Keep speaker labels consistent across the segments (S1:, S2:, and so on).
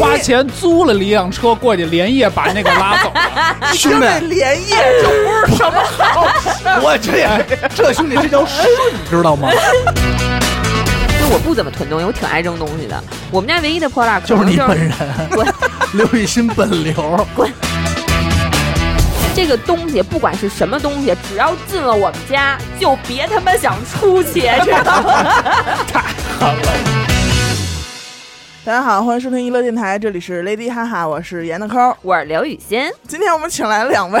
S1: 花钱租了一辆车过去，连夜把那个拉 走了。
S2: 兄
S3: 哎兄弟
S2: 弟，
S3: 连夜就不是什么好事。
S2: 我这也这兄弟这叫顺，知道吗？
S4: 就我不怎么囤东西，我挺爱扔东西的。我们家唯一的破烂可
S2: 就是
S4: 能
S2: 你
S4: 就是
S2: 本人，
S4: 滚
S2: 刘雨欣本 流，
S4: 这个东西，不管是什么东西，只要进了我们家，就别他妈想出去，知道吗？
S3: 大家好，欢迎收听娱乐电台，这里是 Lady 哈哈，我是严的抠。
S4: 我是刘雨欣，
S3: 今天我们请来了两位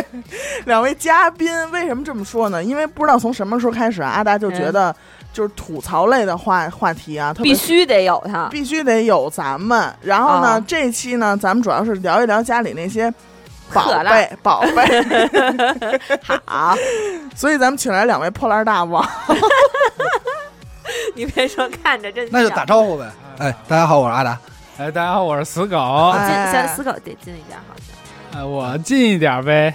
S3: 两位嘉宾，为什么这么说呢？因为不知道从什么时候开始啊，阿达就觉得就是吐槽类的话话题啊，特别
S4: 哎必须得有它。
S3: 必须得有咱们。然后呢，
S4: 啊
S3: 这一期呢，咱们主要是聊一聊家里那些宝
S4: 破
S3: 贝
S4: 烂
S3: 宝贝，
S4: 好，
S3: 所以咱们请来两位破烂大王。
S4: 你别说看着真像，
S2: 那就打招呼 呗。哎，大家好，我是阿达。
S1: 哎，大家好，我是死狗。
S3: 哎
S4: 近，先思考得近一点，好像
S1: 哎，我近一点呗。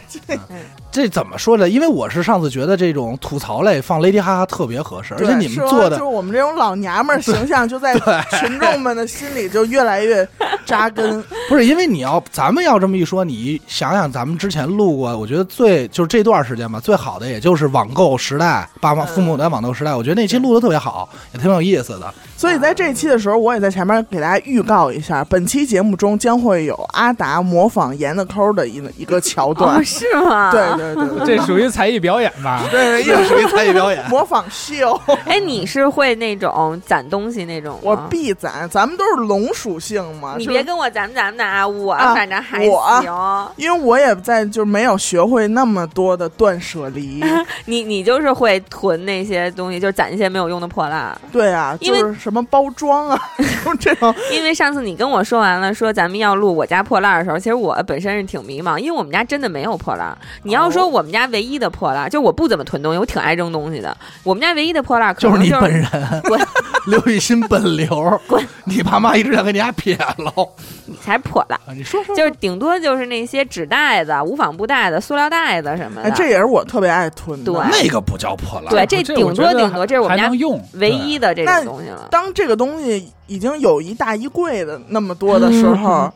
S2: 这怎么说呢？因为我是上次觉得这种吐槽类放 Lady 哈哈特别合适，而且你
S3: 说
S2: 们做
S3: 就
S2: 的
S3: 是我们这种老娘们儿形象，就在群众们的心里就越来越扎根。
S2: 不是因为你要咱们要这么一说，你想想咱们之前录过，我觉得最就是这段时间吧，最好的也就是网购时代，爸
S3: 嗯
S2: 妈父母的网购时代，我觉得那期录的特别好，也挺有意思的。
S3: 所以在这一期的时候，我也在前面给大家预告一下，本期节目中将会有阿达模仿严的抠的一一个桥段。
S4: 哦，是吗？
S3: 对对对对，
S1: 这属于才艺表演吧？
S2: 对，又属于才艺表演
S3: 模仿秀，
S4: 哎，你是会那种攒东西那种吗？
S3: 我必攒，咱们都是龙属性嘛。
S4: 你
S3: 就是
S4: 别跟我咱们咱们的啊，我
S3: 啊
S4: 反正还
S3: 我
S4: 行。
S3: 因为我也在，就是没有学会那么多的断舍离。
S4: 你你就是会囤那些东西，就是攒一些没有用的破烂。
S3: 对啊，
S4: 因为
S3: 就是什么包 装啊，就这种。
S4: 因为上次你跟我说完了，说咱们要录我家破烂的时候，其实我本身是挺迷茫，因为我们家真的没有破烂。你
S3: 哦
S4: 要说我们家唯一的破烂，就我不怎么囤东西，我挺爱扔东西的。我们家唯一的破烂可
S2: 就是
S4: 能
S2: 你
S4: 就是
S2: 本人，
S4: 滚
S2: 刘雨欣本 流，你爸妈一直想给你家撇喽。
S4: 你才破烂，
S2: 啊你说说，
S4: 就是顶多就是那些纸袋子、无纺布袋子、塑料袋子什么的。
S3: 哎，这也是我特别爱囤的。
S4: 啊对
S2: 那个不叫破烂，
S4: 对，
S1: 这
S4: 这
S1: 我
S4: 顶
S1: 觉
S4: 多
S1: 得
S4: 顶多，这是我们
S1: 还
S4: 家
S1: 能用。
S4: 唯一的这
S3: 那
S4: 种东西了。
S3: 当这个东西已经有一大衣柜的那么多的 时候，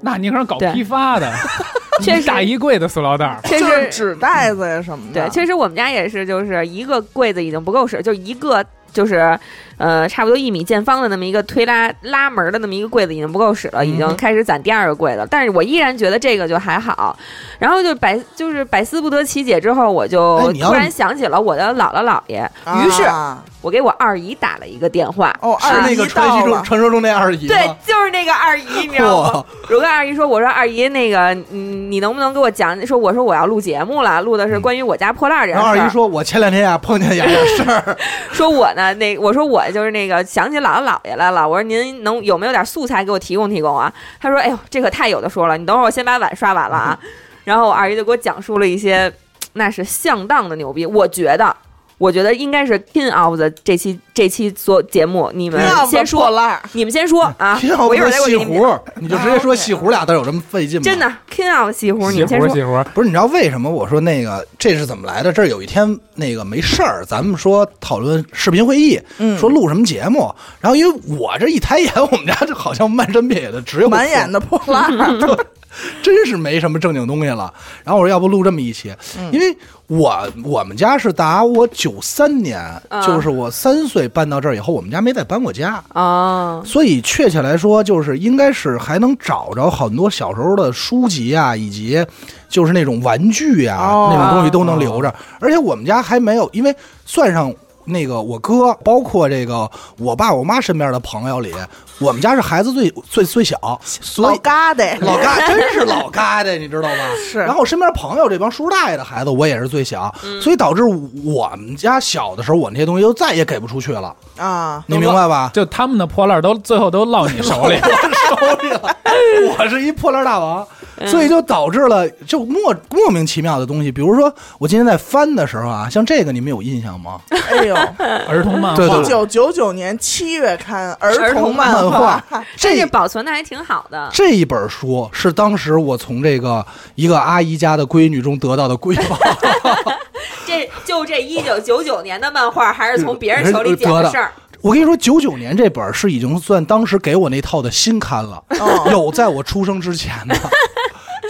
S1: 那你可是搞
S4: 对
S1: 批发的，
S4: 确
S1: 一
S4: 实
S1: 大衣柜的塑料袋儿。
S4: 确
S3: 就是
S4: 实
S3: 纸袋子呀什
S2: 嗯
S3: 么的。
S4: 对，确实我们家也是，就是一个柜子已经不够使，就一个就是呃，差不多一米见方的那么一个推拉拉门的那么一个柜子已经不够使了，已
S2: 嗯
S4: 经开始攒第二个柜子了。但是我依然觉得这个就还好。然后就百就是百思不得其解之后，我
S2: 哎
S4: 就
S2: 你要
S4: 突然想起了我的姥姥姥爷，
S3: 啊，
S4: 于是我给我二姨打了一个电话。啊
S3: 哦，
S2: 是
S3: 二
S2: 那
S3: 姨
S2: 个传
S3: 到
S2: 说中
S3: 了，
S2: 传说中那二姨吗。
S4: 对，就是那个二姨，你知道吗
S2: 嚯？
S4: 我跟二姨说，我说二姨，那个嗯，你能不能给我讲？说我说我要录节目了，录的是关于我家破烂儿这件
S2: 嗯然后
S4: 事儿。
S2: 二姨说：“我前两天呀碰见一件事 儿，
S4: 说我呢，那我说我就是那个想起姥姥姥爷来了，我说您能有没有点素材给我提供提供啊？他说，哎呦，这可太有的说了，你等会儿我先把碗刷完了啊。然后我二姨就给我讲述了一些，那是相当的牛逼，我觉得。我觉得应该是 King of 的这期这期做节目，你们
S3: 要
S4: 先
S3: 不破
S4: 说，
S3: 烂
S2: 哎
S3: 儿，
S4: 你们先说啊
S2: 听！我
S4: 我一会
S2: 说
S4: 儿再
S2: 西
S4: 给你们
S2: 湖，你就直接说西湖俩字儿有这么费劲吗？
S4: 真的 King of 西湖，你
S1: 西
S4: 们先
S1: 湖，
S4: 说。
S1: 西湖，
S2: 不是，你知道为什么我说那个这是怎么来的？这儿有一天那个没事儿，咱们说讨论视频会议，
S3: 嗯
S2: 说录什么节目。然后因为我这一抬眼，我们家这好像漫山遍野的只有
S3: 满眼
S2: 的，
S3: 的破烂 儿。
S2: 真是没什么正经东西了。然后我说要不录这么一期，
S3: 嗯
S2: 因为我我们家是打我九三年，
S3: 嗯
S4: 啊
S2: 就是我三岁搬到这儿以后，我们家没再搬过家。
S4: 哦，
S2: 所以确切来说，就是应该是还能找着很多小时候的书籍啊，以及就是那种玩具啊，
S3: 哦
S2: 那种东西都能留着。而且我们家还没有，因为算上那个我哥，包括这个我爸我妈身边的朋友里，我们家是孩子最最最小，所
S3: 老
S2: 以。
S3: 疙瘩，
S2: 老嘎真是老嘎的，你知道 吗？
S3: 是
S2: 然后我身边朋友这帮叔叔大爷的孩子，我也是最小，所以导致我们家小的时候，我那些东西就再也给不出去了，
S3: 啊，
S2: 你明白 吧？。
S1: 就他们的破烂儿都最后都落你手 里
S2: 我手里了， 嗯我是一破烂大王，所以就导致了就莫莫名其妙的东西，比如说我今天在翻的时候啊，像这个你们有印象吗？
S3: 哎呦，
S1: 儿童漫
S2: 对
S1: 画
S2: 对
S3: 一九九九年七月刊儿
S4: 儿
S3: 童
S4: 童
S3: 漫
S2: 漫画，
S4: 这
S2: 这
S4: 是保存的还挺好的。
S2: 这一本书是当时我从这个一个阿姨家的闺女中得到的瑰宝，
S4: 这就这一九九九年的漫画，还是从别人手里捡
S2: 得
S4: 的
S2: 的
S4: 事儿。
S2: 我跟你说，九九年这本儿是已经算当时给我那套的新刊了，
S3: 哦
S2: 有在我出生之前的，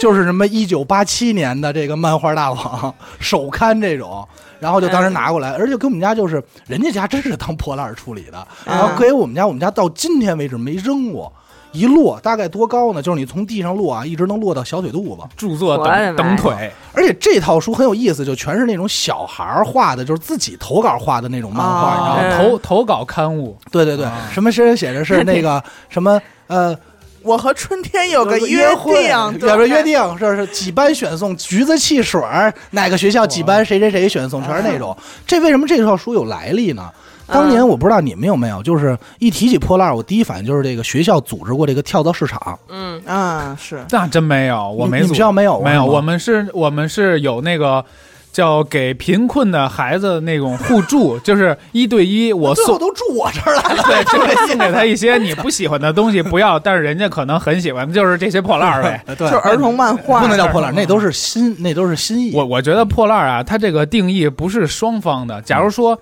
S2: 就是什么一九八七年的这个漫画大王首刊这种，然后就当时拿过来，而且给我们家就是人家家真是当破烂儿处理的，然后给我们家，我们家到今天为止没扔过。一摞大概多高呢？就是你从地上摞啊，一直能摞到小腿肚子。
S1: 著作
S4: 我的
S1: 等
S4: 妈呀
S1: 等腿，
S2: 而且这套书很有意思，就全是那种小孩儿画的，就是自己投稿画的那种漫画，你知道
S1: 然
S2: 吗？
S1: 后投
S4: 嗯
S1: 投稿刊物，
S2: 对对对，什么身上写着 是那个什么呃
S3: 我和春天有个
S2: 约
S3: 定，
S2: 有个约
S3: 定，
S2: 定，这是几班选送橘子汽水儿，哪个学校几班谁谁谁选送，全是那种。这为什么这套书有来历呢？当年我不知道你们有没有，就是一提起破烂儿，我第一反应就是这个学校组织过这个跳蚤市场，
S4: 嗯，
S3: 啊，是
S1: 那真没有，我
S2: 你
S1: 没
S2: 你们
S1: 组
S2: 学校没有
S1: 没
S2: 是
S1: 有，
S2: 吗
S1: 我们是我们是有那个。叫给贫困的孩子那种互助， 就是一对一，我
S2: 最
S1: 送
S2: 后 都住我啊这儿来了。
S1: 对，就是送给他一些你不喜欢的东西，不要，但是人家可能很喜欢，就是这些破烂儿 呗。
S2: 对，
S3: 就是儿童漫画，
S2: 不能叫破烂儿，那都是新，那都是新意。
S1: 我我觉得破烂儿啊，它这个定义不是双方的。假
S2: 嗯
S1: 如说，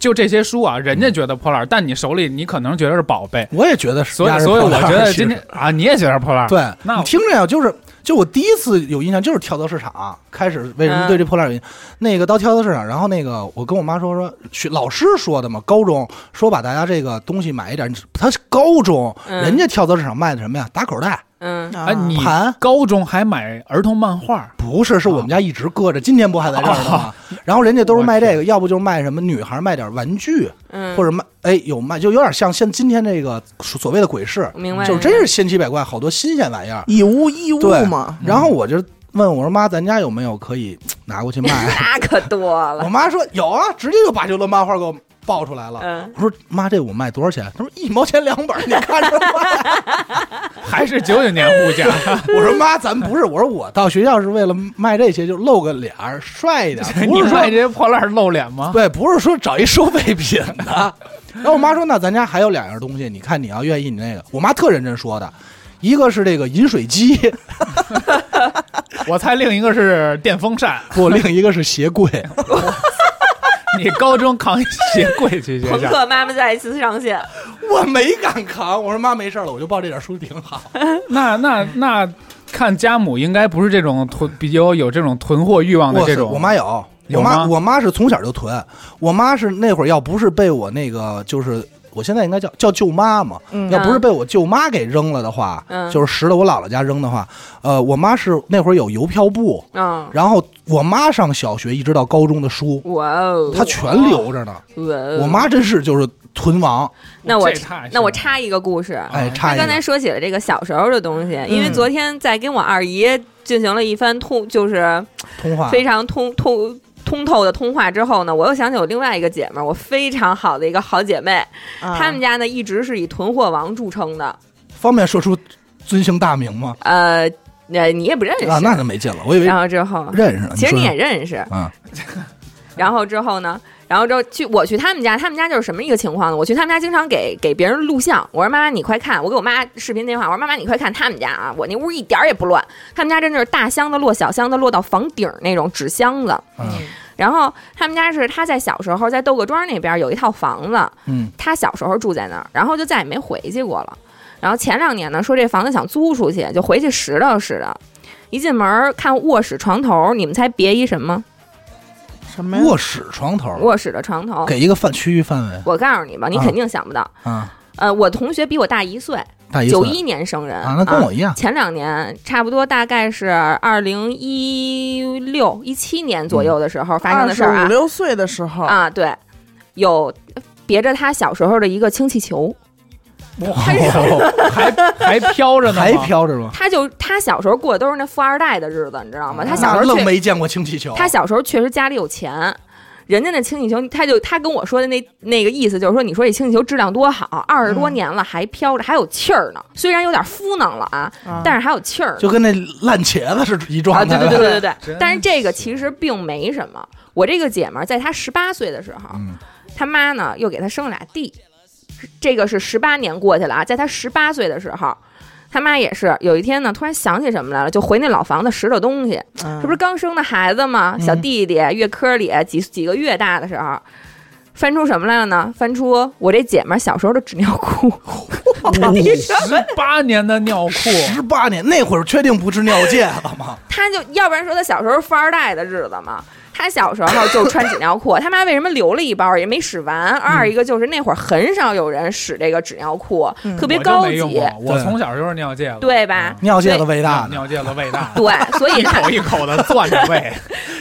S1: 就这些书啊，人家觉得破烂儿，但你手里你可能觉得是宝贝，
S2: 我也觉得是，
S1: 所以所以
S2: 压
S1: 我
S2: 着破烂儿
S1: 觉得
S2: 其实
S1: 今天啊，你也觉得是破烂儿，
S2: 对，
S4: 啊
S1: 那
S2: 你
S1: 我
S2: 听着呀，就是就我第一次有印象就是跳蚤市场，开始为什么对这破烂有印象？那个到跳蚤市场，然后那个我跟我妈说说，学老师说的嘛，高中说把大家这个东西买一点，他是高中，
S4: 嗯
S2: 人家跳蚤市场卖的什么呀？打口袋、
S4: 嗯，
S3: 啊
S1: 哎，你
S2: 盘。
S1: 高中还买儿童漫画，
S2: 不是，
S4: 啊
S2: 是我们家一直搁着，今天不还在这儿呢 吗？然后人家都是卖这个，要不就是卖什么女孩卖点玩具，
S4: 嗯，
S2: 或者卖哎有卖，就有点像现今天这个所谓的鬼市，
S4: 明白，
S2: 就是真是千奇百怪，好多新鲜玩意儿。
S3: 以物易物
S2: 对
S3: 嘛，
S2: 然后我就问我说：“妈，咱家有没有可以拿过去卖啊
S4: 那可多？”
S2: 我
S4: 了，
S2: 妈说：“有啊，直接就把这轮漫画给我爆出来了。”
S4: 嗯，
S2: 我说：“妈，这我卖多少钱？”她说：“一毛钱两本儿，你看着卖。
S1: 还是九九年物价，”
S2: 我说：“妈，咱不是，我说我到学校是为了卖这些，就露个脸儿，帅一点， 不
S1: 你
S2: 是说
S1: 卖这些破烂儿露脸吗？
S2: 对，不是说找一收废品的。 然后我妈说：“那咱家还有两样东西，你看你要愿意，你那个。”我妈特认真说的，一个是这个饮水机，
S1: 我猜另一个是电风 扇，
S2: 不，另一个是鞋柜。
S1: 你高中扛一鞋柜去学
S4: 朋
S1: 校。
S4: 克妈妈再一次上线，
S2: 我没敢扛，我说妈没事了，我就抱这点书挺好。
S4: 啊
S1: 那那那，看家母应该不是这种囤比较有这种囤货欲望的
S2: 我
S1: 这种。
S2: 我妈有，
S1: 有
S2: 我妈
S1: 吗
S2: 我妈是从小就囤，我妈是那会儿要不是被我那个就是。我现在应该叫叫舅妈嘛，
S3: 嗯
S2: 要不是被我舅妈给扔了的话，
S4: 嗯
S2: 就是拾到我姥姥家扔的话，呃，我妈是那会儿有邮票簿，
S4: 嗯，
S2: 然后我妈上小学一直到高中的书，
S4: 哇哦，
S2: 她全留着呢。
S4: 哇哦
S2: 我妈真是就是囤王，
S4: 那我
S1: 这太
S4: 那我插一个故事，
S2: 哎，
S1: 啊
S2: 差
S4: 他
S2: 一
S4: 刚才
S2: 点。
S4: 说起了这个小时候的东西，因为
S3: 嗯
S4: 昨天在跟我二姨进行了一番通，
S2: 啊
S4: 就是
S2: 通话
S4: 非常通通。通透的通话之后呢，我又想起我另外一个姐们儿，我非常好的一个好姐妹，
S2: 啊
S4: 她们
S3: 家
S4: 家呢一直是以囤货王著称的。
S2: 方便说出尊姓大名吗？
S4: 呃，呃，你也不认识，
S2: 啊，那就没劲了，我以为
S4: 然后之后，
S2: 认识呢。
S4: 其实
S2: 啊说
S4: 你
S2: 说
S4: 也认识，
S2: 嗯
S4: 然后之后呢，然后之后去我去他们家，他们家就是什么一个情况呢？我去他们家经常给给别人录像，我说妈妈你快看，我给我妈视频电话，我说妈妈你快看他们家啊，我那屋一点儿也不乱，他们家真的是大箱子摞小箱子摞到房顶儿那种纸箱子。
S2: 嗯
S4: 然后他们家是他在小时候在豆各庄那边有一套房子，
S2: 嗯，
S4: 他小时候住在那儿，然后就再也没回去过了。然后前两年呢，说这房子想租出去，就回去拾掇拾掇。一进门儿看卧室床头，你们猜别一什么？
S3: 什么呀？
S2: 卧室床头，
S4: 卧室的床头。
S2: 给一个范区域范围
S4: 我告诉你吧，你
S2: 哦啊
S4: 肯定想不到。
S2: 啊，
S4: 呃，我同学比我大一岁，
S2: 大一岁
S4: 九一年生人
S2: 啊，那跟我一样，
S4: 前两年差不多，大概是二零一六一七年左右的时候发生
S3: 二
S4: 的
S3: 十
S4: 事儿
S3: 五
S4: 啊
S3: 六岁的时候，
S4: 啊，对，有别着他小时候的一个氢气球，
S1: 哇， 还还飘着呢吗，
S2: 还飘着吗？
S4: 他就他小时候过的都是那富二代的日子，你知道吗？他小
S2: 啊那
S4: 时候
S2: 愣
S4: 确
S2: 没见过氢气球，
S4: 他小时候确实家里有钱。人家那氢气球，他就他跟我说的那那个意思就是说，你说这氢气球质量多好，二十
S2: 嗯
S4: 多年了还飘着，还有气儿呢。虽然有点敷衍了啊，
S3: 啊
S4: 但是还有气儿呢。
S2: 就跟那烂茄子是一状
S4: 啊，对
S2: 态。
S4: 对对对对对
S1: 真。
S4: 但是这个其实并没什么。我这个姐们儿在她十八岁的时候，
S2: 嗯
S4: 她妈呢又给她生了俩弟，这个是十八年过去了啊，在她十八岁的时候。她妈也是，有一天呢，突然想起什么来了，就回那老房子拾掇东西。
S3: 嗯
S4: 嗯这不是刚生的孩子吗？小弟弟月科里几几个月大的时候，翻出什么来了呢？翻出我这姐们儿小时候的纸尿裤，
S1: 十八年的尿裤，
S2: 十八年那会儿确定不是 尿戒了吗？
S4: 她就要不然说她小时候富二代的日子嘛。她小时候就穿纸尿裤，她妈为什么留了一包也没使完？二
S2: 嗯
S4: 一个就是那会儿很少有人使这个纸尿裤，
S3: 嗯
S4: 特别
S1: 我就
S4: 高
S1: 没用
S4: 级
S1: 过，，我
S2: 对
S1: 从小就是尿戒了，
S4: 对吧？，
S2: 尿戒的伟大
S1: 尿尿
S2: 呢，
S1: 戒了喂大
S4: 对，所 以
S1: 一
S4: 她
S1: 口一口的攥着 喂，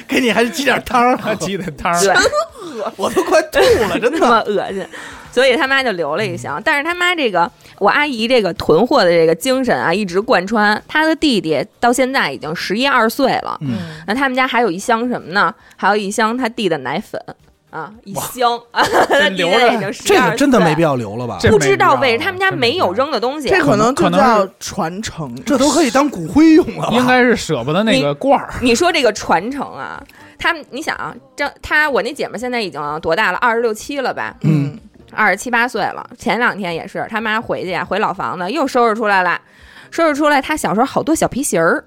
S2: 给你还是挤点汤儿，
S1: 还挤的汤儿。
S4: 对
S2: 我都快吐了，真
S4: 那么
S2: 的。
S4: 恶心，所以他妈就留了一箱。但是他妈这个我阿姨这个囤货的这个精神啊，一直贯穿。她的弟弟到现在已经十一二岁了，
S2: 嗯，
S4: 那他们家还有一箱什么呢？还有一箱他弟的奶粉啊，一箱 啊，他弟
S1: 留
S4: 现在
S1: 着
S4: 已经十
S2: 这
S4: 一
S2: 个
S4: 二
S2: 真的没必
S4: 要。
S2: 要留了吧？
S1: 这
S4: 不知道
S1: 没必要
S4: 为什么他们家
S1: 真没
S4: 没
S1: 必要
S4: 有扔的东西，
S3: 这可能
S1: 可
S3: 就
S1: 能是
S3: 叫传承。
S2: 这都可以当骨灰用了吧？
S1: 应该是舍不得那个罐儿，
S4: 你说这个传承啊，他们你想啊，这他我那姐们现在已经多大了？二十六七了吧？
S2: 嗯，
S4: 二十七八岁了。前两天也是他妈回去啊，回老房子又收拾出来了，收拾出来他小时候好多小皮鞋儿，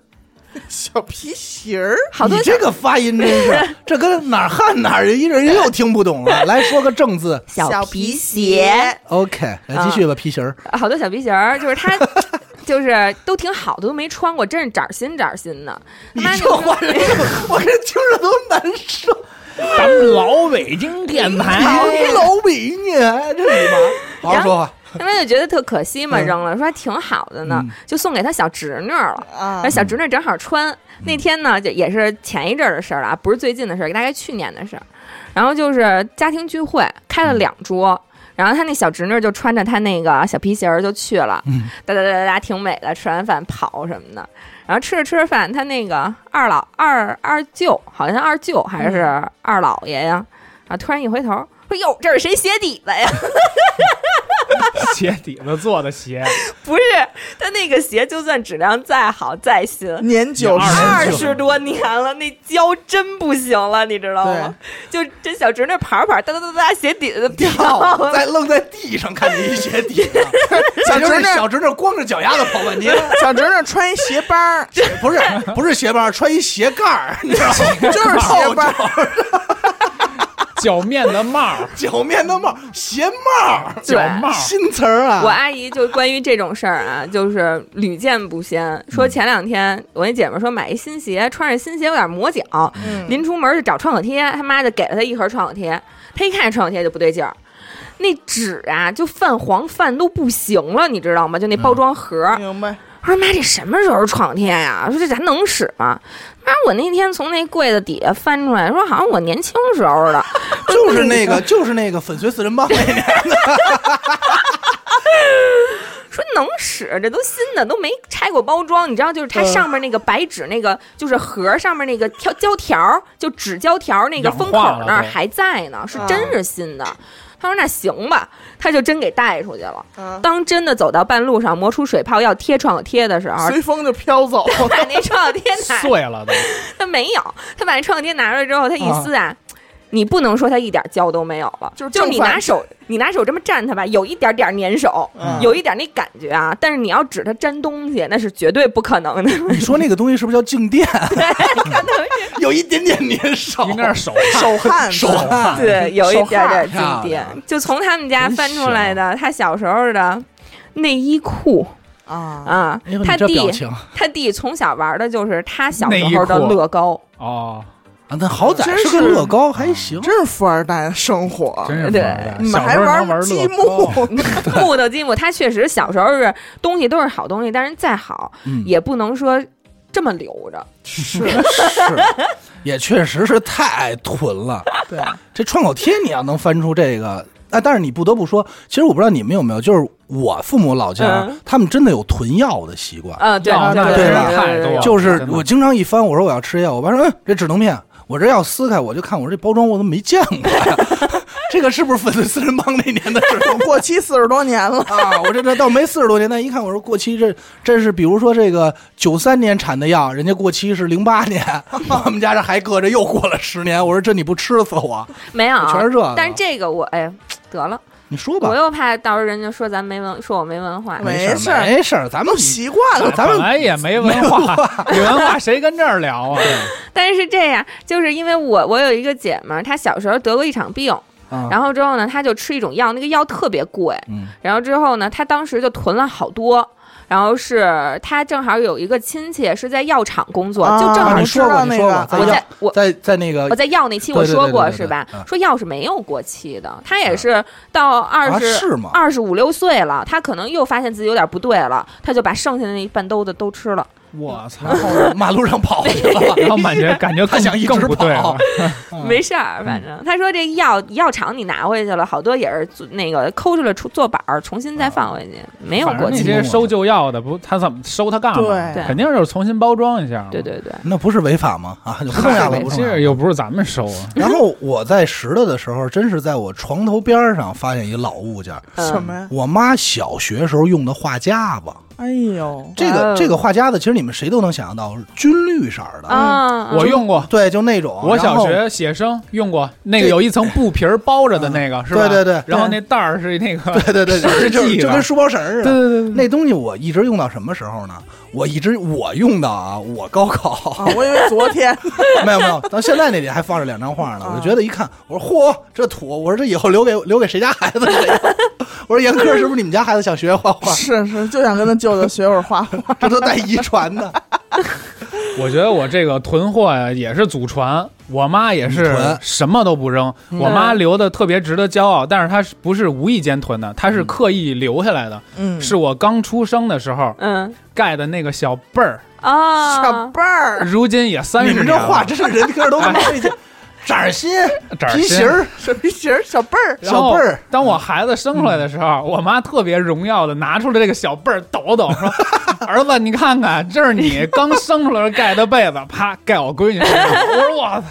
S3: 小皮鞋儿，
S4: 好多
S2: 你
S4: 小
S2: 这个发音真是，这跟哪儿汉哪儿一人又听不懂 了。来说个正字
S4: 小皮
S3: 皮
S4: 鞋，
S2: ，OK，来继续
S4: 啊
S2: 吧，皮鞋儿。
S4: 好多小皮鞋儿，就是他。 就是都挺好的，都没穿过，真是崭新崭新的。他
S2: 你
S4: 妈就
S2: 这话
S4: 说
S2: 人，我这听着都难 受。
S1: 咱们老北京电台
S2: 好老北京，这里吗？好好说话。
S4: 他妈就觉得特可惜嘛，
S2: 嗯
S4: 扔了，说还挺好的呢，就送给他小侄女儿了。
S3: 啊
S4: 那，哎小侄女正好穿。那天呢，就也是前一阵儿的事儿了啊，不是最近的事儿，大概去年的事儿。然后就是家庭聚会，开了两桌。然后他那小侄女就穿着她那个小皮鞋儿就去了，
S2: 嗯
S4: 哒哒哒哒哒，挺美的。吃完饭跑什么的，然后吃着吃着饭，他那个二老二二舅，好像二舅还是二姥爷呀，啊，突然一回头说：“哟，这是谁鞋底子呀？”
S1: 鞋底子做的鞋，
S4: 不是，他那个鞋就算质量再好再新，
S3: 年久
S1: 二
S3: 失
S4: 二
S1: 十
S4: 十多年了，那胶真不行了，你知道吗？就这小侄女跑着跑着，哒哒哒哒，鞋底子掉
S2: 掉，
S4: 了。
S2: 在愣在地上看见一鞋底 子，小侄
S3: 侄
S2: 女
S3: 女
S2: 小侄女光着脚丫子跑半 天，
S3: 小侄女穿一鞋帮儿，
S2: 不是不是鞋帮，穿一鞋盖儿，你知道吗？
S3: 就是鞋帮
S2: 透
S3: 儿，
S1: 脚面的帽儿，
S2: 脚脚面的帽，鞋帽儿，
S1: 脚帽儿，
S2: 新词儿
S4: 我
S2: 啊！
S4: 阿姨就关于这种事儿啊，就是屡见不鲜。说前两天我那姐们儿说买一新鞋，穿着新鞋有点磨脚，
S3: 嗯，
S4: 临出门就找创可贴，他妈就给了她一盒创可贴，她一看这创可贴就不对劲儿。那纸啊，就泛黄泛都不行了，你知道吗？就那包装盒，
S3: 明白。
S4: 我说妈，这什么时候创贴呀？我说这咱能使吗？妈，我那天从那柜子底下翻出来，说好像我年轻时候的，
S2: 就是那个，就是那个粉碎四人帮那年，
S4: 说能使，这都新的，都没拆过包装。你知道，就是
S1: 嗯
S4: 它上面那个白纸，那个就是盒上面那个条胶条，就纸胶条那个
S1: 氧化
S4: 封口
S1: 了
S4: 那儿
S1: 都
S4: 还在呢，是真是新的。他说那行吧，他就真给带出去了。
S3: 嗯，
S4: 当真的走到半路上磨出水泡要贴创可贴的时候，
S3: 随风就飘走了。
S4: 把那创可贴拿
S1: 碎了都，
S4: 他没有，他把那创可贴拿出来之后，他一撕啊，你不能说他一点胶都没有了，
S3: 就
S4: 就是
S3: 正
S4: 你
S3: 反
S4: 拿手，你拿手这么蘸它吧，有一点点粘手，
S3: 嗯
S4: 有一点那感觉啊，但是你要指它粘东西，那是绝对不可 能的，
S2: 你说那个东西是不是叫静电？
S3: 哎
S4: 可能是
S2: 有一点点粘手，
S1: 应该是手
S3: 手汗，
S2: 手汗。
S4: 对，有一点点
S2: 手汗
S4: 静电，就从他们家翻出
S2: 啊
S4: 来的他小时候的内衣裤
S3: 啊，
S4: 啊
S2: 哎呦，
S4: 他
S2: 你这表
S4: 弟
S2: 情
S4: 他弟从小玩的就是他小时
S1: 内衣
S4: 候的
S1: 裤
S4: 乐高，
S1: 哦，
S2: 啊，那好歹
S3: 真
S2: 是个
S3: 是
S2: 乐高，还行。
S3: 真是富二代的生活。
S1: 真是
S4: 对
S1: 富二代
S3: 你们
S1: 小
S3: 还
S1: 时候能
S3: 玩
S1: 玩
S3: 积
S1: 乐
S3: 木
S1: 高，，
S4: 木头积木，他确实小时候是东西都是好东西，但是再好、
S2: 嗯
S4: 也不能说这么留着。
S2: 是是，也确实是太爱囤了。
S3: 对，
S2: 这创口贴你要能翻出这个，哎，但是你不得不说，其实我不知道你们有没有，就是我父母老家，
S4: 嗯
S2: 他们真的有囤药的习惯，
S4: 嗯，对
S1: 要
S4: 对
S1: 那
S4: 对
S2: 真
S4: 对
S1: 是太
S4: 对
S1: 多
S4: 对
S1: 了
S2: 就是
S1: 真的
S2: 我经常一翻，我说我要吃药，我爸说，嗯，这止疼片，我这药撕开我就看，我说这包装我怎么没见过呀？ 这个是不是粉碎四人帮那年的止疼片？
S3: 过期四十多年 了。
S2: 啊，我这这倒没四十多年，但一看我说过期这这是比如说这个九三年产的药，人家过期是零八 年，我们家这还搁着又过了十年，我说这你不吃死我？
S4: 没有，
S2: 全是这个
S4: 但是这个我哎得了，
S2: 你说吧
S4: 我，又怕到时候人家说咱没文，说我没文化。
S3: 没
S2: 事
S3: 事
S2: 儿
S3: 儿
S2: 没事儿，咱们
S3: 都习惯了，
S2: 咱们
S1: 本来也没文化， 没文化谁跟这儿聊啊？
S4: 但是这样，就是因为我我有一个姐们儿，她小时候得过一场病。
S2: 啊，
S4: 然后之后呢，他就吃一种药，那个药特别贵。
S2: 嗯
S4: 然后之后呢，他当时就囤了好多。然后是他正好有一个亲戚是在药厂工作，
S3: 啊
S4: 就正
S2: 啊，
S4: 好
S2: 你说过
S3: 我知道
S2: 你
S3: 那
S2: 说
S3: 个
S2: 过，
S4: 我
S1: 哎
S2: 在药
S4: 在我
S2: 在在那个
S4: 我在药那期
S2: 对
S4: 我
S2: 对
S4: 说
S2: 对
S4: 过
S2: 对对
S4: 是吧
S2: 嗯？
S4: 说药是没有过期的，他也是到
S2: 啊
S4: 二十
S2: 是吗？
S4: 二十五六岁了，他可能又发现自己有点不对了，他就把剩下的那一半兜子都吃了。
S1: 我操！
S2: 然后马路上跑去 了，
S1: 然后感觉感觉
S2: 他
S1: 更
S2: 想一直
S1: 更不对
S2: 跑
S1: 了，
S2: 嗯
S4: 没事儿，反正他说这药药厂你拿回去了，好多也是做那个抠出来出做板儿，重新再放回去，没有
S1: 反
S4: 过
S1: 正那
S4: 期。
S1: 些收旧药的不，他怎么收他干嘛？
S3: 对
S1: 肯定就是重新包装一下嘛。
S4: 对对对，
S2: 那不是违法吗？啊，就不重要 了，不重要
S1: 这
S2: 了。
S1: 又不是咱们收啊，
S2: 然后我在拾掇的时候，真是在我床头边儿上发现一老物件儿，
S4: 嗯
S3: 什么呀？
S2: 我妈小学时候用的画夹子。
S3: 哎呦，
S2: 这
S4: 哇
S2: 个
S4: 哦
S2: 这个画夹子，其实你们谁都能想到，军绿色儿的，
S4: 啊？
S1: 我用过。
S2: 对，就那种。
S1: 我
S2: 哦然
S1: 小
S2: 后
S1: 学写生用过那个
S2: 对嗯
S1: 有一层布皮儿包着的那个，是吧？
S2: 对对对
S1: 然后那袋儿是那个，
S2: 对对对，
S1: 绳儿
S2: 就
S1: 系
S2: 就
S1: 的
S2: 跟书包绳儿似的。
S1: 对对对对
S2: 那东西我一直用到什么时候呢？我一直我用到啊，我高考
S3: 啊，我以为昨天
S2: 没有没有，到现在那里还放着两张画呢。
S3: 啊
S2: 我就觉得一看，我说嚯，这土！我说这以后留给留给谁家孩子了？ 我说严科是不是你们家孩子想学画画？
S3: 是是，就想跟他舅舅学会儿画画。
S2: 这都带遗传的。
S1: 我觉得我这个囤货呀也是祖传，我妈也是
S2: 囤
S1: 什么都不扔，
S2: 嗯
S1: 我妈留的特别值得骄傲，但是她是不是无意间囤的，她
S2: 嗯
S1: 是刻意留下来的，
S3: 嗯，
S1: 是我刚出生的时候
S4: 嗯
S1: 盖的那个小被儿，
S3: 小
S4: 啊，
S3: 辈儿，
S1: 如今也 三
S2: 你
S1: 十
S2: 们
S1: 年
S2: 这画
S1: 了，哎
S2: 真是人科都没费 劲，掌心、
S1: 这
S2: 皮形儿、
S3: 什么型儿？小辈儿，
S1: 然后
S2: 小辈儿嗯
S1: 当我孩子生出来的时候，我妈特别荣耀的拿出来这个小 被儿抖抖，说：“儿子，你看看，这是你刚生出来时候盖的被子，啪盖我闺女身上。”我说：“我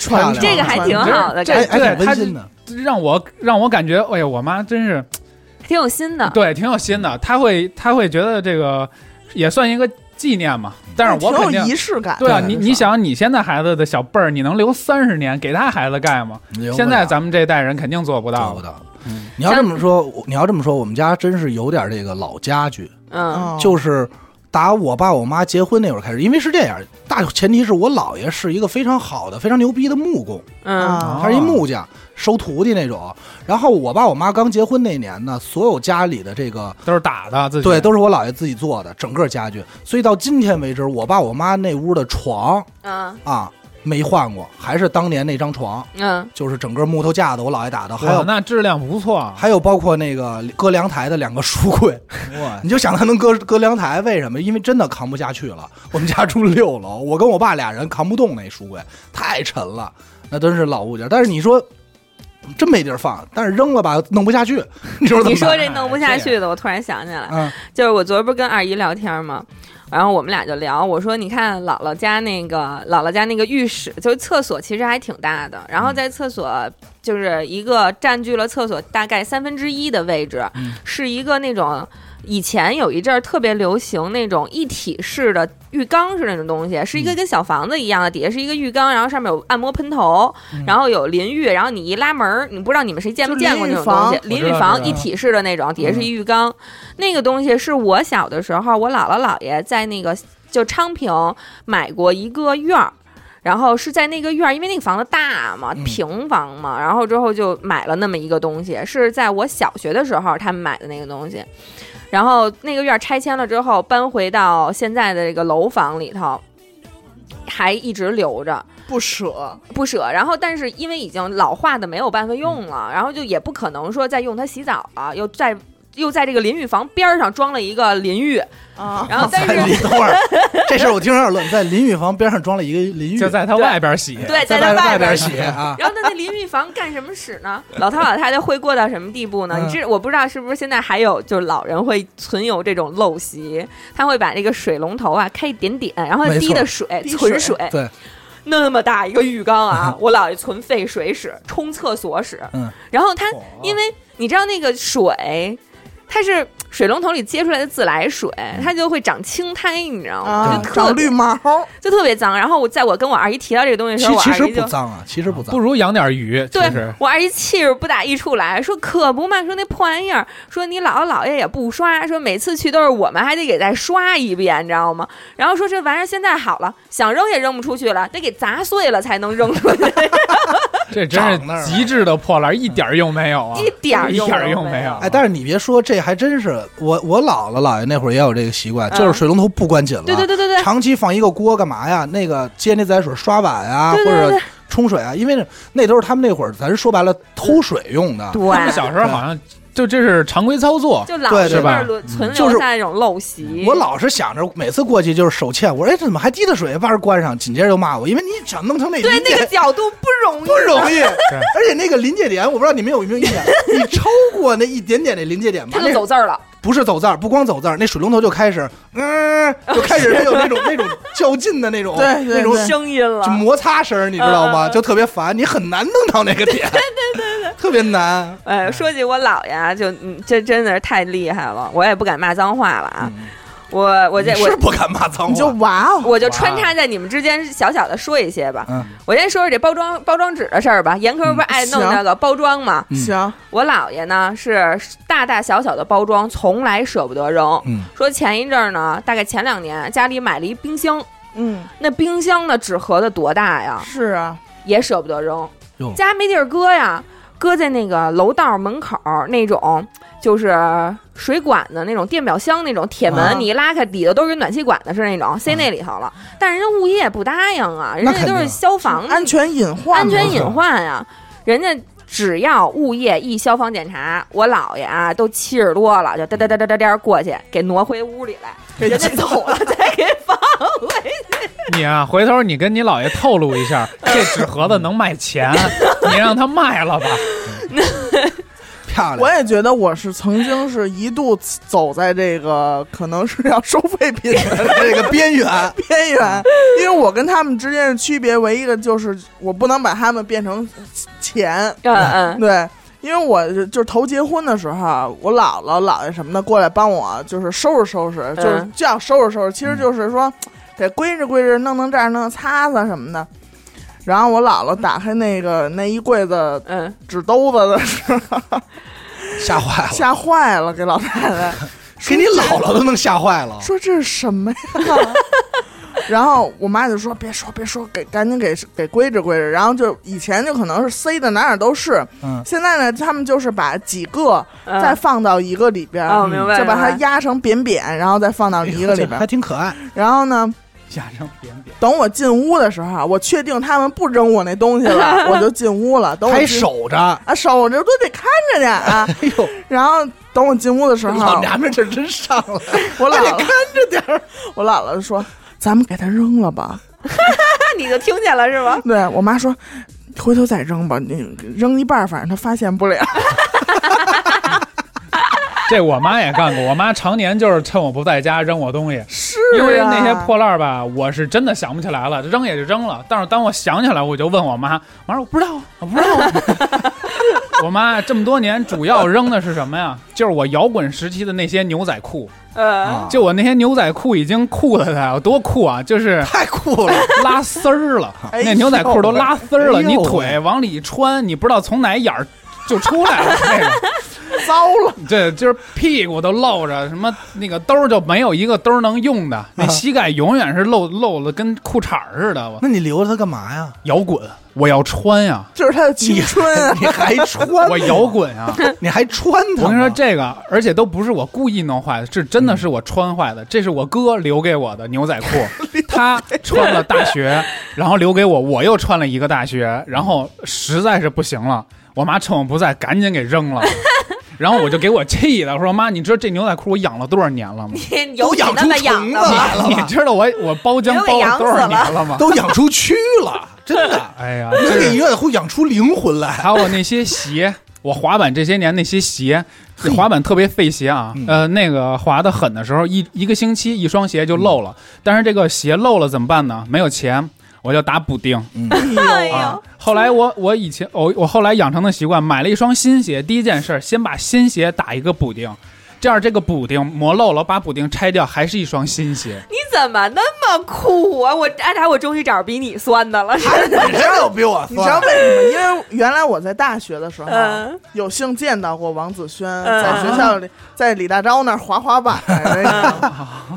S1: 操
S2: 漂
S3: 传
S2: 亮
S4: 这个还挺好的，
S1: 这
S4: 感
S2: 哎
S4: 觉
S2: 还
S1: 对
S2: 挺
S1: 他
S2: 温馨的。！”
S1: 让我让我感觉，哎呀，我妈真是
S4: 挺有心的。
S1: 对挺有心
S2: 嗯
S1: 的，她会她会觉得这个也算一个纪念嘛。但是我 肯
S3: 挺
S1: 定
S3: 有仪式感的。
S1: 对啊，
S2: 对
S1: 你
S3: 至少
S1: 你想你现在孩子的小被儿，你能留三十年给他孩子盖吗？现在咱们这代人肯定做不
S2: 到
S1: 到
S2: 不
S1: 了。
S2: 到
S1: 嗯？
S2: 你要这么说，我你要这么说，我们家真是有点这个老家具，
S4: 嗯
S2: 啊
S3: 哦
S2: 就是打我爸我妈结婚那会儿开始，因为是这样，大前提是我姥爷是一个非常好的、非常牛逼的木工，
S4: 嗯
S1: 哦
S3: 啊，
S2: 他是一木匠，收徒弟那种。然后我爸我妈刚结婚那年呢，所有家里的这个
S1: 都是打的自己
S2: 对都是我姥爷自己做的，整个家具。所以到今天为止，我爸我妈那屋的床
S4: 嗯
S2: 啊没换过，还是当年那张床，
S4: 嗯，
S2: 就是整个木头架子，我姥爷打的，还
S1: 哇
S2: 有。
S1: 那质量不错啊。
S2: 还有包括那个搁凉台的两个书柜，
S1: 哇
S2: 你就想它能搁搁凉台，为什么？因为真的扛不下去了。我们家住六楼，我跟我爸俩人扛不动那书柜，太沉了，那真是老物件。但是你说真没地儿放，但是扔了吧，弄不下去。你说怎
S4: 你
S2: 么
S4: 说
S2: 办？
S4: 这弄不下去的，我突然想起来，
S2: 嗯
S4: 就是我昨儿不是跟二姨聊天吗？然后我们俩就聊，我说你看姥姥家那个姥姥家那个浴室，就是厕所其实还挺大的，然后在厕所就是一个占据了厕所大概三分之一的位置，
S2: 嗯
S4: 是一个那种。以前有一阵儿特别流行那种一体式的浴缸式那种东西，是一个跟小房子一样的，底下是一个浴缸，然后上面有按摩喷头，
S1: 嗯
S4: 然后有淋浴，然后你一拉门儿，你不知道你们谁见没
S3: 就
S4: 见过
S3: 淋浴
S4: 那种东西，
S1: 我
S4: 淋
S1: 知
S4: 浴
S1: 道知
S4: 房
S1: 道嗯
S4: 一体式的那种，底下是一浴缸，那个东西是我小的时候，我姥姥姥爷在那个就昌平买过一个院儿。然后是在那个院儿，因为那个房子大嘛，
S2: 嗯
S4: 平房嘛，然后之后就买了那么一个东西，是在我小学的时候他们买的那个东西。然后那个院儿拆迁了之后，搬回到现在的这个楼房里头，还一直留着。
S1: 嗯
S3: 不舍，
S4: 不舍，然后但是因为已经老化的没有
S2: 嗯
S4: 办法用了，然后就也不可能说再用它洗澡了，又在又在这个淋浴房边儿上装了一个淋浴，
S3: 啊，
S4: 然后哦但
S2: 在
S4: 是
S2: 淋等会儿，这事儿我听着有点乱。在淋浴房边上装了一个淋浴，
S1: 就在他外边洗。
S4: 对，
S2: 在
S4: 在它
S2: 外
S4: 边儿
S2: 洗。啊。
S4: 然后它那淋浴房干什么使呢？老头老太太会过到什么地步呢？
S2: 嗯
S4: 你知我不知道是不是现在还有就是老人会存有这种陋习，他会把那个水龙头啊开一点点，然后
S2: 没错
S4: 滴的水
S3: 滴
S4: 存
S3: 水
S4: 水，
S2: 对，
S4: 那么大一个浴缸啊，我姥爷存废水使，冲厕所使。
S2: 嗯，
S4: 然后他因为你知道那个水，它是水龙头里接出来的自来水，它就会长青苔，你知道吗？
S3: 啊
S4: 就，特
S3: 长绿
S4: 别
S3: 毛，
S4: 就特别脏。然后我在我跟我二姨提到这个东西的时
S2: 其
S4: 候，我
S2: 其
S4: 二
S2: 实
S4: 姨就
S2: 不。脏啊，其实不脏
S1: 不。如养点鱼，其
S4: 对
S1: 实
S4: 我二姨气儿不打一处来，说可不嘛，说那破玩意儿，说你姥姥姥爷也不刷，说每次去都是我们还得给再刷一遍，你知道吗？然后说 这玩意儿现在好了，想扔也扔不出去了，得给砸碎了才能扔出去。
S1: 这真是
S2: 长那儿了
S1: 极致的破烂，一点儿用没有啊！
S4: 一点儿
S1: 一点儿
S4: 用
S1: 用
S4: 没
S1: 没
S4: 有
S1: 有。
S2: 哎，但是你别说，这还真是我我姥姥姥爷那会儿也有这个习惯，
S4: 嗯
S2: 就是水龙头不关紧了，
S4: 对对对对对，
S2: 长期放一个锅干嘛呀？那个接那自来水刷碗啊，
S4: 对对对
S2: 或者冲水啊，因为那那都是他们那会儿，咱说白了偷水用的。
S1: 他们
S4: 对，
S1: 小时候好像就这是常规操作，
S4: 就老
S2: 对
S4: 是
S1: 对吧
S4: 轮存
S2: 就
S4: 留
S2: 是
S4: 下那种陋习。
S2: 我老是想着每次过去就是手欠，我说哎这怎么还滴的水，把门关上，紧接着就骂我，因为你想弄成那临
S4: 对
S2: 界
S4: 那个角度不容易，
S2: 不容易，而且那个临界点我不知道你们有没有印 象，你超过那一点点那临界点吧，
S4: 他就
S2: 那
S4: 走字儿了。
S2: 不是走字儿，不光走字儿，那水龙头就开始嗯、就开始有那种那种较劲的那种
S3: 对对
S2: 那种
S3: 对
S4: 声音了
S2: 就摩擦声儿，你知道吗？
S4: 嗯嗯嗯
S2: 就特别烦，你很难弄到那个点，对对对对，特别难。
S4: 哎，说起我姥爷啊，就嗯，这真的是太厉害了，我也不敢骂脏话了啊。
S2: 嗯
S4: 我我这
S2: 你是
S4: 我
S2: 不敢骂脏
S3: 你就
S2: 话，
S3: 哇哦，
S4: 我就穿插在你们之间小小的说一些吧。
S2: 嗯
S4: 我先说说这包装包装纸的事儿吧。严科不是爱弄那个包装吗？
S2: 嗯
S3: 行，
S4: 我姥爷呢是大大小小的包装，从来舍不得扔。
S2: 嗯，
S4: 说前一阵儿呢，大概前两年家里买了一冰箱，
S3: 嗯，
S4: 那冰箱的纸盒子多大呀？
S3: 是啊，
S4: 也舍不得扔
S2: 哟，
S4: 家没地儿搁呀，搁在那个楼道门口儿那种，就是水管子那种电表箱那种铁门，
S3: 啊
S4: 你一拉开里头都是跟暖气管子似的那种，塞那里头了。但人家物业也不答应啊，人
S2: 那
S4: 家
S2: 肯定
S4: 都是消防
S3: 安全隐患嘛，
S4: 安全隐患呀、人家。只要物业一消防检查，我姥爷啊都七十多了，就哒哒哒哒哒哒过去给挪回屋里来，人家 走了再给放 回去。
S1: 你啊，回头你跟你姥爷透露一下，
S4: 嗯
S1: 这纸盒子能卖钱，你让他卖了吧。
S2: 漂
S3: 我
S2: 亮。
S3: 也觉得我是曾经是一度走在这个 可能是要收废品的
S2: 这个边缘，
S3: 边缘，因为我跟他们之间的区别唯一的就是我不能把他们变成钱，
S4: 嗯 嗯，
S3: 对。因为我就就是头结婚的时候，啊我姥姥姥爷什么的过来帮我，就是收拾收拾，就是
S4: 嗯
S3: 叫收拾收拾，其实就是说得归置归置，弄弄这儿，弄弄擦擦什么的。然后我姥姥打开那个那一柜子
S4: 嗯，
S3: 纸兜子的时候，
S2: 吓坏了，
S3: 吓坏了，给老太太
S2: 给你姥姥都能吓坏了。
S3: 说这是 什么呀？然后我妈就说别说别说，给赶紧给给归置归置。然后就以前就可能是塞的哪哪都是，
S2: 嗯，
S3: 现在呢他们就是把几个
S4: 嗯
S3: 再放到一个里边，
S4: 哦，明白，
S3: 就把它
S4: 明白
S3: 压成扁扁，然后再放到一个里
S2: 哎这还
S3: 边。
S2: 挺可爱。
S3: 然后呢，
S1: 压成扁扁，
S3: 等我进屋的时候，我确定他们不扔我那东西 了，我就进屋了。等我
S2: 还
S3: 进
S2: 守着。
S3: 啊守着都得看着呢 啊。
S2: 哎呦，
S3: 然后等我进屋的时候，
S2: 老娘们这真上了，
S3: 我姥
S2: 得
S3: 姥
S2: 看着点儿。
S3: 我姥姥就说：“咱们给它扔了吧。
S4: 那你就听见了是吧？
S3: 对我妈说：“回头再扔吧，你扔一半儿，反正她发现不了。
S1: 这我妈也干过。我妈常年就是趁我不在家扔我东西”，
S3: 是
S1: 因为那些
S3: 啊
S1: 破烂儿吧，我是真的想不起来了，扔也就扔了。但是当我想起来，我就问我妈，我说我不知道啊，我不知道啊。 我妈这么多年主要扔的是什么呀？就是我摇滚时期的那些牛仔裤。
S4: 呃，
S2: 啊
S1: 就我那些牛仔裤已经酷的它有多酷啊！就是
S2: 太酷 了，
S1: 拉丝儿了，
S3: 哎
S1: 那牛仔裤都拉丝儿了，
S2: 哎呦
S1: 你腿往里一穿，你不知道从哪眼儿就出来了。那个，
S3: 糟了，
S1: 对，就是屁股都露着，什么那个兜儿就没有一个兜儿能用的，那膝盖永远是露露的，跟裤衩儿似的。我
S2: 那你留着它干嘛呀？
S1: 摇滚，啊我要穿呀，
S3: 这是她的青春啊！
S2: 你还穿？
S1: 我摇，滚 呀！
S2: 你还穿它？
S1: 我跟你说，这个，而且都不是我故意弄坏的，是真的是我穿坏的。这是我哥留给我的牛 仔裤，他穿了大学，然后留给我，我又穿了一个大学，然后实在是不行了，我妈趁我不在，赶紧给扔了。 然后我就给我气的，我说妈，你知道这牛仔裤我养了多少年了吗？
S4: 你有
S2: 都
S4: 你
S2: 养
S4: 那
S2: 出
S4: 么
S2: 虫
S4: 养
S2: 子
S4: 的吗？
S2: 来了
S1: 你
S2: 吧，
S1: 知道我我包浆包了多少年了吗？
S2: 都养出蛆 了，真的。
S1: 哎呀，
S2: 你
S1: 这
S2: 给
S1: 是
S2: 牛仔裤养出灵魂来，
S1: 还有我那些鞋，我滑板这些年那些鞋，滑板特别费鞋啊。
S2: 嗯
S1: 呃，那个滑的狠的时候，一一个星期一双鞋就漏了。但是这个鞋漏了怎么办呢？没有钱，我就打补丁。
S4: 哎
S1: 啊
S4: 呦，，
S1: 后来我我以前我我后来养成的习惯，买了一双新鞋，第一件事儿先把新鞋打一个补丁，这样这个补丁磨漏了，把补丁拆掉，还是一双新鞋。
S4: 你怎么那么酷啊？我哎，达，我终于找着比你酸的了。
S2: 本身就比我
S3: 你知
S2: 酸
S3: 道为。什么？因为原来我在大学的时候
S4: 嗯
S3: 有幸见到过王子轩
S4: 嗯
S3: 在学校里，在李大钊那儿滑滑板来 着。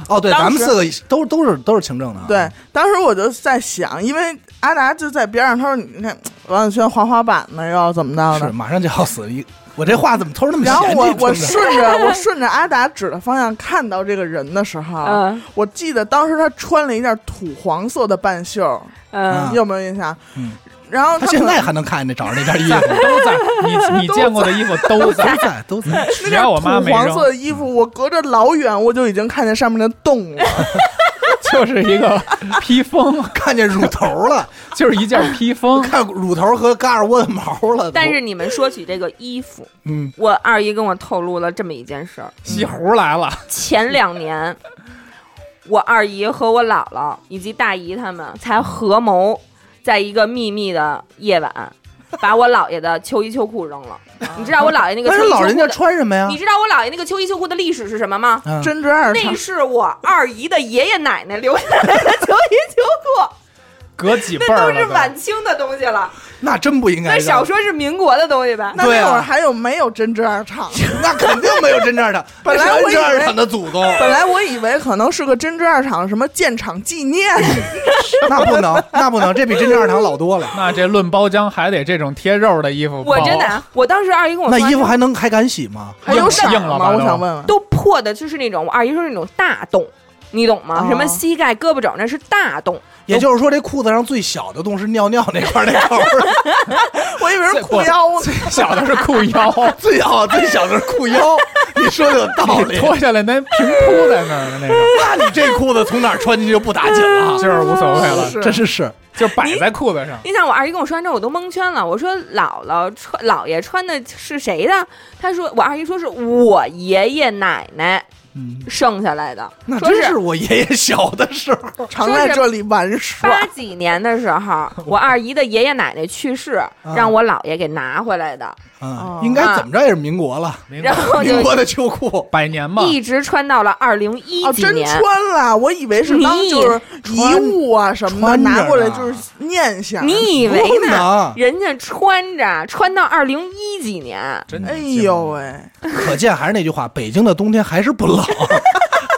S2: 哦，对，
S3: 当时
S2: 咱们四个都都是都是情政的啊，
S3: 对，当时我就在想，因为阿达就在边上，他说：“你看王小轩滑滑板呢，又要怎么着
S2: 是
S3: 呢
S2: 马上就要死一，我这话怎么偷着那？”么
S3: 然后
S2: 嫌弃？
S3: 我我
S2: 听着
S3: 顺着我顺着阿达指的方向看到这个人的时候，
S4: 嗯
S2: 啊
S3: 我记得当时他穿了一件土黄色的半袖，
S2: 啊
S4: 嗯
S3: 你有没有印象？
S2: 嗯
S3: 然后
S2: 他
S3: 他
S2: 现
S3: 可能
S2: 在还能看见找着那件衣
S1: 在
S2: 服，
S1: 都在，你你见过的衣服都
S2: 都
S1: 在，
S2: 在都 在。
S1: 只要我妈
S3: 土
S1: 没
S3: 黄
S1: 扔
S3: 色，的衣服，我隔着老远我就已经看见上面的洞了。
S1: 就是一个披风，
S2: 看见乳头了，
S1: 就是一件披风。
S2: 看乳头和嘎尔窝的毛了都。
S4: 但是你们说起这个衣服，
S2: 嗯，
S4: 我二姨跟我透露了这么一件事儿：
S1: 西猴来了，
S4: 前两年，我二姨和我姥姥以及大姨他们才合谋，在一个秘密的夜晚，把我姥爷的秋衣秋裤扔了。你知道我 姥爷那个
S2: 但
S4: 秋
S2: 是
S4: 衣秋
S2: 哎老
S4: 裤
S2: 人家
S4: 的，
S2: 穿什么呀
S4: 你？知道我姥爷那个秋衣秋裤的历史是什么吗？
S2: 嗯，
S3: 针织二
S4: 那
S3: 厂，
S4: 是我二姨的爷爷奶奶留下来的 秋衣秋裤，
S1: 隔几辈
S4: 那
S1: 儿
S4: 都是
S1: 了
S4: 晚清的东西了，
S2: 那真不应该
S4: 那
S2: 让。
S4: 少说是民国的东西吧。
S3: 那
S2: 对啊
S3: 那会儿还有没有针织二厂？
S2: 那肯定没有真正的，
S3: 本来
S2: 那是
S3: 我以
S2: 真
S3: 为
S2: 正的的祖 宗，
S3: 本来我以为可能是个针织二厂什么建厂纪念，
S2: 那不能，那不能，这比真正二堂老多了。
S1: 那这论包浆还得这种贴肉的衣服包，
S4: 我真的啊，我当时二姨跟我
S2: 那
S4: 说
S2: 衣服还能还敢洗吗？
S3: 还有
S1: 硬
S3: 色儿
S1: 硬了
S3: 吗？
S1: 吧
S3: 我
S1: 都
S3: 想问问。
S4: 都破的，就是那种我二姨说那种大洞，你懂吗？
S3: 哦
S4: 什么膝盖、胳膊肘那是大洞，
S2: 也就是说，这裤子上最小的洞是尿尿那块儿那口儿，
S3: 我以为是裤 腰呢，
S1: 小的是裤腰，
S2: 最小最小的是裤腰。你说的有道理，
S1: 脱下来那平铺在那儿的那个，
S2: 那你这裤子从哪儿穿进去就不打紧了，啊
S1: 就是无所谓了，
S3: 是
S2: 真嗯是是。
S1: 就摆在裤子上。
S4: 你想，我二姨跟我说完之后，我都蒙圈了。我说姥姥穿姥爷穿的是谁的？她说我二姨说是我爷爷奶奶
S2: 嗯，
S4: 剩下来的，
S2: 那
S4: 说
S2: 真是
S4: 是
S2: 我爷爷小的时候，
S3: 常在这里玩耍。
S4: 八几年的时 候，我二姨的爷爷奶奶去世，
S1: 啊
S4: 让我姥爷给拿回来的，
S2: 嗯
S3: 哦，
S2: 应该怎么着也是民国了，
S1: 明白
S4: 然后
S2: 民
S4: 就
S2: 国的秋裤。
S1: 百年嘛，
S4: 一直穿到了二零一
S3: 哦，
S4: 几
S3: 真
S4: 年。
S3: 穿了，我以为是当
S4: 你
S3: 就是遗物啊什么
S2: 穿
S3: 的
S2: 着呢
S3: 拿过来，就是念想。
S4: 你以为
S2: 不可
S4: 呢？
S2: 能，
S4: 人家穿着穿到二零一几年，
S1: 真的
S3: 哎呦，喂，
S2: 可见还是那句话，北京的冬天还是不冷。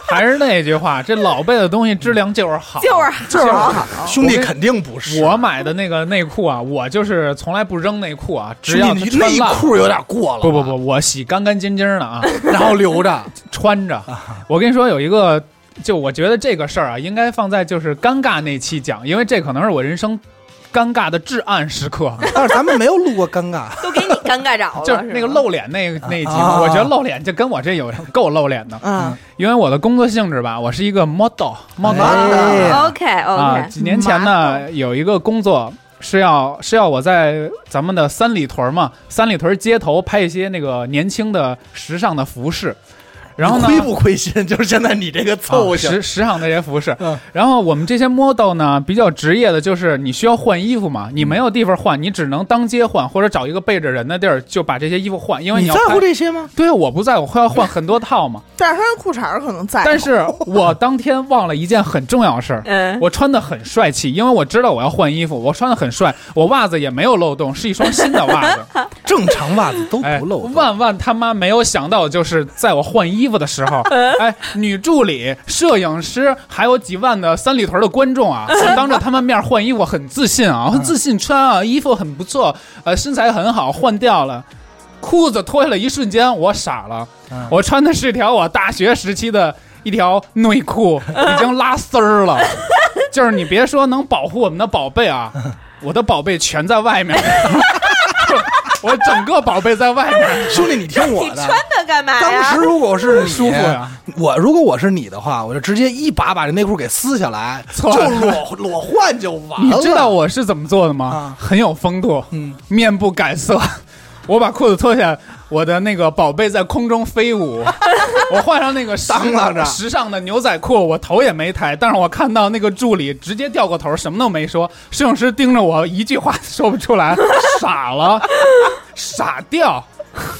S1: 还是那句话，这老辈的东西质量就是好，
S4: 就是好
S1: 就是好。
S2: 兄弟肯定不是，
S1: 我买的那个内裤啊，我就是从来不扔内裤啊，只
S2: 兄
S1: 要
S2: 弟
S1: 它
S2: 你
S1: 穿
S2: 内
S1: 烂了。
S2: 裤有点过了。
S1: 不不，不，我洗干干净净的啊，
S2: 然后留着。
S1: 穿着。我跟你说，有一个，就我觉得这个事儿啊，应该放在就是尴尬那期讲，因为这可能是我人生尴尬的至暗时刻，
S2: 但是咱们没有录过尴尬，
S4: 都给你尴尬着了，
S1: 就是是那个
S4: 吗
S1: 露脸那那一集
S2: 啊
S1: 嘛。我觉得露脸就跟我这有够露脸的，
S3: 嗯，
S1: 因为我的工作性质吧，我是一个 model model
S2: 哎
S4: OK
S1: 啊，
S4: OK，
S1: 几年前呢，有一个工作是要是要我在咱们的三里屯嘛，三里屯街头拍一些那个年轻的时尚的服饰，然后呢，
S2: 亏不亏心？就是现在你这个
S1: 啊
S2: 凑合
S1: 时时尚的这些服饰
S2: 嗯，
S1: 然后我们这些 model 呢，比较职业的，就是你需要换衣服嘛，你
S2: 嗯
S1: 没有地方换，你只能当街换，或者找一个背着人的地儿就把这些衣服换，因
S3: 嗯
S1: 为
S2: 你
S1: 要
S2: 在乎
S1: 拍。
S2: 这些吗？
S1: 对啊，我不在，我会要换很多套嘛。
S3: 但是他的裤衩儿可能
S2: 哎
S3: 在，
S1: 但是我当天忘了一件很重要的事儿，
S4: 嗯，
S1: 我穿的很帅气，因为我知道我要换衣服，我穿的很帅，我袜子也没有漏洞，是一双新的袜子，
S2: 正常袜子都
S1: 哎
S2: 不露，洞。
S1: 万万他妈没有想到，就是在我换衣服的时候，哎，女助理、摄影师，还有几万的三里屯的观众啊，我当着他们面换衣服很自信啊，我很自信穿啊，衣服很不错，呃，身材很好，换掉了。裤子脱下来一瞬间，我傻了
S2: 嗯。
S1: 我穿的是一条我大学时期的一条内裤，已经拉丝儿了。就是你别说能保护我们的宝贝啊，我的宝贝全在外面。我整个宝贝在外面，
S2: 兄弟，你听我
S4: 嗯你穿
S2: 的。
S4: 它干嘛
S2: 当时
S4: 呀？
S2: 如果是你
S1: 舒服啊呀，
S2: 我如果我是你的话，我就直接一把把这内裤给撕下来，就
S1: 错
S2: 裸裸换就完
S1: 你
S2: 了。
S1: 知道我是怎么做的吗？
S2: 啊
S1: 很有风度，
S2: 嗯
S1: 面不改色。 我把裤子脱下，我的那个宝贝在空中飞舞。我换上那个时
S2: 当啷着
S1: 时尚的牛仔裤，我头也没抬，但是我看到那个助理直接掉过头，什么都没说。摄影师盯着我，一句话说不出来，傻了，傻掉。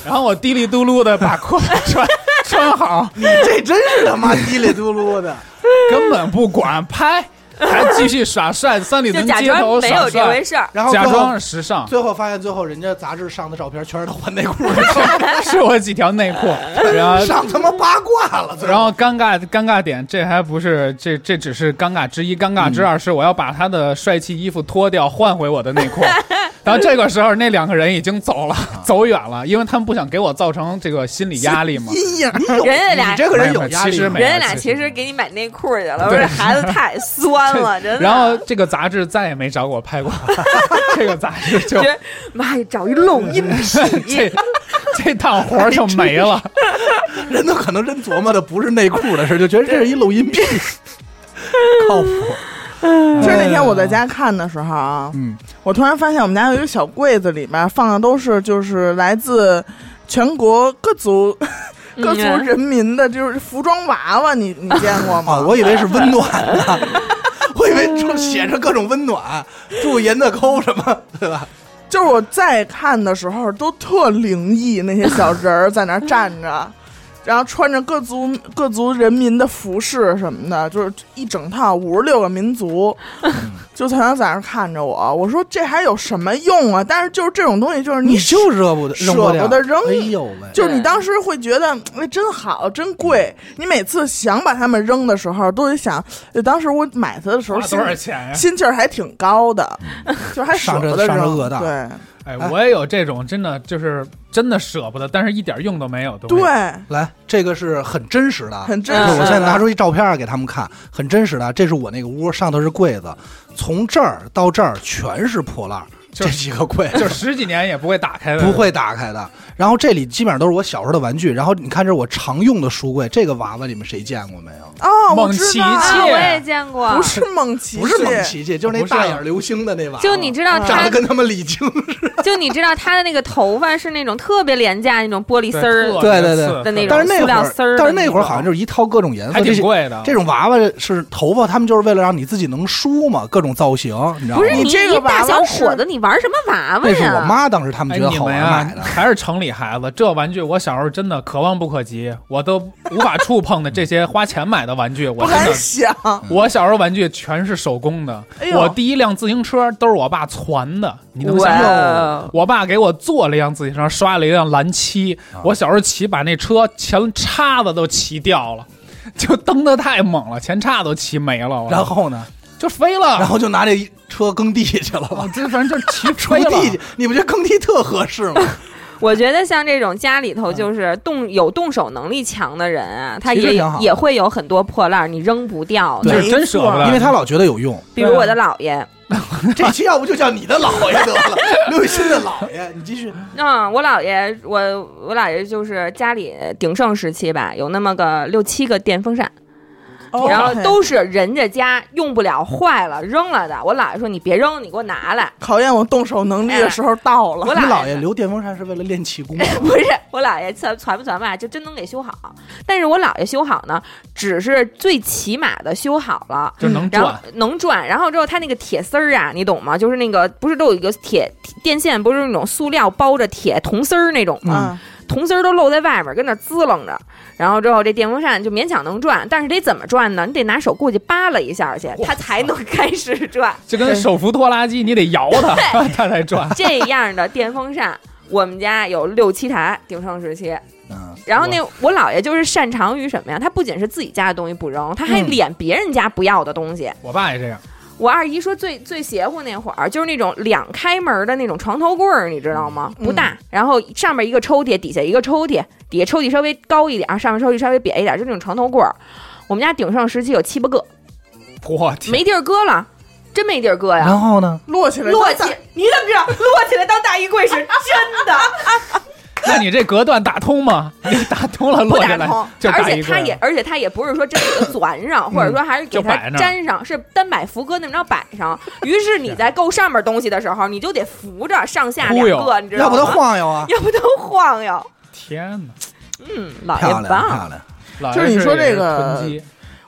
S1: 然后我嘀里嘟噜的把裤子穿 穿好，
S2: 你这真是他妈滴里嘟噜的，
S1: 根本不管拍。还继续耍帅，三里
S4: 就
S1: 屯
S4: 假
S1: 街
S4: 装
S1: 头
S4: 没有
S1: 耍
S4: 这
S1: 帅，
S4: 回事儿。
S2: 然后
S1: 假
S2: 最后
S1: 装时尚，
S2: 最后发现，最后人家杂志上的照片全是他换内裤的，
S1: 是我几条内裤，然后。
S2: 上他妈八卦了。最
S1: 啊然后尴尬尴尬点，这还不是这这只是尴尬之一，尴尬之二是我要把他的帅气衣服脱掉，换回我的内裤。然后这个时候，那两个人已经走了，走远了，因为他们不想给我造成这个心理压力嘛。
S3: 阴影。
S2: 你有
S4: 人家俩
S2: 你这个人有压力吗，啊
S1: 其实没
S4: 人家俩其实给你买内裤去了，我
S1: 对
S4: 说孩子太酸 了，真的。
S1: 然后这个杂志再也没找我拍过，这个杂志就
S4: 觉得妈呀，找一漏音
S1: 这
S4: 癖，
S1: 这趟活儿就没了。
S2: 人都可能真琢磨的不是内裤的事，就觉得这是一录 音癖，靠谱。
S3: 其实那天我在家看的时候啊，
S2: 嗯，
S3: 我突然发现我们家有一个小柜子，里面放的都是就是来自全国各族各族
S4: 嗯
S3: 人民的，就是服装娃娃，你你见过
S2: 啊，
S3: 吗？
S2: 我以为是温暖呢， 我以为就写着各种温暖，住银子沟什么，对吧？
S3: 就是我在看的时候都特灵异，那些小人儿在那儿站着。然后穿着各族各族人民的服饰什么的，就是一整套五十六个民族，
S2: 嗯
S3: 就好像在那儿看着我。我说这还有什么用啊？但是就是这种东西，就是
S2: 你就热不得
S3: 舍
S2: 不
S3: 不得扔
S2: 哎呦喂！
S3: 就是你当时会觉得，哎，真好，真贵。你每次想把它们扔的时候，都得想，呃当时我买它的时候
S1: 花
S3: 心
S1: 多少钱呀、
S3: 心气儿还挺高的，就是还舍
S2: 嗯上这
S3: 不得
S2: 上这
S3: 扔。
S2: 恶当
S3: 对
S1: 哎，我也有这种，真的就是真的舍不得，但是一点用都没有。都没有，
S3: 对，
S2: 来，这个是很真实的，啊
S3: 很真
S2: 就是
S3: 实。
S2: 我现在拿出一照片儿给他们看，很真实的。啊这是我那个屋，上头是柜子，从这儿到这儿全是破烂儿，
S1: 就
S2: 这
S1: 是
S2: 几个柜
S1: 就十几年也不会打开的，
S2: 不会打开的。然后这里基本上都是我小时候的玩具。然后你看，这是我常用的书柜，这个娃娃你们谁见过没有？
S3: 哦，我
S1: 猛
S3: 知
S1: 奇
S3: 道，
S1: 迹
S4: 啊，我也见过，
S3: 不是猛奇迹，
S2: 不是蒙奇迹，就是那
S1: 不是啊
S2: 大眼流星的那娃娃，
S4: 就你知道
S2: 啊长
S4: 他
S2: 得，跟他妈李菁似的。
S4: 就你知道他的那个头发是那种特别廉价那种玻璃丝儿，
S1: 对特别
S2: 对对
S1: 次
S4: 的 那种
S2: 但是那
S4: 塑
S2: 会
S4: 料
S2: 儿
S4: 丝儿，的
S2: 但是那会儿
S4: 那种
S2: 好像就是一套各种颜色，
S1: 还
S2: 这
S1: 挺
S2: 些
S1: 贵的。
S2: 这种娃娃是头发，他们就是为了让你自己能梳嘛，各种造型，你知道吗？
S4: 不是
S3: 你
S4: 你
S3: 这个
S4: 一大
S3: 娃娃
S4: 小
S3: 是
S4: 伙子，你玩什么娃娃
S2: 那是我
S4: 呀？
S2: 妈当时他们
S1: 哎，
S2: 觉得
S1: 你
S2: 好
S1: 们
S2: 玩
S1: 呀
S2: 买的。，
S1: 还是城里孩子，这玩具我小时候真的可望不可及，我都无法触碰的这些花钱买的玩具，我
S3: 不
S1: 真的
S3: 敢想。哦
S1: 我小时候玩具全是手工的，
S3: 哎呦
S1: 我第一辆自行车都是我爸攒的，你能想
S4: 哇
S1: 象？
S4: 哦，
S1: 我爸给我做了一辆自行车，刷了一辆蓝漆。
S2: 啊
S1: 我小时候骑，把那车前叉子都骑掉了，就蹬的太猛了，前叉都骑没了，我
S2: 然后 呢？
S1: 就飞
S2: 然
S1: 了。
S2: 后就拿这车耕地去 了吧
S1: 我，这反正就骑
S2: 锄
S1: 飞了。
S2: 地去。你不觉得耕地特合适吗？
S4: 我觉得像这种家里头就是动有动手能力强的人啊，他
S2: 其实
S4: 也
S2: 挺好
S4: 也会有很多破烂儿你扔不掉
S1: 就
S4: 的，
S1: 是真舍不得，
S2: 因为他老觉得有用。
S4: 比如我的姥爷，
S2: 这期要不就叫你的姥爷得 了，刘雨欣的姥爷。你继续。
S4: 嗯，我姥爷，我我姥爷就是家里鼎盛时期吧，有那么个六七个电风扇，
S3: 哦
S4: 然后都是人家家用不了、坏了扔了的。我姥爷说：“你别扔，你给我拿来。
S3: 考验我动手能力的时候到了
S4: 我。
S2: 你
S4: 姥
S2: 姥爷留电风扇是为了练气功。”
S4: 不是我姥爷攒攒不攒吧，就真能给修好。但是我姥爷修好呢，只是最起码的修好了。
S1: 就能
S4: 嗯然后
S1: 转。
S4: 能转，然后之后它那个铁丝儿啊，你懂吗？就是那个不是都有一个铁电线，不是那种塑料包着铁铜丝儿那种
S2: 嗯
S4: 吗？
S3: 啊，
S4: 铜丝儿都露在外面，跟那儿滋楞着。然后之后这电风扇就勉强能转，但是得怎么转呢？你得拿手过去扒拉一下去，它才能开始转。
S1: 就跟手扶拖拉机，你得摇它， 它才转。
S4: 这样的电风扇，我们家有六七台鼎盛时期。
S2: 嗯，
S4: 然后那我姥爷就是擅长于什么呀？他不仅是自己家的东西不扔，他还
S2: 嗯
S4: 敛别人家不要的东西。
S1: 我爸也这样，
S4: 我二姨说最最邪乎那会儿，就是那种两开门的那种床头柜儿，你知道吗？不大，然后上面一个抽屉，底下一个抽屉，底下抽屉稍微高一点儿，上面抽屉稍微瘪一点儿，就那种床头柜儿。我们家鼎盛时期有七八个，
S1: 我天，
S4: 没地儿搁了，真没地儿搁呀。
S2: 后呢？
S3: 摞起来，
S4: 摞起，你怎么知道摞起来当大衣 柜是真的？
S1: 那你这隔断打通吗？你打通了，
S4: 不
S1: 落下
S4: 打
S1: 来
S4: 通，
S1: 就
S4: 而
S1: 打一
S4: 且
S1: 个嗯
S4: 它也，而且它也不是说真给它钻 上，或者说还是给
S1: 就摆
S4: 它
S1: 那儿
S4: 粘上，是单摆扶搁那么着摆上。于是你在够上面东西的时候，你就得扶着上下两
S1: 忽悠
S4: 个，你知道
S2: 要不
S4: 吗？
S2: 他晃悠啊！
S4: 要不都晃悠。
S1: 天哪！
S4: 嗯，老
S2: 漂
S4: 爷
S2: 亮，
S4: 棒
S2: 漂，亮
S1: 老
S3: 就是
S1: 爷
S3: 你
S1: 是
S3: 说这
S1: 也是
S3: 个
S1: 囤积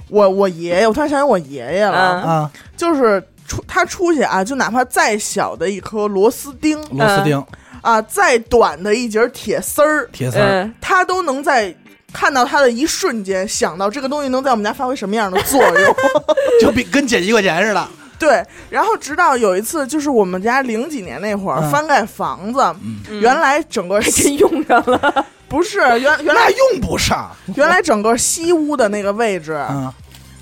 S3: 我我爷爷，我突然想起我爷爷了，
S4: 嗯
S2: 啊！
S3: 就是出他出去啊，就哪怕再小的一颗螺丝钉
S2: 螺
S4: 嗯
S2: 丝钉、
S3: 啊，再短的一节铁丝儿，
S2: 铁丝儿，
S4: 嗯，
S3: 他都能在看到它的一瞬间，想到这个东西能在我们家发挥什么样的作用。
S2: 就比跟捡一块钱似的。
S3: 对，然后直到有一次，就是我们家零几年那会儿、
S2: 嗯
S3: 翻盖房子，
S4: 嗯
S3: 原来整个
S4: 还
S3: 西
S4: 真用上了，
S3: 不是原原
S2: 那
S3: 来
S2: 用不上。
S3: 原来整个西屋的那个位置，
S2: 嗯，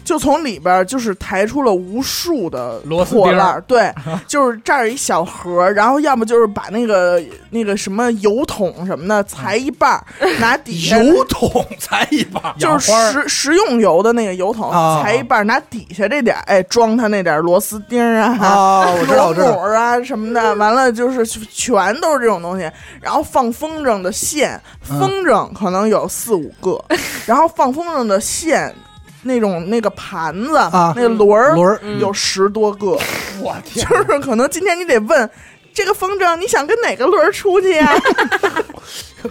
S3: 就从里边儿就是抬出了无数的
S1: 螺丝
S3: 破
S1: 钉儿
S3: 烂儿，对，就是这儿一小盒儿，然后要么就是把那个那个什么油桶什么的裁一半儿，拿底下
S2: 油桶才一把，
S3: 就是食食用油的那个油桶
S2: 啊
S3: 裁一半儿，拿底下这点儿哎装它那点儿螺丝钉儿啊。
S2: 啊，我知道，
S3: 螺
S2: 我知
S3: 母
S2: 道，
S3: 儿啊什么的，完了就是全都是这种东西，然后放风筝的线，
S2: 嗯
S3: 风筝可能有四五 个，然后放风筝的线，那种那个盘子，
S2: 啊
S3: 那个轮儿，
S2: 轮儿
S4: 嗯
S3: 有十多个，
S1: 我天
S3: 就是可能今天你得问这个风筝，你想跟哪个轮儿出去 呀、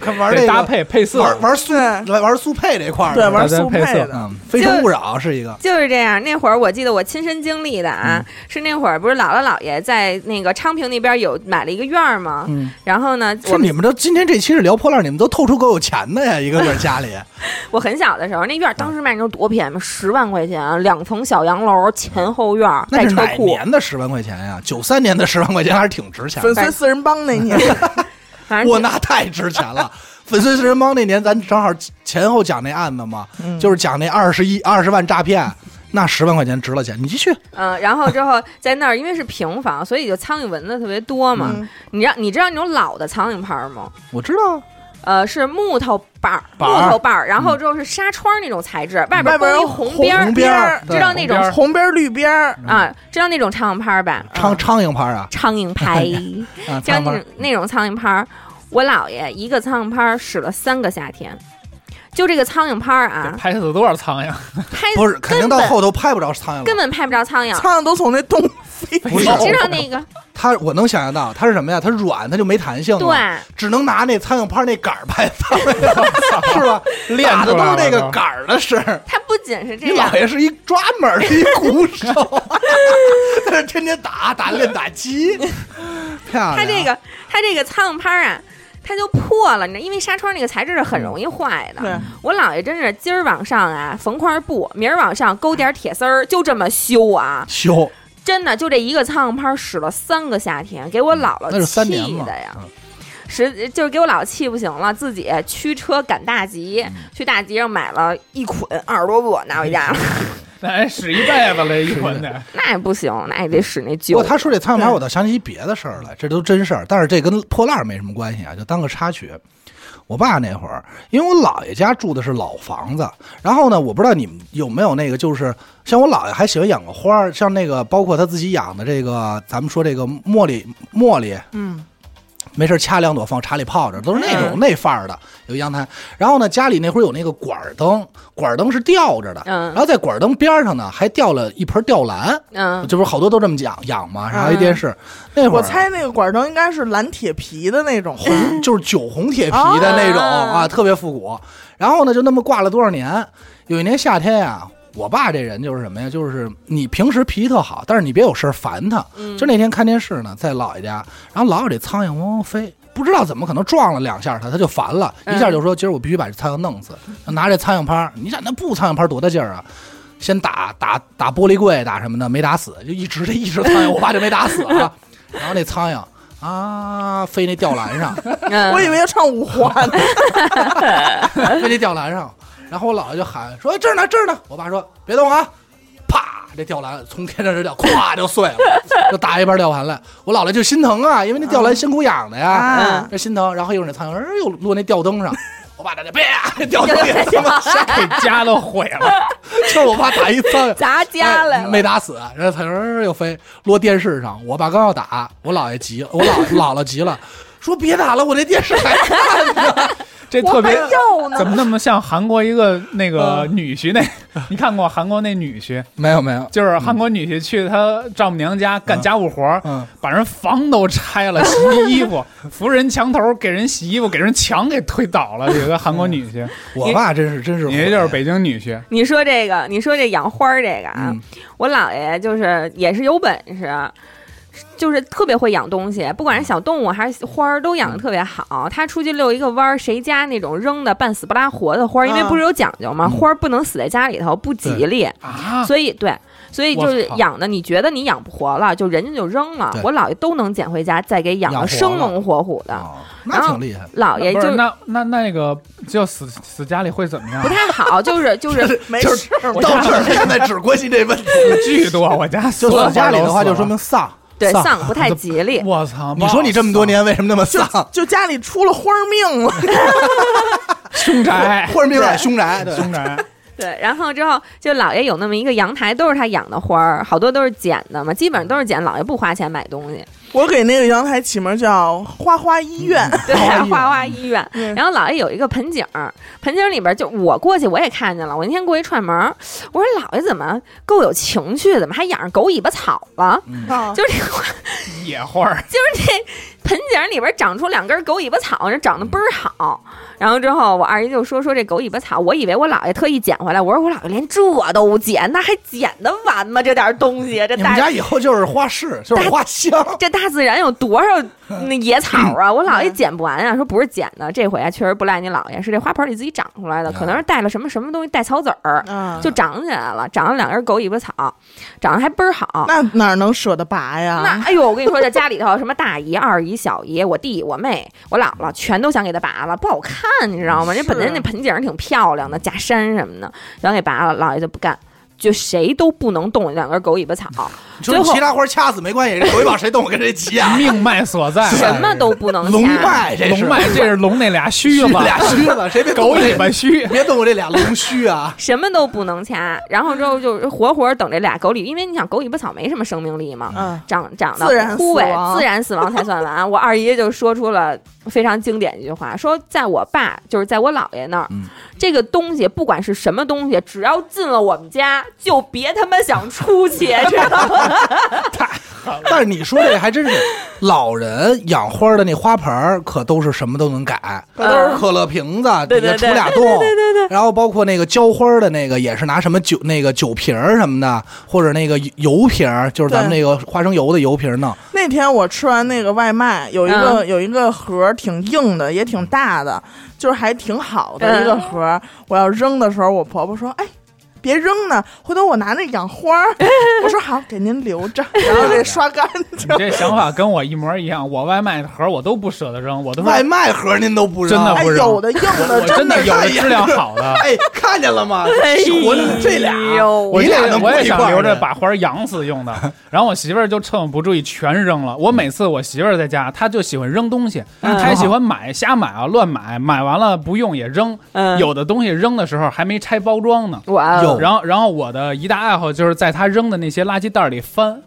S2: 看玩
S1: 得
S2: 这
S1: 搭
S2: 个
S1: 配配色，
S2: 玩玩速
S3: 对
S2: 玩玩速配这块儿，
S3: 对，玩
S1: 咱
S3: 速
S1: 配色
S3: 配的，
S2: 嗯，非诚勿扰是一个，
S4: 就是这样。那会儿我记得我亲身经历的
S1: 嗯
S4: 啊，是那会儿不是姥姥姥爷在那个昌平那边有买了一个院儿吗？
S2: 嗯，
S4: 然后呢，
S2: 就
S4: 我
S2: 你们都今天这期是聊破烂，你们都透出够有钱的呀，一个个家里，
S4: 我很小的时候，那院儿当时卖那时候多便宜嘛，十万块钱，两层小洋楼，前后院儿，带
S2: 那是
S4: 车
S2: 哪
S4: 库，
S2: 年的十万块钱呀？九三年的十万块钱还是挺值钱
S3: 粉
S2: 的，
S3: 碎四人帮那年，
S4: 反正
S2: 我那太值钱了。 粉碎四人帮那年，咱正好前后讲那案子嘛，
S4: 嗯
S2: 就是是讲那二十一二十万诈骗，那十万块钱值了钱。你继续，
S4: 嗯、然后之后在那儿，因为是平房，所以就苍蝇蚊子特别多嘛。
S2: 嗯
S4: 你知道你知道那种老的苍蝇拍儿吗？
S2: 我知道，啊
S4: 呃，是木头板儿，
S1: 板儿
S4: 木头板儿，然
S2: 嗯
S4: 后之后是纱窗那种材质，外
S3: 外
S4: 边
S3: 边
S4: 包一
S3: 有
S4: 红
S3: 红
S4: 边儿
S2: 红边儿，
S4: 知
S2: 对
S4: 道那
S1: 红边
S4: 种
S1: 儿
S3: 红边儿绿边儿，
S4: 啊，知道那种苍蝇拍儿吧？
S2: 苍
S4: 嗯
S2: 苍蝇拍啊，
S4: 苍 蝇拍，
S2: 啊，
S4: 知道
S2: 苍蝇
S4: 那种那种苍蝇拍儿，我姥爷一个苍蝇拍儿使了三个夏天，就这个苍蝇拍儿啊，
S1: 拍死多少苍蝇？
S4: 拍
S2: 不是，肯定到
S4: 根本
S2: 后头拍不着苍蝇
S4: 根
S2: 了。
S4: 本拍不着苍蝇。
S3: 苍蝇都从那洞飞
S2: 不
S4: 你
S2: 是
S4: 知道那个
S2: 它我能想象到，它是什么呀？它软，它就没弹性了，
S4: 对，
S2: 只能拿那苍蝇拍那杆儿拍苍 蝇，是吧？
S1: 练
S2: 打的
S1: 出
S2: 都
S1: 来
S2: 是
S1: 了
S2: 那
S1: 是
S2: 个
S1: 吧
S2: 杆儿的声儿。
S4: 它不仅是
S2: 你
S4: 啊这样
S2: 姥，爷是一专门儿的一鼓手， 在这天天打打练打 击，漂亮。啊
S4: 它这个它这个苍蝇拍儿啊，它就破了，你知道，因为纱窗那个材质是
S2: 嗯
S4: 很容易坏的。
S3: 对，
S4: 我姥爷真是今儿往上啊缝块布，明儿往上勾点铁丝儿，就这么修啊！
S2: 修，
S4: 真的就这一个苍蝇拍儿使了三个夏天，给我姥姥
S2: 嗯那是三年
S4: 气
S2: 嘛
S4: 的呀。
S2: 嗯
S4: 实就是给我姥姥气不行了，自己驱车赶大集，
S2: 嗯
S4: 去大集上买了一捆二十多个，拿回家了。
S2: 嗯
S1: 咱哎使一辈子了，一捆 的。
S4: 那也不行，那也得使那
S2: 不过
S4: 旧。
S2: 他说这苍蝇拍，我倒想起一别的事儿来，这都真事儿，但是这跟破烂儿没什么关系啊，就当个插曲。我爸那会儿，因为我姥爷家住的是老房子，然后呢，我不知道你们有没有那个，就是像我姥爷还喜欢养个花儿，像那个包括他自己养的这个，咱们说这个茉莉，茉莉
S3: 嗯，
S2: 没事儿掐两朵放茶里泡着，都是那种、
S4: 嗯
S2: 那范儿的，有阳台。然后呢，家里那会儿有那个管儿灯，管儿灯是吊着的，
S4: 嗯
S2: 然后在管儿灯边儿上呢还吊了一盆吊兰，
S4: 嗯，
S2: 这不是好多都这么养养吗？然后一
S4: 嗯
S2: 电视，那会儿
S3: 我猜那个管灯应该是蓝铁皮的那种，
S2: 红就是酒红 铁皮的那种
S4: 啊
S2: 啊，特别复古。然后呢，就那么挂了多少年。有一年夏天呀、我爸这人就是什么呀？就是你平时脾气特好，但是你别有事儿烦他。就那天看电视呢，在姥爷家，然后老有这苍蝇嗡嗡飞，不知道怎么可能撞了两下他，他就烦了，一下就说：“今儿我必须把这苍蝇弄死。”拿这苍蝇拍儿，你想那不苍蝇拍儿多大劲儿啊？先打打打玻璃柜，打什么的，没打死，就一直这一直苍蝇，我爸就没打死啊。 然后那苍蝇啊飞那吊篮上，
S4: 嗯
S3: 我以为要唱五环呢，
S2: 飞那吊篮上，然后我姥爷就喊说：“这儿呢，这儿呢！”我爸说：“别动啊！”啪，这吊篮从天上这掉，咵就碎了，就打一半吊完了。我姥爷就心疼啊，因为那吊篮辛苦养的呀，嗯
S3: 啊
S2: 这心疼。然后一会儿那苍蝇儿又落那吊灯上，我爸在那啪，这吊灯
S4: 又
S2: 也
S4: 在
S2: 他妈
S4: 掉
S2: 吓，
S1: 给家都毁 了，
S2: 就是我爸打一苍蝇。
S4: 砸家
S2: 哎
S4: 来了，
S2: 没打死，然后苍蝇儿又飞落电视上。我爸刚要打，我姥爷急了，我姥姥姥急了，说别打了，我这电视还看呢。
S1: 这特别
S3: 要呢
S1: 怎么那么像韩国一个那个
S2: 嗯
S1: 女婿那？你看过韩国那女婿？
S2: 没有没有，
S1: 就是韩国女婿去他丈母娘家干家务活儿，
S2: 嗯，
S1: 把人房都拆了，洗衣 服，扶人墙头给人洗衣服，给人墙给推倒了。有个韩国女婿，
S2: 我爸真是真是火
S1: 你
S2: 呀，
S1: 这就是北京女
S2: 嗯
S1: 婿，
S4: 你说这个，你说这养花儿这个啊，
S2: 嗯
S4: 我姥爷就是也是有本事，就是特别会养东西，不管是小动物还是花儿，都养的特别好。他出去遛一个弯儿，谁家那种扔的半死不拉活的花儿，因为
S3: 啊
S4: 不是有讲究吗？花儿不能死在家里头，不吉利。
S1: 啊，
S4: 所以对，所以就
S1: 我
S4: 是
S1: 操
S4: 养的，你觉得你养不活了，就人家就扔了
S2: 对。
S4: 我姥爷都能捡回家，再给养
S2: 养
S4: 的
S2: 活
S4: 生
S2: 了
S4: 龙活虎的。
S2: 哦，那挺厉害。
S4: 姥爷
S1: 不
S4: 就是
S1: 那那那个就死死家里会怎么样
S4: 不？太好，就是就是
S3: 没
S2: 就
S3: 事
S2: 是
S3: 儿，
S2: 到这儿现在只关心这 问题，
S1: 巨多，我家
S2: 就
S1: 所有
S2: 死家里的话，
S1: 花都
S2: 就
S1: 死
S2: 说
S1: 了
S2: 明丧。
S4: 对
S2: 丧
S4: 丧不太吉利。
S1: 我操！
S2: 你说你这么多年为什么那么丧？
S3: 就家里出了花命了，
S1: 凶宅，
S2: 或者命在凶宅，对
S1: 凶宅，
S4: 对，然后之后就姥爷有那么一个阳台，都是他养的花儿，好多都是捡的嘛，基本上都是捡。姥爷不花钱买东西，
S3: 我给那个阳台起名叫花花医院，
S4: 对，
S2: 花艺
S4: 花花医院。
S3: 嗯
S4: 然后姥爷有一个盆景儿，盆景儿里边就我过去我也看见了，我那天过去串门儿，我说姥爷怎么够有情趣，怎么还养上狗尾巴草了？
S3: 啊
S4: 就是那花
S1: 野花 儿，
S4: 盆景儿里边长出两根狗尾巴草，这长得倍儿好。然后之后我二姨就说说这狗尾巴草，我以为我姥爷特意捡回来，我说我姥爷连这都捡，那还捡得完吗？这点儿东西，这
S2: 你们
S4: 大
S2: 家以后就是花市，就是花 香。
S4: 这大自然有多少 那野草啊？我
S3: 嗯
S4: 姥爷捡不完啊，说不是捡的，这回啊确实不赖你姥爷，是这花盆里自己长出来的，可能
S3: 嗯
S4: 是带了什么什么东西，带草籽儿
S3: 啊，
S4: 就长起来了，长了两根狗尾巴草，长得还倍儿好。
S3: 那啊哪儿能舍得拔呀
S4: 那？哎呦，我跟你说，在家里头什么大姨、二姨、小姨、我弟、我妹、我姥姥，全都想给它拔了，不好看，你知道吗？人
S3: 是啊
S4: 本来那盆景儿挺漂亮的，假山什么的，想给拔了，姥爷就不干。就谁都不能动两根狗尾巴草，
S2: 你说你
S4: 最后
S2: 其他花掐死没关系，这回往谁动我跟谁急啊！
S1: 命脉所在，
S2: 是
S4: 什么都不能
S2: 龙
S4: 掐
S2: 脉这是
S1: 龙 脉，这是龙那俩须子吧？
S2: 俩须子，谁别
S1: 狗
S2: 动我这
S1: 尾巴须，
S2: 别动我这俩龙须啊！
S4: 什么都不能掐，然后之后
S3: 嗯
S4: 就是活活等这俩狗尾，因为你想狗尾巴草没什么生命力嘛，
S3: 嗯，
S4: 长长到
S3: 自然死
S4: 枯
S3: 亡
S4: 萎，自然死亡才算 完。我二姨就说出了非常经典一句话，说在我爸就是在我姥爷那儿，
S2: 嗯
S4: 这个东西不管是什么东西，只要进了我们家，就别他妈想出 去，知道吗？
S2: 但是你说这还真是，老人养花的那花盆儿可都是什么都能改，
S3: 可都是
S2: 可乐瓶子
S4: 对
S2: 底下
S4: 对对
S2: 出俩洞，对对对，然后包括那个浇花儿的那个也是拿什么酒那个酒瓶儿什么的，或者那个油瓶儿，就是咱们
S3: 对
S2: 那个花生油的油瓶儿弄，
S3: 那天我吃完那个外卖，有一个、有一个盒儿挺硬的，也挺大的，就是还挺好的
S4: 嗯
S3: 一个盒儿。我要扔的时候，我婆婆说：“哎。”别扔呢，回头我拿那养花儿。我说好，给您留着，然后得刷干净
S1: 你。这想法跟我一模一样。我外卖盒我都不舍得扔，我都
S2: 外
S1: 是
S2: 卖盒您都不
S1: 真
S2: 扔，
S1: 的
S3: 哎，
S1: 不扔
S3: 有的硬
S1: 我
S3: 的
S1: 真的有的
S2: 哎呀
S1: 质量好的。
S2: 哎，看见了吗？我这俩，
S4: 哎呦
S1: 我
S2: 你俩
S1: 这
S2: 能
S1: 我也
S2: 不一块
S1: 想
S2: 儿
S1: 留着
S2: 呢
S1: 把花养死用的，然后我媳妇儿就趁我不注意全扔了。我每次我媳妇儿在家，她就喜欢扔东西，
S4: 嗯
S1: 她还喜欢买瞎买啊，乱买，买完了不用也扔。
S4: 嗯，
S1: 有的东西扔的时候还没拆包装呢。
S4: 我啊
S2: 有
S1: 然后，然后我的一大爱好就是在她扔的那些垃圾袋里翻，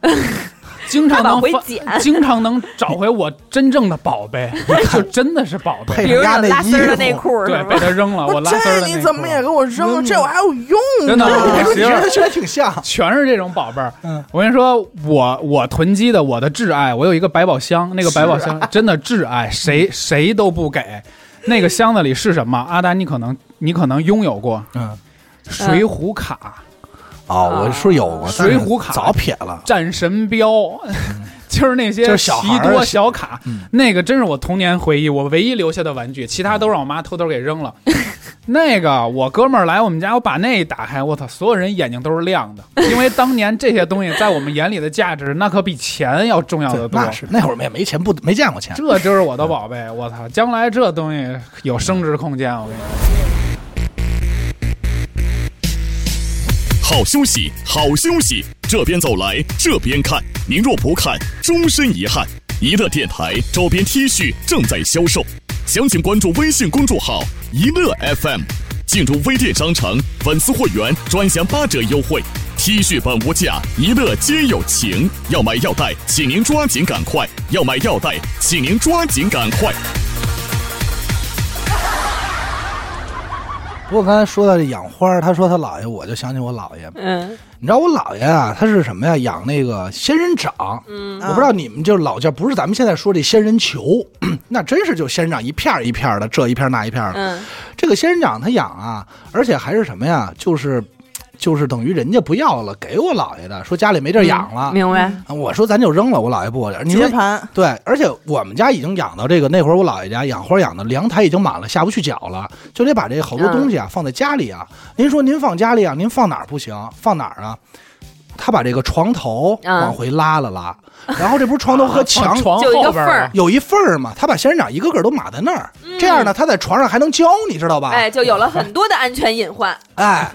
S1: 经常
S4: 往
S1: 能
S4: 回
S1: 翻，
S4: 捡，
S1: 经常能找回我真正的宝贝，就真的是宝贝。
S2: 配
S4: 比如
S2: 人家
S4: 有
S2: 那
S4: 拉丝儿的
S2: 衣
S4: 内
S2: 服
S4: 裤
S1: 对
S4: 是，吧
S1: 被？他扔了，我拉丝儿的
S3: 这
S1: 那
S3: 你
S1: 一
S3: 怎么也
S1: 裤
S3: 给我扔了？这我还有用
S1: 真
S3: 呢
S1: 的，
S2: 别哎说你
S1: 媳妇
S2: 觉
S1: 儿
S2: 得确实挺像，
S1: 全是这种宝贝儿。
S2: 嗯
S1: 我跟你说，我我囤积的我的挚爱，我有一个百宝箱，那个百宝箱真的挚爱，谁谁都不给。那个箱子里是什么？阿达，你可能你可能拥有过
S2: 嗯。
S1: 水浒卡、
S2: 哦，我说有过
S1: 啊
S2: 但是
S1: 水浒卡
S2: 早撇了，
S1: 战神标， 就是那些
S2: 嗯就是小孩
S1: 奇
S2: 儿
S1: 多小卡
S2: 嗯，
S1: 那个真是我童年回忆，我唯一留下的玩具，其他都让我妈偷偷给扔 了。那个我哥们儿来我们家，我把那一打开，我操，所有人眼睛都是亮的， 因为当年这些东西在我们眼里的价值，那可比钱要重要
S2: 对
S1: 的，多。
S2: 那是那会儿没没钱，不没见过钱。
S1: 这就是我的宝贝，我操，将来这东西有升值空间，我跟你说。
S5: 好休息，好休息，这边走来这边看，您若不看，终身遗憾。一乐电台周边 T 恤正在销售，详情关注微信公众号“一乐 FM”，进入微店商城粉丝会员专享八折优惠。T 恤本无价，一乐皆有情。要买要带，请您抓紧赶快；要买要带，请您抓紧赶快。
S2: 不过刚才说到这养花儿，他说他姥爷，我就想起我姥爷。
S4: 嗯，
S2: 你知道我姥爷啊，他是什么呀？养那个仙人掌。嗯，我不知道你们就是老家，不是咱们现在说这仙人球， 那真是就仙人掌一片儿一片儿的，这一片儿那一片儿的。
S4: 嗯，
S2: 这个仙人掌他养啊，而且还是什么呀？就是就是等于人家不要了，给我姥爷的，说家里嗯没地儿养了。
S4: 明白？
S2: 啊我说咱就扔了，我姥爷不给我点儿。你
S3: 接
S2: 说
S3: 盘，
S2: 对，而且我们家已经养到这个，那会儿我姥爷家养花养的凉台已经满了，下不去脚了，就得把这好多
S4: 嗯
S2: 东西啊、放在家里啊。您说您放家里啊，您放哪儿不行？放哪儿啊？他把这个床头
S4: 嗯
S2: 往回拉了拉，然后这不是床头和 墙
S1: 床
S4: 就一个
S1: 后边
S4: 缝
S1: 儿
S4: 儿
S2: 有一缝儿啊嘛，他把仙人掌一个个都码在那儿，这样呢，他在床上还能教你知道吧？
S4: 嗯哎，就有了很多的安全隐患。
S2: 哎，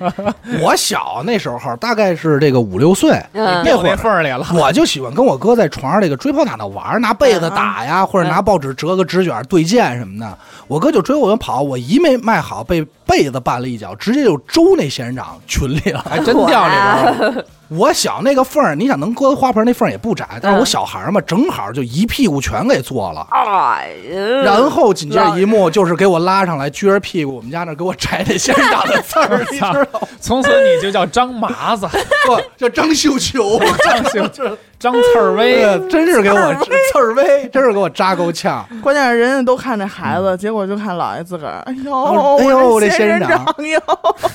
S2: 我小那时候大概是这个五六岁，
S4: 嗯，
S2: 哎那会
S1: 那
S2: 儿
S1: 缝儿里 了。
S2: 我就喜欢跟我哥在床上这个追跑打闹玩儿，拿被子打呀，或者拿报纸折个纸卷儿对剑什么的。我哥就追我们跑，我一没迈好，被被子绊了一脚，直接就周那仙人掌群里了。
S1: 还真掉里边 儿了，
S2: 我小那个缝儿，你想能搁花盆那缝儿也不窄，但是我小孩儿嘛，正好就一屁股全给坐了。
S4: 哎呀，
S2: 然后紧接着一幕就是给我拉上来，撅着屁股，我们家那儿给我摘那仙人掌的刺儿，你知道吗？
S1: 从此你就叫张麻子、
S2: 不，叫张绣 球。
S1: 张秀、张刺儿
S2: 哎呀
S1: 威，，
S2: 真是给我刺儿威，真是给我扎够呛。
S3: 关键是人家都看这孩子，结果就看姥爷自个儿，哎呦，
S2: 我哎呦
S3: 我
S2: 这仙
S3: 仙
S2: 人
S3: 人
S2: 掌
S3: 掌哟，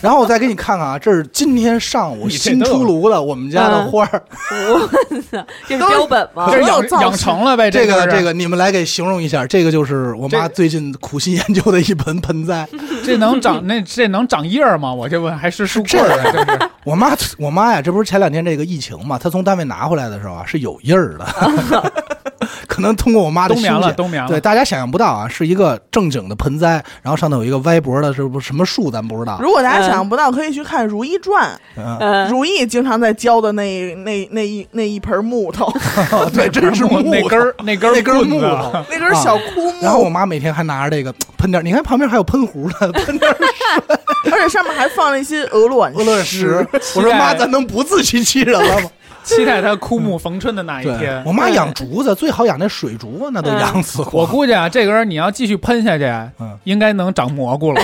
S2: 然后我再给你看看啊，这是今天上午
S1: 你这
S2: 新
S1: 都有
S2: 出炉的我们家的花儿，
S4: 这是标本吗？
S1: 这
S3: 所有
S1: 养
S3: 造型
S1: 养成了呗。
S2: 这
S1: 个
S2: 个
S1: 哎是啊
S2: 这，个你们来给形容一下，这个就是我妈
S1: 这
S2: 最近苦心研究的一盆盆栽。
S1: 这能长那这能长叶儿吗？我就问，还是树
S2: 这
S1: 棍儿啊？就是
S2: 我妈我妈呀，这不是前两天这个疫情嘛，她从单位拿回来的时候啊是有印儿的， 可能通过我妈的
S1: 冬
S2: 修
S1: 眠了，
S2: 剪。
S1: 冬眠
S2: 对，
S1: 了。
S2: 大家想象不到啊，是一个正经的盆栽，然后上头有一个歪脖的，是不是什么树咱不知道。
S3: 如果大家想象不到，可以去看《如懿传》，
S2: 嗯，
S4: 嗯，
S3: 如懿经常在浇的那那那一那一盆 木头，
S2: 对，真是木头
S1: 那根儿那根儿
S2: 那根儿
S1: 棍
S2: 木
S1: 子啊
S2: 头。
S3: 那根小枯
S2: 然后我
S3: 木，
S2: 妈每天还拿着这个喷点儿，你看旁边还有喷壶呢，喷点儿
S3: 而且上面还放了一些鹅卵
S2: 鹅卵石。我说妈，咱能不自欺欺人了吗？
S1: 期待它枯木逢春的
S4: 哎
S1: 那一
S2: 嗯对
S1: 天，
S2: 我。妈养竹子，最好养那水竹子，那都
S4: 嗯
S2: 养死
S1: 我
S2: 过。
S1: 估计啊，这根儿你要继续喷下去，
S2: 嗯
S1: 应该能长蘑 菇了，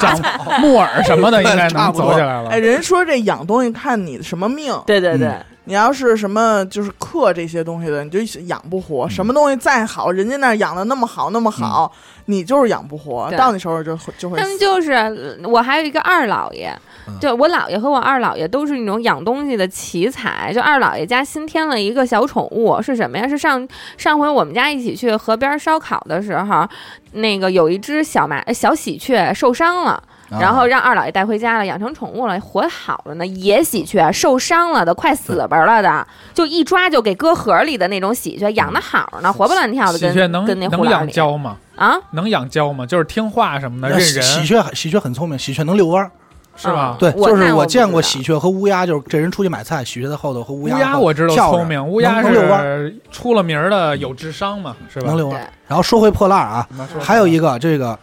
S1: 长木耳什么的，应该
S2: 差
S1: 能
S2: 不多
S1: 走起来了
S3: 哎，。人说这养东西看你什么命，
S4: 对对对，
S3: 你要是什么就是克这些东西的，你就养不
S2: 嗯
S3: 活。什么东西再好，人家那儿养的那么好那么好，
S2: 嗯
S3: 你就是养不活，
S4: 对
S3: 到你手里就会就会
S4: 他们
S3: 死。
S4: 就是呃我还有一个二姥爷，
S2: 嗯
S4: 就我姥爷和我二姥爷都是那种养东西的奇才。就二姥爷家新添了一个小宠物，是什么呀？是上上回我们家一起去河边烧烤的时候，那个有一只小麻呃小喜鹊受伤了。
S2: 啊
S4: 然后让二姥爷带回家了，养成宠物了，活好了呢。野喜鹊受伤了的，快死巴了的，就一抓就给搁盒里的那种喜鹊，养的好
S2: 嗯
S4: 呢，活蹦乱跳的
S1: 喜
S4: 跟，
S1: 鹊
S4: 跟
S1: 能
S4: 那护
S1: 能
S4: 栏
S1: 养
S4: 里
S1: 蛟吗？
S4: 啊，
S1: 能养蛟吗？就是听话什么的，
S2: 那
S1: 认
S2: 喜喜
S1: 人
S2: 鹊喜鹊很聪明，喜鹊能遛弯儿。
S1: 是吧？
S2: 对，
S4: 我
S2: 就是
S4: 那我
S2: 我
S4: 不
S2: 见过
S4: 知道
S2: 喜鹊和乌鸦，就是这人出去买菜，喜鹊在后头和乌
S1: 乌
S2: 鸦
S1: 鸦
S2: 后
S1: 我知道
S2: 跳着
S1: 聪明，乌鸦
S2: 能能遛弯儿，
S1: 是出了名儿的有智商嘛，是吧
S2: 能？遛弯
S4: 对
S2: 儿。然后说回破烂儿啊，
S1: 你妈说
S2: 还有一个这个，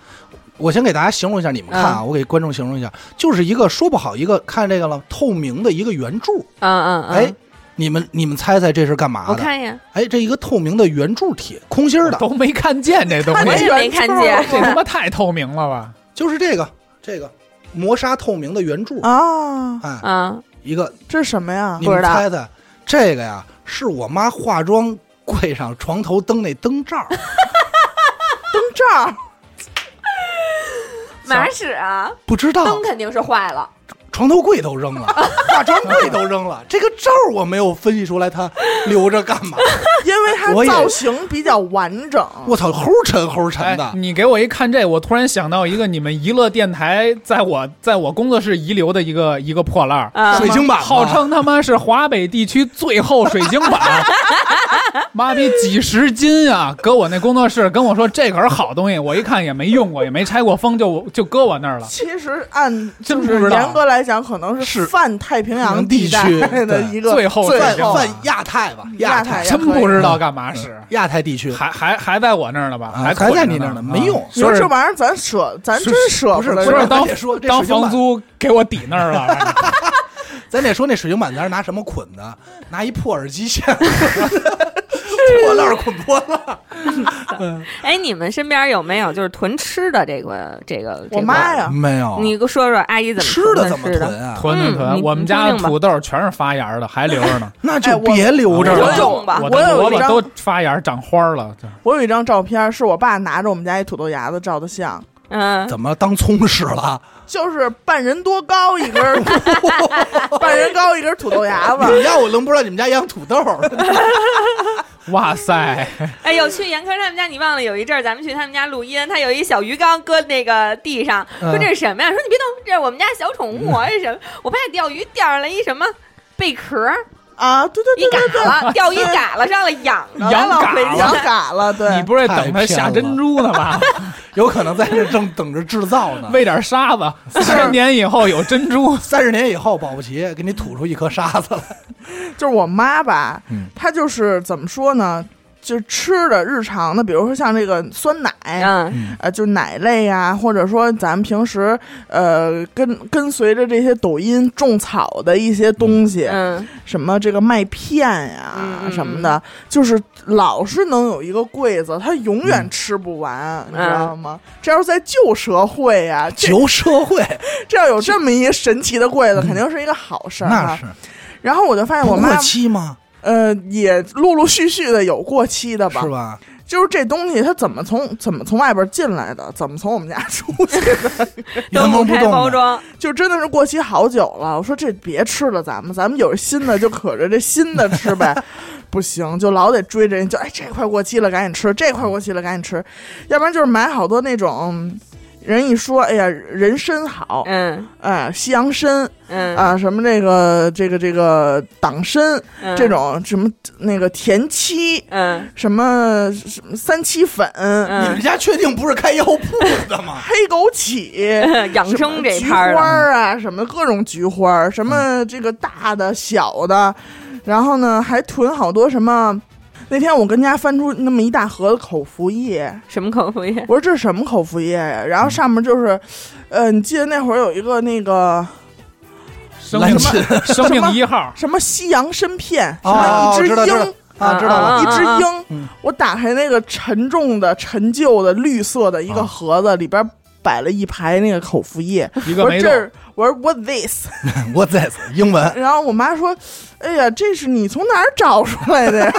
S2: 我先给大家形容一下，你们看
S4: 嗯
S2: 啊，我给观众形容一下，就是一个说不好一个看这个了，透明的一个圆柱，
S4: 嗯嗯嗯，
S2: 哎，你们你们猜猜这是干嘛
S4: 我
S2: 的？
S4: 看一眼，
S2: 哎，这一个透明的圆柱体，空心儿的，
S1: 都没看见这东
S4: 我
S1: 西，
S4: 也没看见，
S1: 这他妈太透明了吧？
S2: 就是这个这个磨砂透明的圆柱，
S3: 啊，
S2: 哎，
S4: 嗯，
S2: 一个
S3: 这是什么呀？
S2: 你
S4: 不
S2: 们
S4: 知道
S2: 猜猜，这个呀是我妈化妆柜上床头灯那灯罩儿。
S3: 灯罩，
S4: 马屎啊，
S2: 不知道
S4: 灯肯定是坏了，
S2: 床头柜都扔了，化妆柜都扔了，这个罩儿我没有分析出来，它留着干 嘛？
S3: 因为它
S2: 我也
S3: 造型比较完整。
S2: 我操，齁沉齁沉
S1: 哎
S2: 的，。
S1: 你给我一看这，我突然想到一个你们娱乐电台在我在我工作室遗留的一个一个破烂儿。
S3: 嗯
S4: 啊，
S2: 嗯水晶版吧
S1: 号称他妈是华北地区最后水晶 板，妈逼几十斤啊！搁我那工作室跟我说这可是好东西，我一看也没用过，也没拆过封，就就搁我那儿了。
S3: 其实按
S1: 真
S3: 就
S1: 不
S3: 是
S1: 知道
S3: 严格来讲，可能
S2: 是
S3: 是泛太平洋
S2: 地
S3: 带
S2: 区
S3: 的
S2: 对
S3: 一个
S1: 最后水
S3: 最
S2: 泛
S1: 晶
S3: 后
S1: 版
S2: 泛亚太吧，
S3: 亚
S2: 太
S3: 太
S1: 真不知道干嘛使，
S2: 亚太地区，
S1: 还还还在我那儿呢吧？
S2: 嗯啊
S1: 捆着
S2: 还在你那儿呢没用
S3: 你啊说
S1: 是
S3: 这玩意儿咱舍，咱
S2: 是
S3: 真舍
S2: 不是
S3: 得
S1: 就
S2: 不
S1: 是是
S3: 这
S1: 当
S2: 咱得说这
S1: 当
S2: 水晶
S1: 房
S2: 板
S1: 租给我抵那 儿了。
S2: 咱得说那水晶板咱是拿什么捆的？拿一破耳机线，破烂儿捆破烂儿。
S4: 哎，你们身边有没有就是囤吃的这个这个？这
S3: 我
S4: 个
S3: 妈，呀，
S2: 没有
S4: 你给我说说阿姨怎么
S2: 吃
S4: 的
S2: 怎么
S4: 吃
S2: 囤
S4: 的？
S2: 啊？
S1: 囤囤
S4: 嗯
S1: 囤，
S4: 你
S1: 我们家
S4: 你
S1: 的
S4: 听听吧
S1: 土豆全是发芽的，还留着呢。
S2: 那
S3: 哎
S2: 就
S3: 我
S2: 别留着
S3: 我
S2: 了。
S3: 有
S4: 种吧
S1: 我
S3: 我
S1: 的
S3: 有
S1: 萝
S3: 一
S1: 卜
S3: 张
S1: 都发芽长花了。
S3: 我有一张照片，是我爸拿着我们家一土豆芽子照的相。
S4: 嗯，
S2: 怎么当葱使了？
S3: 就是半人多高一根儿， 半人高一根儿土豆
S4: 啊
S3: 芽
S2: 你
S3: 子。
S2: 们家我能不知道你们家养土豆儿？
S1: 哇塞，
S4: 哎呦，去严科他们家，你忘了有一阵儿咱们去他们家录音，他有一小鱼缸搁那个地上，说
S2: 嗯
S4: 这是什么呀？说你别动，这是我们家小宠物，这 是什么？我爸钓鱼钓上来一什么贝壳儿，
S3: 啊，对对
S4: 一
S3: 对对对，
S4: 嘎了，钓鱼嘎了上来养着了，
S1: 养
S4: 老
S1: 嘎
S4: 回
S1: 了
S3: 养
S2: 嗯
S4: 家。
S3: 嘎了，对，
S1: 你不是等它下珍珠呢吧？
S2: 有可能在这正等着制造呢。。
S1: 喂点沙子，千年以后有珍珠
S2: 三十年以后，保不齐给你吐出一颗沙子 来。
S3: 就是我妈吧，
S2: 嗯
S3: 她就是怎么说呢？就是吃的日常的，比如说像这个酸奶，
S4: 嗯，
S3: 呃，就奶类呀，或者说咱们平时呃跟跟随着这些抖音种草的一些东西，
S4: 嗯，
S3: 什么这个麦片呀、
S4: 嗯嗯
S3: 什么的，就是老是能有一个柜子，它永远
S2: 嗯
S3: 吃不完，你知
S4: 嗯
S3: 道吗？这要是在旧社会呀、这
S2: 旧社 会
S3: 这要有这么一个神奇的柜子，肯定是一个好事儿、啊。
S2: 嗯是
S3: 然后我就发现我
S2: 不
S3: 妈
S2: 过期吗？
S3: 呃，也陆陆续续的有过期的吧，
S2: 是吧？
S3: 就是这东西它怎么从怎么从外边进来的，怎么从我们家出去的，
S4: 都
S2: 原封不
S4: 开包
S2: 动的。
S4: 装，
S3: 就真的是过期好久了。我说这别吃了，咱们咱们有新的就可着这新的吃呗。不行，就老得追着，就哎这块过期了赶紧吃，这块过期了赶紧吃，要不然就是买好多那种。人一说，哎呀，人参好，
S4: 嗯
S3: 哎、西洋参
S4: 嗯
S3: 啊，什么这个这个这个党参，
S4: 嗯，
S3: 这种什么那个田七，
S4: 嗯
S3: 什么什么三七粉、
S2: 你们
S4: 嗯
S2: 家确定不是开药铺的 吗？
S3: 黑枸杞、
S4: 养生这一
S3: 菊
S4: 摊儿
S3: 花
S4: 的，
S3: 儿啊，什么各种菊花儿，什
S2: 嗯
S3: 么这个大的、小的，然后呢还囤好多什么。那天我跟家翻出那么一大盒子口服液，
S4: 什么口服液？
S3: 我说这是什么口服液呀？然后上面就是，呃，你记得那会儿有一个那个
S1: 生
S2: 蓝
S1: 命
S2: 琴
S1: 生命一号，
S3: 什么西洋参片，什
S2: 哦
S3: 么一只
S2: 知道知道
S3: 鹰，
S2: 啊，知道
S4: 啊
S2: 了。
S3: 一只
S4: 啊
S3: 鹰，
S2: 嗯
S3: 我打开那个沉重的、陈旧的、绿色的一个
S2: 啊
S3: 盒子，里边摆了一排那个口服液。
S1: 一个
S3: 我说
S1: 没
S3: 这
S1: 动。
S3: 儿，我说 What this？
S2: 我在英文
S3: 然后我妈说：“哎呀，这是你从哪儿找出来的呀？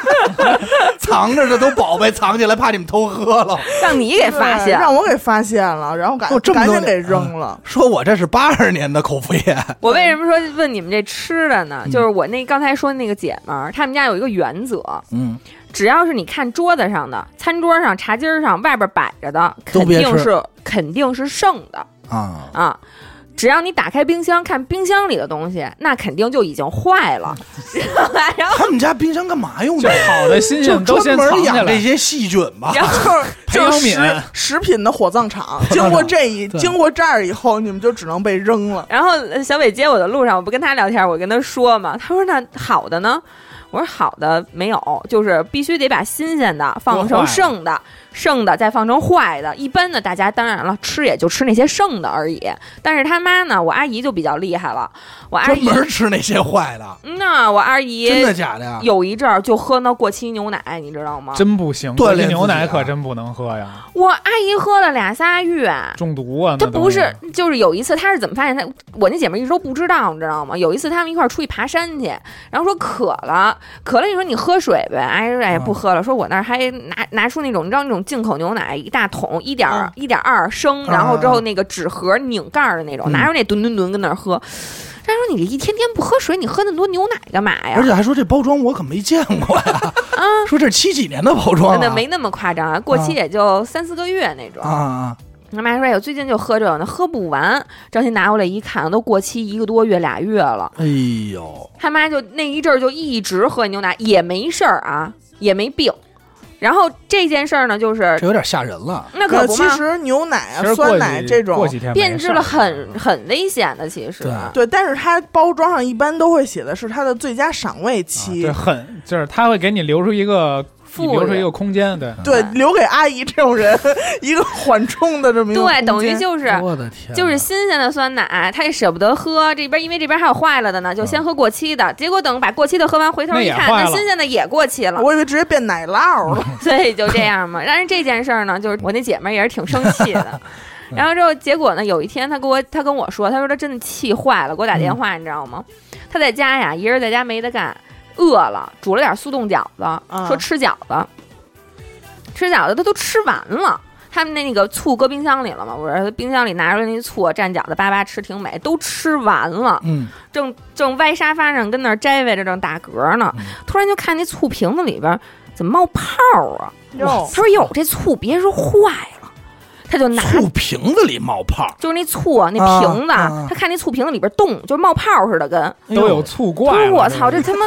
S2: 藏着的都宝贝藏起来，怕你们偷喝了。
S4: 让你给发
S3: 对
S4: 现，
S3: 让我给发现了，然后赶
S2: 哦这么
S3: 赶
S2: 多
S3: 紧给
S2: 年
S3: 扔了。
S2: 说我这是八二年的口服液，
S4: 我为什么说问你们这吃的呢？就是我那刚才说那个姐们儿，他们家有一个原则，
S2: 嗯，
S4: 只要是你看桌子上的、餐桌上、茶几儿上外边摆着的，
S2: 都
S4: 肯
S2: 别吃
S4: 定是肯定是剩的
S2: 啊，
S4: 啊。只要你打开冰箱看冰箱里的东西，那肯定就已经坏了。 然后，
S2: 他们家冰箱干嘛用
S1: 就
S2: 的？
S1: 好的新
S2: 就
S1: 鲜都
S2: 专
S1: 先藏
S2: 门
S1: 起
S2: 养这
S1: 来，
S2: 些细菌吧。
S4: 然后，
S1: 培
S3: 就
S1: 养
S3: 是
S1: 皿
S3: 食食品的火葬场，
S2: 葬
S3: 经过
S2: 场
S3: 这一
S2: 对
S3: 经过这儿以后，你们就只能被扔了。
S4: 然后呃小伟接我的路上，我不跟他聊天，我跟他说嘛，他说那好的呢？我说好的没有，就是必须得把新鲜的放
S1: 多坏
S4: 成
S1: 的
S4: 剩的，剩的再放成坏的。一般的大家当然了，吃也就吃那些剩的而已。但是他妈呢，我阿姨就比较厉害了，我阿
S2: 专
S4: 姨
S2: 门吃那些坏的，
S4: 那我阿姨
S2: 真的假的呀？
S4: 有一阵儿就喝那过期牛奶，你知道吗？
S1: 真不行。
S2: 锻
S1: 这
S2: 炼自己啊
S1: 牛奶可真不能喝呀，
S4: 我阿姨喝了俩仨月，
S1: 中毒啊！
S4: 她
S1: 那
S4: 不
S1: 东西
S4: 是，就是有一次她是怎么发现她？我那姐妹一直都不知道，你知道吗？有一次她们一块儿出去爬山去，然后说渴了，渴了，你说你喝水呗？阿姨说哎
S2: 嗯
S4: 不喝了，说我那儿还拿拿出那种你知道那种进口牛奶一大桶一点
S3: 嗯
S4: 一点二升，然后之后那个纸盒拧盖儿的那种，
S2: 嗯
S4: 拿出那吨吨吨跟那儿喝。她说：“你这一天天不喝水，你喝那么多牛奶干嘛呀？”
S2: 而且还说这包装我可没见过 呀，
S1: 啊
S2: 说这是七几年的包装
S4: 那
S2: 啊，
S4: 没那么夸张啊，过期也就三四个月那种。
S2: 嗯啊啊，
S4: 我妈说：“哎呦，最近就喝这个呢，喝不完。”张鑫拿过来一看，都过期一个多月、俩月了。
S2: 哎呦，
S4: 他妈就那一阵儿就一直喝牛奶，也没事儿啊，也没病。然后这件事儿呢，就是
S2: 这有点吓人了。
S4: 那可不
S3: 其
S4: 嘛，
S3: 实牛奶
S1: 其
S3: 啊、
S1: 实过
S3: 酸
S1: 几
S3: 奶这种
S1: 过，几天
S4: 变质了
S1: 很
S4: 很很危险的，其实啊
S2: 对。
S3: 对，但是它包装上一般都会写的是它的最佳赏味
S1: 啊
S3: 期
S1: 对，很就是它会给你留出一个
S4: 富
S1: 留出一
S4: 人
S1: 个空间，对，
S3: 对
S4: 对，
S3: 留给阿姨这种人一个缓冲的这么一个空
S4: 对，
S3: 间
S4: 等于就是
S2: 我的天哪，
S4: 就是新鲜的酸奶，他也舍不得喝。这边因为这边还有坏了的呢，就先喝过期的。结果等把过期的喝完，回头
S1: 那
S4: 一
S1: 也
S4: 看，
S1: 坏
S4: 那
S1: 了
S4: 新鲜的也过期了。
S3: 我以为直接变奶酪了。
S4: 所以就这样嘛。但是这件事儿呢，就是我那姐们儿也是挺生气的。然后之后，结果呢？有一天，她跟我，她跟我说，她说她真的气坏了，给我打电话，你知道吗？她在家呀，一人在家没得干，饿了，煮了点速冻饺子，
S3: 啊
S4: 说吃饺子，吃饺子，她都吃完了。他们那个醋搁冰箱里了嘛，我说冰箱里拿出来那醋蘸饺子叭叭吃挺美，都吃完了，
S2: 嗯，
S4: 正正歪沙发上跟那儿摘歪着正打嗝呢，突然就看那醋瓶子里边怎么冒泡啊？
S1: 哦
S3: 哟
S4: 他说哟，这醋别是坏了，他就拿
S2: 醋瓶子里冒泡，
S4: 就是那醋啊，那
S2: 啊
S4: 瓶子，
S2: 啊
S4: 啊，他看那醋瓶子里边动，就是冒泡似的，跟。
S1: 都有醋
S4: 他
S1: 怪
S4: 说
S1: 了。
S4: 我操，这他 妈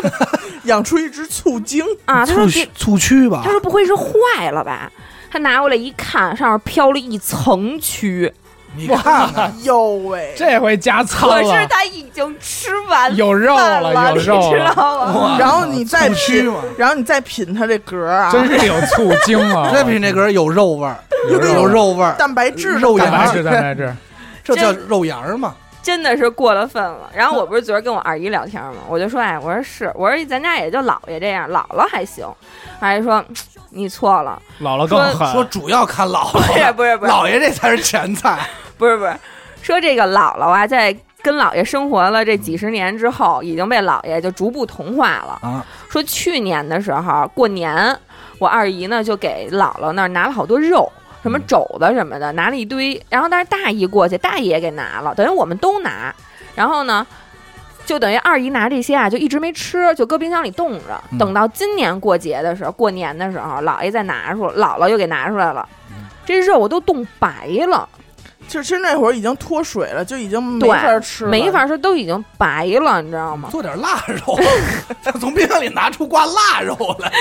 S3: 养出一只醋精，
S4: 啊！他说
S2: 醋
S4: 别，
S2: 醋蛆吧
S4: 他？说不会是坏了吧？他拿过来一看，上面飘了一层蛆，
S2: 你看看，
S3: 哟喂！
S1: 这回加仓
S4: 可是
S1: 了，
S4: 他已经吃完
S1: 有肉
S4: 饭
S1: 了，有
S4: 你知
S1: 肉了，
S4: 道吗？
S2: 哇
S3: 然后你再
S2: 醋蛆
S3: 品
S2: 嘛，
S3: 然后你再品它这嗝啊，
S1: 真是有醋精啊！
S2: 这 比那歌有肉味儿，
S1: 有肉
S2: 有肉味儿，
S3: 蛋白质的
S2: 肉
S1: 蛋
S2: 眼
S1: 白
S3: 感
S1: 质，蛋白质，
S2: 这叫
S4: 真
S2: 肉芽儿嘛？
S4: 真的是过了分了。然后我不是昨儿跟我二姨聊天嘛，我就说，哎，我说是，我说咱家也就姥爷这样，姥姥还行。二姨说，嗯你 错了，
S1: 姥姥更
S2: 说
S1: 狠，
S2: 主要 看姥
S4: 不
S1: 哎
S4: 是
S2: 姥，
S4: 不是不是，
S2: 姥爷这才是前菜。
S4: 不是不是，说这个姥姥啊，在跟姥爷生活了
S2: 嗯
S4: 这几十年之后，已经被姥爷就逐步同化了。
S2: 啊，
S4: 说去年的时候过年，我二姨呢就给姥姥那儿拿了好多肉。什
S2: 嗯
S4: 么肘子什么的，拿了一堆，然后但是大姨过去，大姨也给拿了，等于我们都拿，然后呢，就等于二姨拿这些啊，就一直没吃，就搁冰箱里冻着，
S2: 嗯
S4: 等到今年过节的时候，过年的时候，姥爷再拿出，姥姥又给拿出来了，
S2: 嗯
S4: 这肉都冻白了，
S3: 就其实那会儿已经脱水了，就已经没
S4: 对
S3: 法吃了，
S4: 没法说都已经白了，你知 道吗？
S2: 做点腊 肉，从冰箱里拿出挂腊肉来。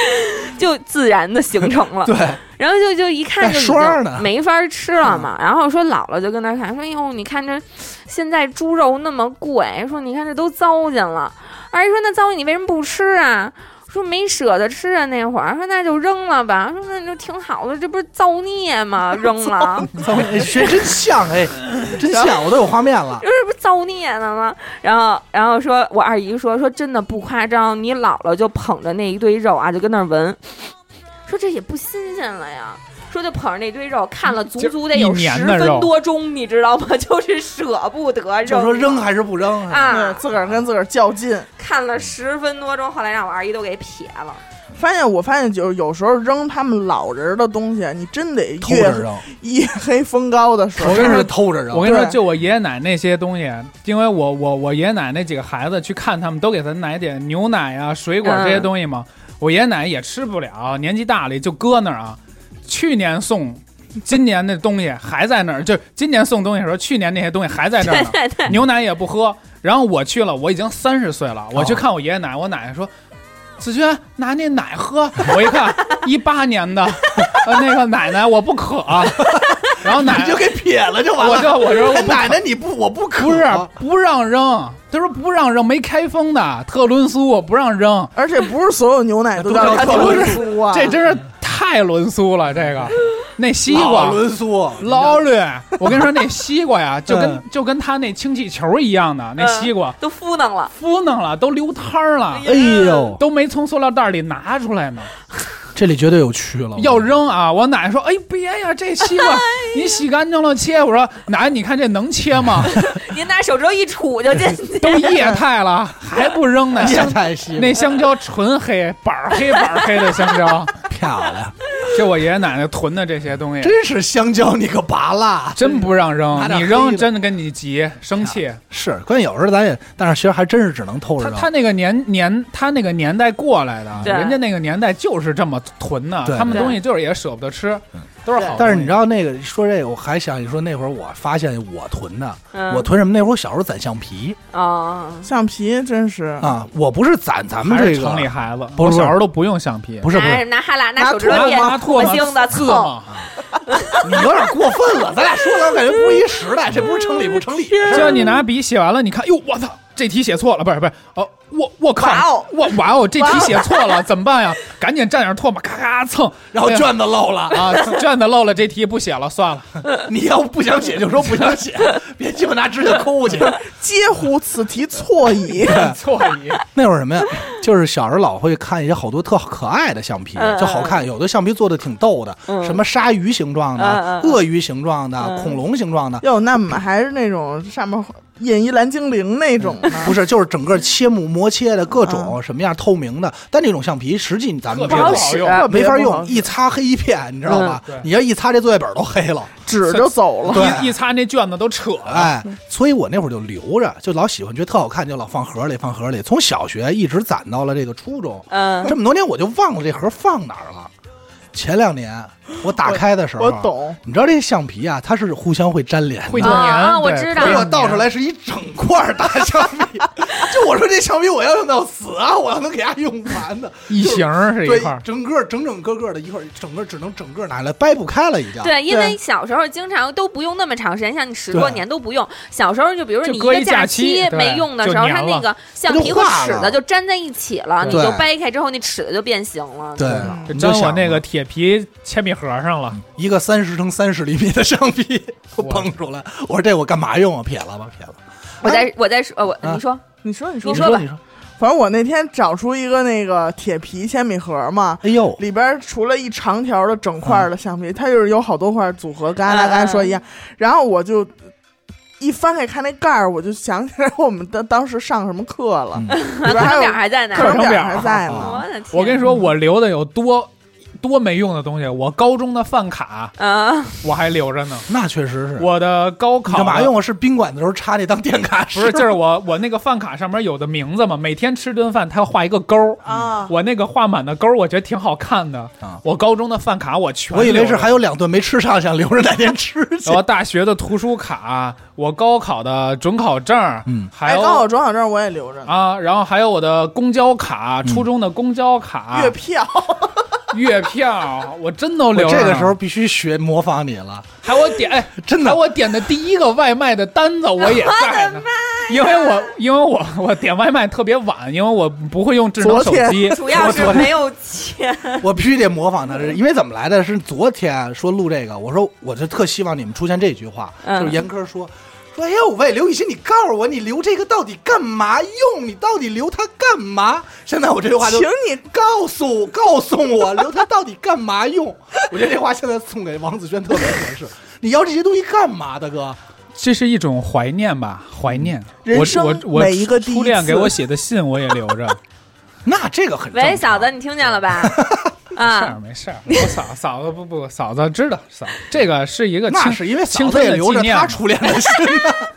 S4: 就自然的形成了，
S2: 对，
S4: 然后就就一看就已
S2: 带霜呢嗯
S4: 经没法吃了嘛。然后说姥姥就跟那儿看，说哟，你看这现在猪肉那么贵，说你看这都糟践了。二姨说那糟践你为什么不吃啊？说没舍得吃啊，那会儿说那就扔了吧，说那就挺好的，这不是造孽吗？扔 了，
S2: 哎学真像哎，真像，我都有画面了。
S4: 这不是造孽呢吗？然后，然后说我二姨说说真的不夸张，你姥姥就捧着那一堆肉啊，就跟那儿闻，说这也不新鲜了呀。说就捧着那堆肉看了足足得有
S1: 就一年
S4: 十
S1: 的肉
S4: 分多钟，你知道吗？就是舍不得
S2: 就说扔
S4: 啊
S2: 还是不扔是吧
S3: 对，嗯自个儿跟自个儿较劲。
S4: 看了十分多钟，后来让我二姨都给撇了。
S3: 发现我发现就是有时候扔他们老人儿的东西，啊你真得
S2: 偷
S3: 月
S2: 着扔，
S3: 夜黑风高的时候
S1: 我，跟
S2: 真
S1: 你
S2: 是
S1: 说
S2: 偷着扔。
S1: 我跟你说，
S3: 对
S1: 就我爷爷奶奶那些东西，因为我我我爷爷奶奶那几个孩子去看他们，都给他奶点牛奶啊、水果这些东西嘛。我爷爷奶奶也吃不了，年纪大了就搁那儿啊。去年送，今年那东西还在那儿，就今年送东西的时候，去年那些东西还在那儿呢。
S4: 对对，
S1: 牛奶也不喝。然后我去了，我已经三十岁了，我去
S2: 哦
S1: 看我爷爷奶奶，我奶奶说：“子君拿那奶喝。” 我一看，一八年的，呃那个奶奶我不渴、啊 然后奶
S2: 你就给撇了就完了。
S1: 我就我 说我
S2: 哎
S1: 不
S2: 奶奶你不我不渴
S1: 不是不让扔，他说不让扔，没开封的特仑苏不让扔，
S3: 而且不是所有牛奶都叫
S2: 都叫
S3: 特
S2: 特
S3: 仑
S2: 仑
S3: 苏啊，
S1: 这真是太伦苏了。这个那西
S2: 老
S1: 瓜
S2: 伦苏
S1: 老绿，我跟你说那西瓜呀，就
S2: 嗯
S1: 跟就跟他那氢气球一样的那西瓜，
S4: 都敷弄了。
S1: 敷弄了都流汤儿了。
S2: 哎呦，
S1: 都没从塑料袋里拿出来呢，
S2: 这里绝对有蛆了。
S1: 要扔啊！我奶奶说：“哎，别呀，这西
S2: 哎
S1: 瓜你洗干净了切。”我说：“奶奶，你看这能切 吗？
S4: 您拿手指头一杵就进去，
S1: 都液态了还不扔呢，
S2: 也
S1: 香
S2: 太稀了，
S1: 那香蕉纯黑，板儿黑板儿黑的香蕉，
S2: 漂亮，
S1: 就我爷爷奶奶囤的这些东西，
S2: 真是香蕉你个拔 蜡。
S1: 真不让扔，
S2: 拿点
S1: 你
S2: 黑的哎
S1: 扔真的跟你急生气。
S2: 是，关键有时候咱也，但是其实还真是只能偷着
S1: 他
S2: 扔。
S1: 他那个年年他那个年代过来的，
S4: 对
S1: 人家那个年代就是这么囤的，
S2: 对
S1: 他们
S4: 对
S1: 东西就是也舍不得吃，都是好东西。
S2: 但是你知道那个说这个，我还想起说那会儿我发现我囤的，
S4: 嗯
S2: 我囤什么？那会儿我小时候攒橡皮
S4: 啊，
S3: 橡皮真是
S2: 啊，我不是攒咱们
S1: 还
S2: 这
S1: 是城里
S2: 个，
S1: 孩子，
S2: 不
S1: 我
S2: 是
S1: 小时候都不用橡皮，
S2: 不是不
S4: 拿
S2: 是，
S4: 拿哈喇拿
S3: 拿
S4: 手指头
S1: 拿
S4: 垫
S1: 拿唾
S4: 唾
S1: 沫
S4: 星的
S1: 刺
S4: 蹭，
S1: 嘛，
S2: 哦你有点过分了，咱俩说的我感觉不是一时代，这不是城里不城里的事
S1: 就
S2: 儿。
S1: 你拿笔写完了，你看，哟，我操，这题写错了，不是不是，哦，我我靠，
S3: 哇哦
S1: 我哇哦，这题写错了，怎么办呀？赶紧蘸点唾沫，咔咔蹭，
S2: 然后
S1: 哎呀
S2: 卷子漏了，
S1: 啊，卷子漏了，这题不写了， 算了。
S2: 你要不想写就说不想写，别鸡巴拿指甲抠去。
S3: 皆乎此题错矣。
S1: 错一，
S2: 那会儿什么呀？ 就是小时候老会看一些好多特可爱的橡皮
S4: 嗯，
S2: 就好看。有的橡皮做的挺逗的，什么鲨鱼形状的、
S4: 嗯嗯嗯嗯
S2: 鳄鱼形状的、恐龙形状的，
S3: 哟，那我们还是那种上面印一蓝精灵那种的，
S2: 不是，就是整个切木磨切的各
S4: 嗯
S2: 种什么样透明的，但这种橡皮实际咱们
S1: 特别
S2: 这
S4: 好
S2: 个
S1: 使
S4: 使，
S2: 没法用，
S3: 使
S2: 一擦黑一片，你知道吧
S1: 嗯对？
S2: 你要一擦这作业本都黑了，
S3: 纸就走了。
S2: 对
S1: 一一擦那卷子都扯了。
S2: 哎，
S4: 嗯
S2: 所以我那会儿就留着，就老喜欢，觉得特好看，就老放盒里放盒里，从小学一直攒到了这个初中，
S4: 嗯，
S2: 这么多年我就忘了这盒放哪儿了。前两年我打开的时候，
S3: 我懂，
S2: 你知道这橡皮啊，它是互相会粘连的，
S1: 会
S4: 粘
S1: 粘
S4: 啊
S1: 年，
S4: 我
S1: 对
S4: 知
S1: 会
S4: 道
S2: 给
S1: 粘
S2: 我
S1: 黏
S2: 倒出来是一整块儿大橡皮，就我说这橡皮我要用到死啊，我要能给它用完的，
S1: 一型儿是一
S2: 对
S1: 块儿，，
S2: 整个整整个个的一块儿，整个只能整个拿来，掰不开了已经。
S4: 对，因为
S3: 对
S4: 小时候经常都不用那么长时间，像你十多
S2: 对
S4: 年都不用。小时候就比如说
S1: 就
S4: 你
S1: 搁
S4: 个
S1: 一
S4: 假
S1: 假期对
S4: 没用的时候，
S1: 就
S4: 它
S1: 粘
S4: 那
S1: 了
S4: 个橡
S2: 它就
S4: 皮和
S2: 化
S4: 尺
S2: 了
S4: 子就粘在一起了，你
S2: 对
S4: 就掰开之后，那尺子就变形了。
S2: 对
S4: 真的
S1: 嗯就
S2: 你就
S1: 粘我
S2: 想嗯
S1: 那
S2: 吧
S1: 个铁皮铅笔盒上了。
S2: 一个三十乘三十厘米的橡皮， 我
S1: 哇
S2: 蹦出来，我说这我干嘛用啊？撇了吧，撇了。
S4: 我再我再说，呃我
S2: 啊
S4: 你说
S3: 你说，你说，
S4: 你说吧，
S3: 反正我那天找出一个那个铁皮铅笔盒嘛，
S2: 哎呦，
S3: 里边除了一长条的整块的橡皮，它就是有好多块组合，跟阿拉刚才说一样。然后我就一翻开看那盖儿，我就想起来我们当当时上什么课了，
S2: 嗯
S3: 里边还
S4: 课
S3: 有
S4: 表还在那
S3: 课
S4: 儿。
S3: 程表还
S2: 啊
S3: 在呢。
S4: 我的天！
S1: 我跟你说，我留的有多多没用的东西，我高中的饭卡
S4: 啊，
S1: 我还留着呢。
S2: 那确实是。
S1: 我的高
S2: 你
S1: 考
S2: 干嘛
S1: 的
S2: 用啊？是宾馆的时候插那当电卡
S1: 不是，就是我我那个饭卡上面有的名字嘛，每天吃顿饭，它要画一个勾儿。
S3: 啊，
S1: 我那个画满的勾儿，我觉得挺好看的
S2: 啊。
S1: 我高中的饭卡我全，
S2: 我以为是还。有两顿没吃上，想留着哪天吃去
S1: 然。后大学的图书卡，我高考的准考证，
S2: 嗯，
S1: 还
S3: 哎，
S1: 有
S3: 高考、准考证我也留着呢，
S1: 啊，然后还有我的公交卡，初
S2: 嗯
S1: 中的公交卡、
S3: 月票。
S1: 月票， 我真都
S2: 我
S1: 留着呢。
S2: 这个时候必须学模仿你了，
S1: 还我点，哎，
S2: 真
S1: 还
S2: 的。
S1: 我点的第一个外卖的单子我也在呢，因为我因为我我点外卖特别晚，因为我不会用智能手 机，
S4: 主要是
S2: 我
S4: 没有 钱。
S2: 我必须得模仿他，这是因为怎么来的？是昨天说录这个，我说我就特希望你们出现这句话，
S4: 嗯
S2: 就是严科说。说哎呦喂，刘雨欣，你告诉我，你留这个到底干嘛用？你到底留它干嘛？现在我这句话就
S3: 请你
S2: 告诉我，告诉我，留它到底干嘛用？ 我觉得这话现在送给王子轩特别合适。你要这些东西干嘛，大哥？
S1: 这是一种怀念吧，怀念。
S2: 嗯
S3: 人
S1: 我
S3: 生
S1: 我我
S3: 每一个第一
S1: 初恋给
S3: 次
S1: 我写的信我也留 着，
S2: 那这个很正常
S4: 喂，嫂子，，你听见 了吧？
S1: 没事儿
S4: 啊，
S1: 没事儿，我嫂嫂子不不嫂子知道嫂这个是一个
S2: 那
S1: 青
S2: 是因为
S1: 青
S2: 嫂子
S1: 春
S2: 也
S1: 的
S2: 留
S1: 纪
S2: 着
S1: 念
S2: 他
S1: 嘛，
S2: 初恋的心啊。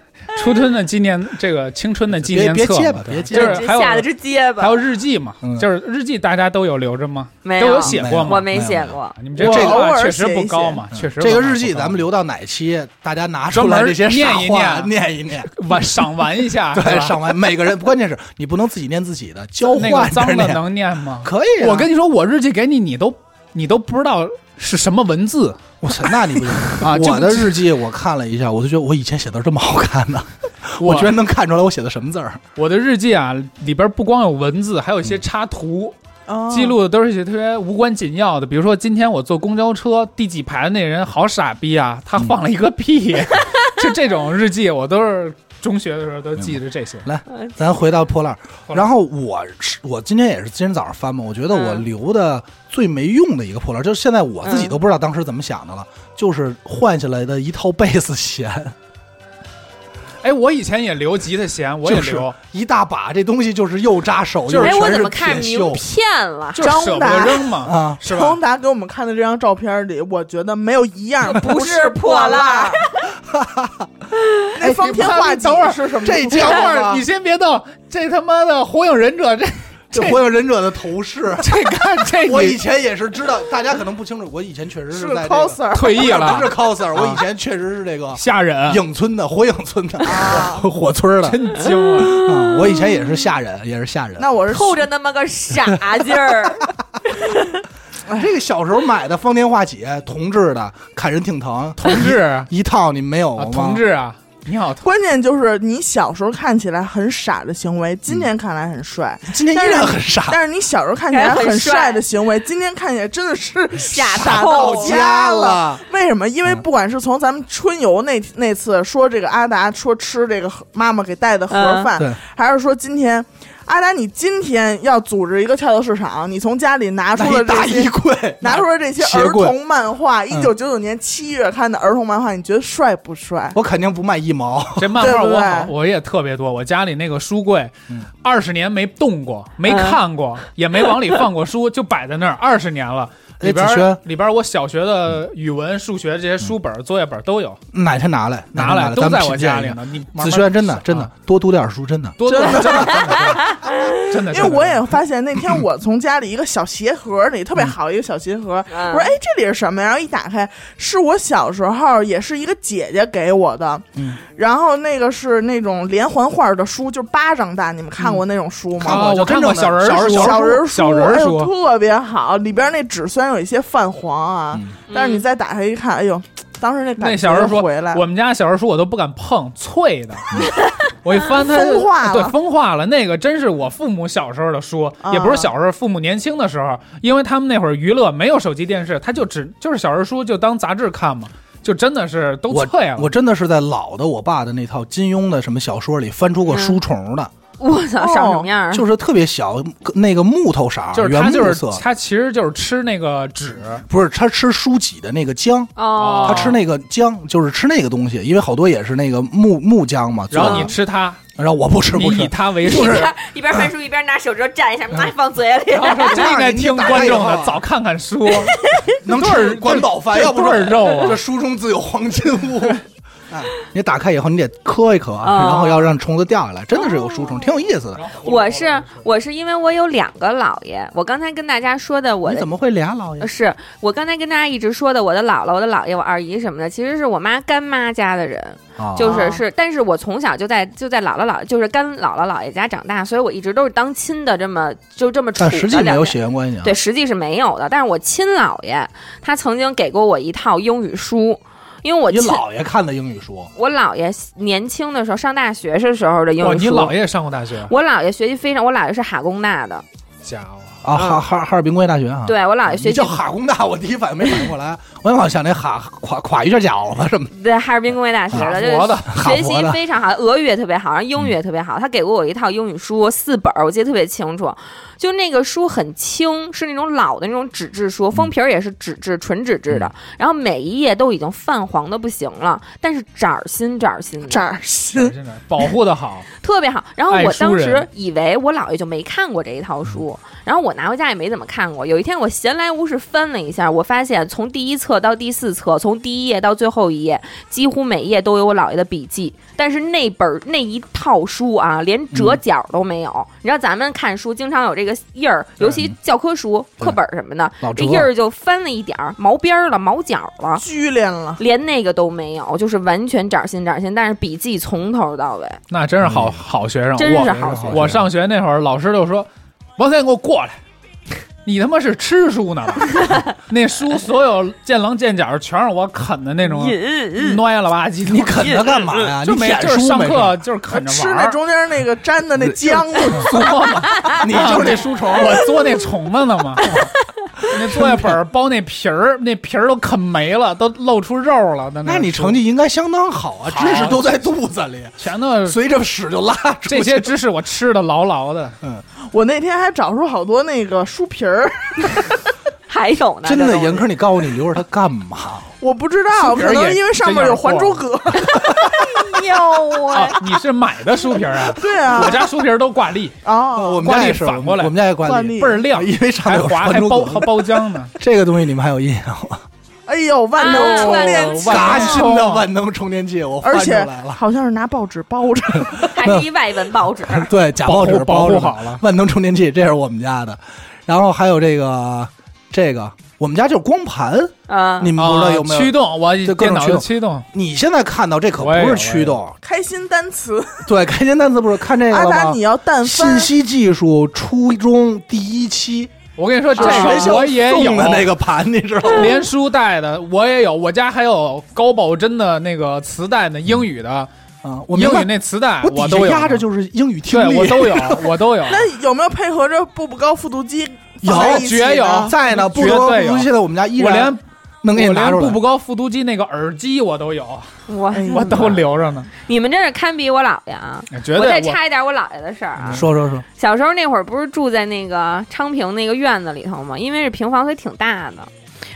S1: 初春的纪念这个青春的纪念
S2: 别
S1: 册嘛，
S2: 别结巴
S1: 对
S2: 别
S1: 吧
S2: 结
S1: 就
S2: 巴
S1: 是还有
S4: 吓得直结巴
S1: 还。有日记嘛
S2: 嗯，
S1: 就是日记大家都有留着吗？
S4: 没
S1: 都
S4: 有
S1: 有写过
S4: 我
S1: 吗？啊
S4: 没
S2: 没有
S4: 写
S2: 没有
S4: 过。
S1: 你们这个
S2: 我
S1: 文
S3: 偶
S1: 化
S3: 尔
S1: 确实
S3: 写一
S1: 不高
S3: 写
S1: 嘛， 确实
S2: 嗯这个
S1: 文化
S2: 日记
S1: 不高
S2: 咱们留到哪期？大家拿出来这些傻话
S1: 专门
S2: 念一念，
S1: 玩赏玩一下，是
S2: 对，
S1: 吧
S2: 上完每个人，关键是你不能自己念自己的，交
S1: 那
S2: 换
S1: 个
S2: 着
S1: 脏的
S2: 念。
S1: 能念吗？
S2: 可以啊，
S1: 我跟你说，我日记给你，你都你都不知道是什么文字
S2: 我操，那你不行
S1: 啊！就
S2: 我的日记我看了一下，我就觉得我以前写字儿这么好看呢，
S1: 我
S2: 我居然能看出来我写的什么字儿。
S1: 我的日记啊，里边不光有文字，还有一些插图，
S3: 哦
S1: 记录的都是一些特别无关紧要的，比如说今天我坐公交车，第几排那人好傻逼啊，他放了一个 屁，就这种日记我都是中学的时候都记着这些。
S2: 嗯咱回到破烂儿，
S1: 破烂儿
S2: 然后我是我今天也是今天早上翻嘛，我觉得我
S4: 嗯
S2: 留的最没用的一个破烂儿，就是现在我自己都不知道当时怎么想的了，就是换下来的一套贝斯弦。
S1: 哎，我以前也留吉他弦，我也
S2: 就是
S1: 留，
S2: 一大把，这东西就是又扎手，又
S4: 哎，
S2: 全
S4: 我怎
S2: 是
S4: 么看
S2: 铁
S4: 名
S2: 锈
S4: 片了？
S1: 就是舍
S3: 张
S1: 不得
S3: 达
S1: 扔嘛，
S2: 啊！
S1: 是吧
S3: 张？达给我们看的这张照片里，我觉得没有一样
S4: 不是
S3: 是
S4: 破烂
S3: 烂
S4: 儿。
S3: 那方天画戟
S1: 等会儿
S3: 是什么？
S2: 这
S1: 等
S2: 家
S1: 会
S2: 伙
S1: 儿，
S2: 啊
S1: 你先别动，这他妈的《火影忍者》这，
S2: 这火影忍者的头饰
S1: 这看这
S2: 我以
S1: 你
S2: 前也是知道，大家可能不清楚，我以前确实
S3: 是
S2: 在这个
S3: coser
S1: 退役
S2: 不是
S1: 了，啊
S2: coser，我以前确实是这个
S1: 吓人，
S2: 影村的火影村的
S3: 啊
S2: 火村的
S1: 真精啊！
S2: 啊，我以前也是吓人，也是吓人。
S3: 那我是
S4: 透着那么个傻 劲儿，
S1: 哎
S2: 这个小时候买的方天画戟铜制的，砍人挺疼，
S1: 同志啊，
S2: 一套你没有吗？
S1: 同志啊，你好，
S3: 关键就是你小时候看起来很傻的行为，今天看来很帅；
S2: 今天依然很傻，
S3: 但是你小时候看起来很帅的行为，今天看起来真的是
S4: 傻
S3: 傻
S4: 到
S3: 到
S2: 家
S3: 家
S2: 了。
S3: 为什么？因为
S2: 嗯
S3: 不管是从咱们春游那那次说这个阿达说吃这个盒妈妈给带的盒
S4: 嗯
S3: 饭，
S2: 对
S3: 还是说今天阿达，你今天要组织一个跳蚤市场，你从家里拿出
S2: 那
S3: 了
S2: 一大
S3: 这
S2: 衣
S3: 些，
S2: 柜，
S3: 拿出了这些
S2: 鞋
S3: 儿
S2: 柜嗯
S3: 童漫画，一九九九年七月刊的儿童漫画，你觉得帅不帅？
S2: 我肯定不卖一毛。
S1: 这漫画
S3: 对不
S1: 我
S3: 对
S1: 好，我也特别多。我家里那个书柜
S2: 嗯，
S1: 二十年没动过，没看过，也没往里放过 书，就摆在那儿二十年了。
S2: 哎
S1: 里边
S2: 子轩
S1: 儿里边儿我小学的语文、数学这些书本儿、作业本儿都有，
S2: 哪天拿来，
S1: 拿
S2: 来
S1: 来都在
S2: 咱们
S1: 我
S2: 品鉴
S1: 家
S2: 一
S1: 里
S2: 下
S1: 呢。你慢慢
S2: 子轩真的真的
S1: 啊
S2: 多读点书，真的。
S1: 多多真的真的真的，
S3: 啊因为我也发现那天我从家里一个小鞋盒里特
S2: 嗯
S3: 别好一个小鞋盒，
S4: 嗯
S3: 我说哎这里是什么呀？然后一打开是我小时候也是一个姐姐给我的，
S2: 嗯
S3: 然后那个是那种连环画的书，就巴掌大，你们看过那种书
S2: 嗯看
S3: 吗？
S1: 啊，
S2: 过
S1: 我
S2: 就
S1: 看
S2: 真
S1: 过
S2: 正的
S1: 小人儿
S2: 小人
S1: 书
S3: 小人书，
S1: 小人儿
S3: 哎呦
S1: 书，
S3: 特别好，里边那纸虽然有一些泛黄啊，
S2: 嗯
S3: 但是你再打开一看，哎呦，当时那感觉
S1: 那小人说
S3: 就回来，
S1: 我们家小人书我都不敢碰，脆 的。我一翻它，
S3: 风化了
S1: 对，风化了。那个真是我父母小时候的书，
S3: 啊
S1: 也不是小时候，父母年轻的时候，因为他们那会儿娱乐没有手机电视，他就只就是小人书就当杂志看嘛，就真的是都
S2: 我
S1: 脆了。
S2: 我真的是在老的我爸的那套金庸的什么小说里翻出过书虫的，
S4: 我操，
S3: 哦
S4: 长什么样儿？
S2: 就是特别小，那个木头色儿，
S1: 嗯就是
S2: 啊原
S1: 他就
S2: 木
S1: 是
S2: 色，
S1: 他其实就是吃那个纸，
S2: 不是他吃书脊的那个浆，
S4: 哦，
S2: 他吃那个浆就是吃那个东西，因为好多也是那个木木浆嘛。做
S1: 然
S2: 的
S1: 后你吃它，
S2: 然后我不吃
S1: 你
S2: 不
S1: 以
S2: 吃，
S1: 它为
S4: 一
S1: 食。
S4: 边一 边翻书一边拿手指头蘸一下，
S2: 嗯
S4: 妈放嘴里。
S1: 然后说真应该听观 众的，早看看书，
S2: 能
S1: 多少
S2: 吃管饱饭，
S1: 这
S2: 要不
S1: 多少
S2: 然
S1: 肉啊
S2: 这？书中自有黄金 屋。哎，你打开以后，你得磕一磕，
S4: 啊哦
S2: 然后要让虫子掉下来，真的是有书虫，挺有意思的。
S4: 我是我是因为我有两个姥爷，我刚才跟大家说的我
S2: 你
S4: 的
S2: 怎么会俩老爷
S4: 呃？是我刚才跟大家一直说的，我的姥姥、我的姥爷、我二姨什么的，其实是我妈干妈家的人，
S2: 啊
S4: 呃就是是，但是我从小就在就在姥姥姥就是干姥姥姥爷家长大，所以我一直都是当亲的，这么就这么处
S2: 但
S4: 的
S2: 实际没有
S4: 两
S2: 血缘关系啊。
S4: 对，，实际是没有的。但是我亲姥爷他曾经给过我一套英语书，因为我
S2: 你
S4: 亲
S2: 姥爷看的英语书，
S4: 我姥爷年轻的时候上大学的时候的英
S1: 哇，
S4: 语
S1: 你
S4: 书。
S1: 姥爷上过大学？
S4: 我姥爷学习非常，我姥爷是哈工大的，
S1: 家伙
S2: 啊，哈哈哈尔滨工业大学啊。
S4: 嗯对我姥
S2: 啊，你
S4: 爷学习
S2: 叫哈工大，我第一反应没反应过来，我老想那哈垮垮一下饺子什么的。
S4: 在哈尔滨工业大学
S1: 哈
S4: 的，就
S1: 佛
S4: 是
S1: 的
S2: 哈
S4: 学
S2: 佛
S4: 习
S2: 的
S4: 非常好，俄语也特别好，然后英语也特别好。他给过我一套英语书，四本儿，我记得特别清楚。就那个书很轻，是那种老的那种纸质
S1: 嗯
S4: 书，封皮儿也是纸质，纯纸质的。然后每一页都已经泛黄的不行了，但是崭新崭新的，
S3: 这儿
S4: 嗯
S3: 新
S1: 真的保护的好，
S4: 特别好。然后
S1: 爱
S4: 我
S1: 书
S4: 当时
S1: 人嗯
S4: 以为我姥爷就没看过这一套书，然后我拿回家也没怎么看过。有一天我闲来无事翻了一下，我发现从第一册到第四册，从第一页到最后一页，几乎每一页都有我姥爷的笔记。但是那本儿那一套书啊，连折
S1: 嗯
S4: 角都没有。你知道咱们看书经常有这个印儿，尤
S1: 嗯
S4: 其教科书、
S2: 对
S4: 课本儿什么的
S2: 老，
S4: 这
S2: 折
S4: 印儿就翻了一点儿，毛边儿了，毛角
S1: 嗯
S4: 了。
S3: 拘练了，
S4: 连那个都没有，就是完全崭新崭新，但是笔记从头到尾，
S1: 那真是好
S2: 嗯
S1: 好学生。
S4: 真是
S1: 我
S4: 好学
S2: 生
S1: 我上学那会儿，老师就说：“王三，你给我过来，你他妈是吃书呢吧？ 那书所有见棱见角全是我啃的那种，
S2: 嗯
S1: 蔫了吧唧。嗯
S2: 你啃它干嘛呀？
S1: 就
S2: 你
S1: 没
S2: 舔
S1: 就是
S2: 书
S1: 上
S2: 没事
S1: 课就是啃着
S3: 吃
S1: 玩
S3: 那
S1: 儿，啊
S3: 中间那个粘的那浆子，
S1: 嘬嘛，
S2: 啊
S4: 啊
S2: 你就是那书虫。
S1: 我嘬那虫子呢嘛。 那作业本儿包那皮儿，那皮儿都啃没了，都露出肉了。那
S2: 那
S1: 个
S2: 你
S1: 书
S2: 成绩应该相当好啊，知识都在肚子里，
S1: 全都是
S2: 随着屎就拉出去。
S1: 这些知识，我吃的牢牢 的。
S3: 我那天还找出好多那个书皮儿，
S4: 还有呢，
S2: 真
S4: 这
S2: 的
S4: 都是
S2: 严科，你告诉你留着它干 嘛？
S3: 我不知道，
S1: 书皮儿
S3: 可能
S1: 也
S3: 因为上面有《还珠格格》，
S4: 有
S1: 啊
S2: 哎
S4: 啊，，
S1: 你是买的书皮儿啊？
S3: 对啊
S1: 我，家书皮儿都挂 历，
S3: 哦，
S2: 我们家也是，
S1: 惯例反
S2: 我
S1: 过来
S2: 们家也
S3: 惯
S2: 管理。
S3: 例
S1: 倍儿亮，
S2: 因为上
S1: 还
S2: 面有
S1: 滑
S2: 还
S1: 还
S2: 珠
S1: 包
S2: 格
S1: 还
S2: 格，
S1: 包浆呢。
S2: 这个东西你们还有印象 吗？
S3: 哎呦，万能充电器，
S4: 啊
S2: 砸
S1: 万
S2: 新
S1: 能
S2: 的万能充电器，我翻
S3: 而
S2: 出
S3: 且
S2: 来了。
S3: 好像是拿报纸包着，
S4: 还是一外文报纸，
S2: 对，假
S1: 保
S2: 报
S1: 护
S2: 纸
S1: 保
S2: 包
S1: 护
S2: 着
S1: 好了
S2: 万能充电器，这是我们家的。然后还有这个这个，我们家就是光盘，
S4: 嗯，
S2: 你们不知道
S1: 啊
S2: 有没
S1: 驱
S2: 有？
S1: 动？我
S2: 对各
S1: 电
S2: 种
S1: 脑
S2: 驱
S1: 的
S2: 动
S1: 驱动，
S2: 你现在看到这可不
S1: 我也有
S2: 是驱动，
S3: 开心单词。
S2: 对，开心单词不是看这个
S3: 阿
S2: 了
S3: 达，
S2: 吗
S3: 你？要但
S2: 信
S3: 翻，
S2: 息技术初中第一期，
S1: 我跟你说，这
S4: 啊
S1: 个我也有
S2: 送的那。个盘，你知道吗？
S1: 连书带的我也有，我家还有高保真的那个磁带呢，英语的，
S2: 啊，我
S1: 英
S2: 明白
S1: 语那磁带
S2: 我底
S1: 都
S2: 下
S1: 有呢，
S2: 压着就是英语听
S1: 对
S2: 力，
S1: 我 都有，我都有。
S3: 那有没有配合着步步高复读机放在一起呢？
S1: 有绝有
S2: 在呢。不
S1: 绝
S2: 说
S1: 对有
S2: 现在我们家依
S1: 我
S2: 然
S1: 连
S2: 能给你
S1: 我
S2: 拿
S1: 连
S2: 出来嗯
S1: 步。步高复读机那个耳机我都有，
S4: 我
S3: 哎呀
S1: 我都留着呢。
S4: 你们这是堪比我姥爷啊！
S1: 绝
S4: 我
S1: 对
S4: 再
S1: 我
S4: 插一点我姥爷的事儿啊。
S2: 说说说，
S4: 小时候那会儿不是住在那个昌平那个院子里头嘛，因为是平房，所以挺大的。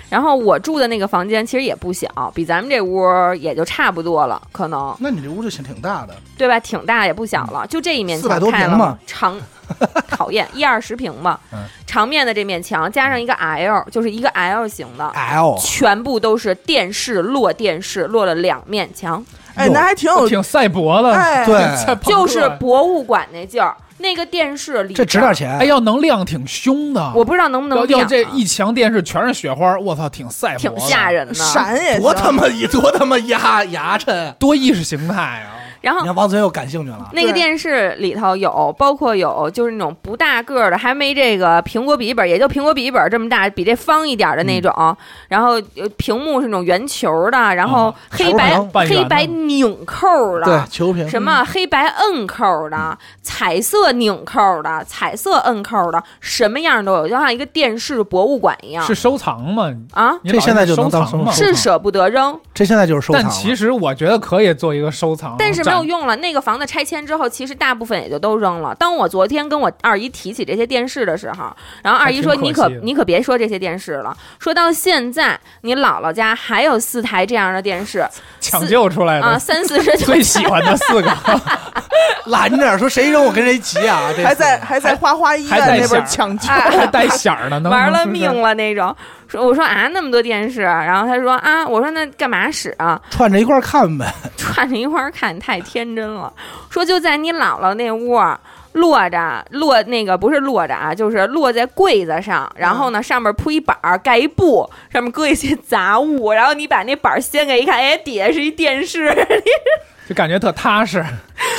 S4: 然后我住的那个房间其实也不小，比咱们这屋也就差不多了，可能
S2: 那你这屋就挺挺大的，
S4: 对吧？挺大也不小了，就这一面墙
S2: 400多嗯
S4: 开了
S2: 平嘛
S4: 长， 讨厌一二十平吧
S2: 嗯，
S4: 长面的这面墙加上一个 L，就是一个 L 型的，
S2: L
S4: 全部都是电视落电视落了两面墙，
S3: 哎，那还挺有
S1: 挺赛博的，
S3: 哎
S2: 对
S1: 赛朋克
S4: 就是博物馆那劲儿，那个电视里
S2: 啊这值点
S4: 边儿
S2: 钱。啊
S1: 哎，要能量挺凶的，
S4: 我不知道能不能
S1: 要要
S4: 亮
S1: 这
S4: 啊
S1: 一啊墙电视全是雪花，我操，挺赛博
S4: 挺
S1: 的，
S4: 吓，人的，
S3: 闪也行
S2: 多他妈多他妈牙牙碜！
S1: 多意识形态啊！
S4: 然
S2: 你
S4: 后
S2: 看王子又感兴趣了，
S4: 那个
S3: 对
S4: 电视里头有，包括有就是那种不大个儿的，还没这个苹果笔记本，也就苹果笔记本这么大，比这方一点儿的那种。然后呃屏幕是那种圆球的，然
S1: 啊
S4: 后黑白、
S1: 球半圆的
S4: 黑白拧扣
S2: 对
S4: 的。
S2: 球屏
S4: 什么黑白摁扣
S1: 嗯
S4: 的、彩色拧扣的、彩色摁扣的，什么样都有，就像一个电视博物馆一样
S1: 是收藏吗？
S4: 啊！
S1: 你
S2: 这
S1: 老
S2: 现在就能
S1: 收
S2: 当
S1: 藏吗？
S2: 收藏
S4: 是舍不得扔，
S2: 这现在就是收藏
S1: 但
S2: 了。
S1: 其实我觉得可以做一个收藏，
S4: 但是没有
S1: 展。
S4: 用了。那个房子拆迁之后，其实大部分也就都扔了。当我昨天跟我二姨提起这些电视的时候，然后二姨说：“
S1: 还挺
S4: 你
S1: 可
S4: 可
S1: 惜的
S4: 你可别说这些电视了，说到现在，你姥姥家还有四台这样的电 视
S1: 抢救出来
S4: 啊，
S1: 的，
S4: 三四十九
S1: 最喜欢的四个，
S2: 拦着说谁扔我跟谁急啊！这
S3: 还在还在花花医院
S1: 还在
S3: 那
S1: 想
S3: 边抢
S4: 啊
S3: 救，
S1: 还 带响儿呢， 能
S4: 玩了
S1: 能
S4: 命了那种。”说我说啊，那么多电视啊，然后他说啊，我说那干嘛使啊？
S2: 串着一块儿看呗。
S4: 串着一块儿看，太天真了。说就在你姥姥那屋儿落着落那个不是落着啊，就是落在柜子上，然后呢上面铺一板儿，盖一布，上面搁一些杂物，然后你把那板儿掀开一看，哎，底下是一电视
S1: 就感觉特踏实。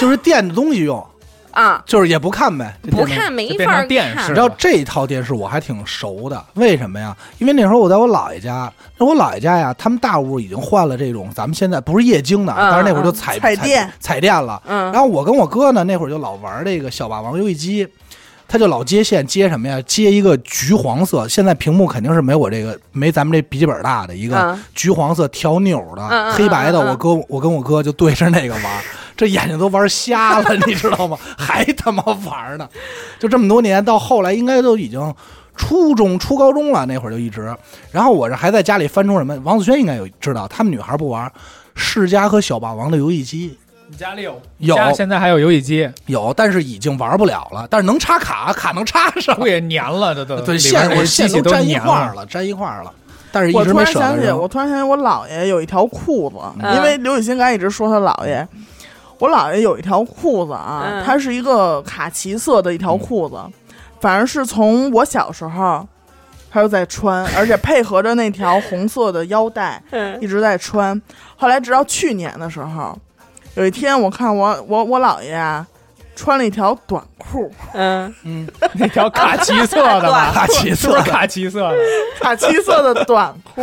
S2: 就是垫着东西用，
S4: 啊，
S2: 就是也不看呗。这
S4: 不
S2: 电动
S4: 看没
S1: 就变
S4: 法儿
S1: 成电
S4: 看
S1: 视
S2: 你知道这一套电视我还挺熟的，为什么呀？因为那时候我在我姥爷家，那我姥爷家呀，他们大屋已经换了这种咱们现在不是液晶的，
S4: 嗯
S2: 但是那会儿就彩
S3: 嗯彩电
S2: 彩电了。
S4: 嗯
S2: 然后我跟我哥呢，那会儿就老玩这个小霸王游戏机，他就老接线，接什么呀？接一个橘黄色，现在屏幕肯定是没我这个没咱们这笔记本大的一个
S4: 嗯
S2: 橘黄色调钮的、
S4: 嗯嗯
S2: 黑白的，
S4: 嗯嗯
S2: 我哥我跟我哥就对着那个玩， 这眼睛都玩瞎了， 你知道吗？还他妈玩呢，就这么多年，到后来应该都已经。初中、初高中了，那会儿就一直。然后我这还在家里翻出什么，王子轩应该有知道，他们女孩不玩《世嘉》和《小霸王》的游戏机。
S1: 你家里有
S2: 有
S1: 家现在还有游戏机，
S2: 有，但是已经玩不了了。但是能插卡，卡能插上。
S1: 不也粘了？这都
S2: 对，
S1: 里边
S2: 线
S1: 那
S2: 我
S1: 个机
S2: 线
S1: 器
S2: 都
S1: 都
S2: 粘一
S1: 粘
S2: 块儿。了，粘一块儿了。但是一
S3: 我
S2: 直
S3: 突
S2: 没
S3: 然
S2: 舍
S3: 想
S2: 得
S3: 起，
S2: 扔
S3: 我突然想起我姥爷有一条裤子，
S4: 嗯
S3: 因为刘雨欣刚才一直说他姥爷，我姥爷有一条裤子啊
S4: 嗯，
S3: 它是一个卡其色的一
S2: 嗯
S3: 条裤子，反正是从我小时候他就在穿，而且配合着那条红色的腰带，
S4: 嗯
S3: 一直在穿。后来直到去年的时候，有一天我看我我我姥爷啊，穿了一条短裤，
S4: 嗯，
S2: 嗯，
S1: 那条卡其色的吧，
S2: 卡其
S1: 是不
S2: 色
S1: 是 卡其色的？
S3: 卡其色的短裤。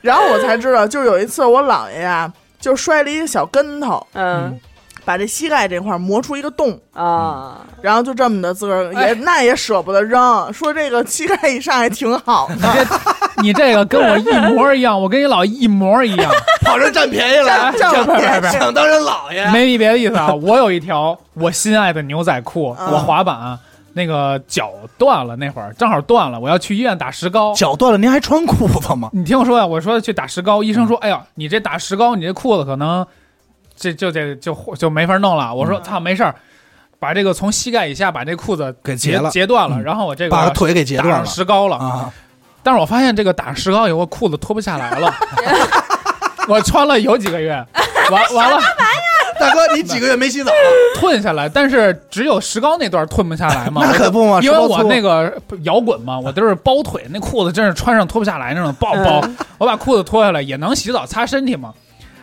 S3: 然后我才知道，就是有一次我姥爷啊，就摔了一个小跟头，
S4: 嗯
S3: 把这膝盖这块儿磨出一个洞，
S4: 啊，
S3: 然后就这么的自个儿也、
S1: 哎
S3: 那也舍不得扔，说这个膝盖以上还挺好的。
S1: 你这个跟我一模一样，我跟你姥爷一模 一样，
S2: 跑这占便宜了，
S3: 占
S2: 想
S3: 占便宜
S2: 想当人姥爷。
S1: 没别的意思啊。我有一条我心爱的牛仔裤，
S3: 嗯
S1: 我滑板啊那个脚断了，那会儿正好断了，我要去医院打石膏。
S2: 脚断了，您还穿裤子吗？
S1: 你听我说呀，我说去打石膏，医
S2: 嗯
S1: 生说，哎呀，你这打石膏，你这裤子可能这就得就就没法弄了。我
S2: 嗯
S1: 说操，没事儿，把这个从膝盖以下把这裤子
S2: 给
S1: 截
S2: 截了，
S1: 截断了，
S2: 嗯
S1: 然后我这
S2: 把
S1: 个啊
S2: 腿给截
S1: 打
S2: 断
S1: 上
S2: 了
S1: 石膏了。
S2: 啊！
S1: 但是我发现这个打上石膏以后，裤子脱不下来了。我穿了有几个月，完完了
S2: 大哥，你几个月没洗澡？
S1: 褪下来，但是只有石膏那段褪不下来嘛。
S2: 那可不嘛，
S1: 因为我那
S2: 个
S1: 个摇滚嘛，我都是包腿，那裤子真是穿上脱不下来那种，爆包。
S2: 嗯
S1: 我把裤子脱下来也能洗澡擦身体嘛。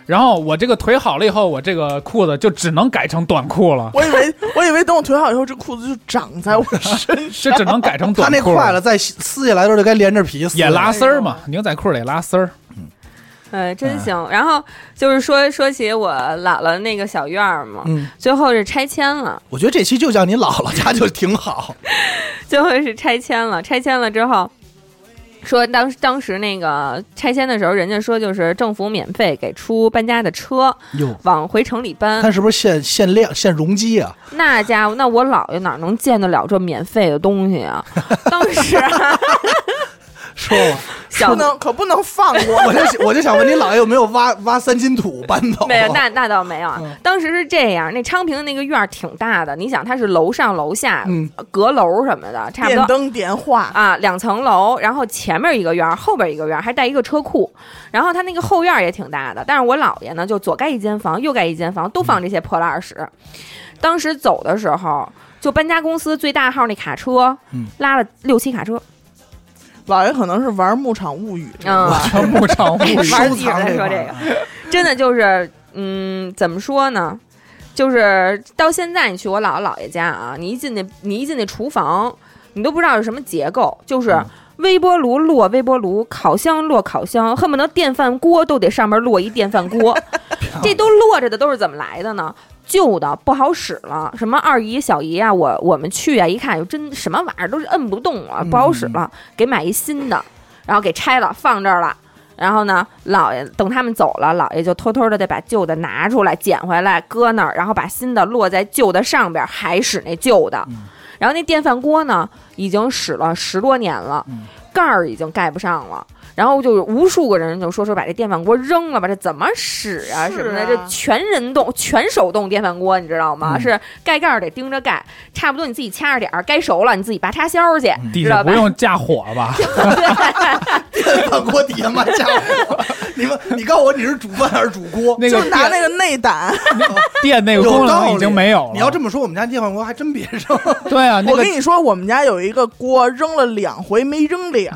S1: 然后我这个腿好了以后，我这个裤子就只能改成短裤了，
S3: 我以为我以为等我腿好以后，这裤子就长在我身上。
S1: 这只能改成
S2: 他
S1: 短
S2: 那
S1: 裤
S2: 坏了，再洗撕下来的时候就该连着皮撕。哎
S1: 也拉丝儿嘛，牛仔裤得拉丝儿。
S4: 呃，真行。然后就是说说起我姥姥那个小院儿嘛，
S2: 嗯，
S4: 最后是拆迁了。
S2: 我觉得这期就叫你姥姥家就挺好。
S4: 最后是拆迁了，拆迁了之后，说当当时那个拆迁的时候，人家说就是政府免费给出搬家的车
S2: 哟，
S4: 往回城里搬，
S2: 它是不是限限量、限容积啊？
S4: 那家伙，那我姥爷哪能见得了这免费的东西啊？当 时啊，
S2: 说吧，
S4: 小
S3: 不能可不能放过。
S2: 我就我就想问你姥爷有没有挖挖三斤土搬走？啊
S4: 没有，那那倒没有啊
S2: 嗯。
S4: 当时是这样，那昌平的那个院儿挺大的，你想它是楼上楼下、
S2: 嗯
S4: 阁楼什么的，差不
S3: 电
S4: 多
S3: 灯电话，
S4: 啊，两层楼，然后前面一个院儿，后边一个院儿，还带一个车库，然后他那个后院儿也挺大的。但是我姥爷呢，就左盖一间房，右盖一间房，都放这些破烂儿屎。当时走的时候，就搬家公司最大号那卡车，
S2: 嗯
S4: 拉了六七卡车，
S3: 姥爷可能是玩《牧场物语》这
S4: 嗯
S2: 我，
S1: 全牧场物 语
S2: 我
S4: 玩
S2: 收
S4: 起来
S2: 藏
S4: 说
S2: 块
S4: 这
S2: 儿
S4: 个
S2: 啊
S4: 真的就是，嗯，怎么说呢？就是到现在你去我姥姥姥爷家啊，你一进那，你一进那厨房，你都不知道是什么结构，就是
S2: 嗯
S4: 微波炉落微波炉，烤箱落烤箱，恨不得电饭锅都得上面落一电饭锅，这都落着的都是怎么来的呢？旧的不好使了，什么二姨、小姨啊，我我们去啊，一看哟，真什么玩意儿都是摁不动了，不好使了，给买一新的，然后给拆了，放这儿了。然后呢，姥爷等他们走了，姥爷就偷偷的再把旧的拿出来，捡回来，搁那儿，然后把新的落在旧的上边，还使那旧的。然后那电饭锅呢，已经使了十多年了，
S2: 嗯
S4: 盖儿已经盖不上了。然后就是无数个人就说说把这电饭锅扔了吧，这怎么使啊
S3: 是
S4: 什么的？
S3: 啊
S4: 这全人动、全手动电饭锅，你知道吗？是盖盖儿得盯着盖，差不多你自己掐着点儿，该熟了你自己拔插销去，
S1: 底
S4: 知
S1: 下
S4: 道
S1: 不
S4: 吧？
S1: 用架火吧？
S2: 饭锅底下卖家伙，你们你告诉我你是煮饭还是煮锅？
S1: 那个
S3: 就拿那个内胆。
S1: 电那个
S2: 有
S1: 功
S2: 道
S1: 能
S2: 理
S1: 已经没有了。
S2: 你要这么说，我们家电饭锅还真别扔，
S1: 对啊，那
S3: 我
S1: 个
S3: 跟你说，我们家有一个锅扔了两回没扔了，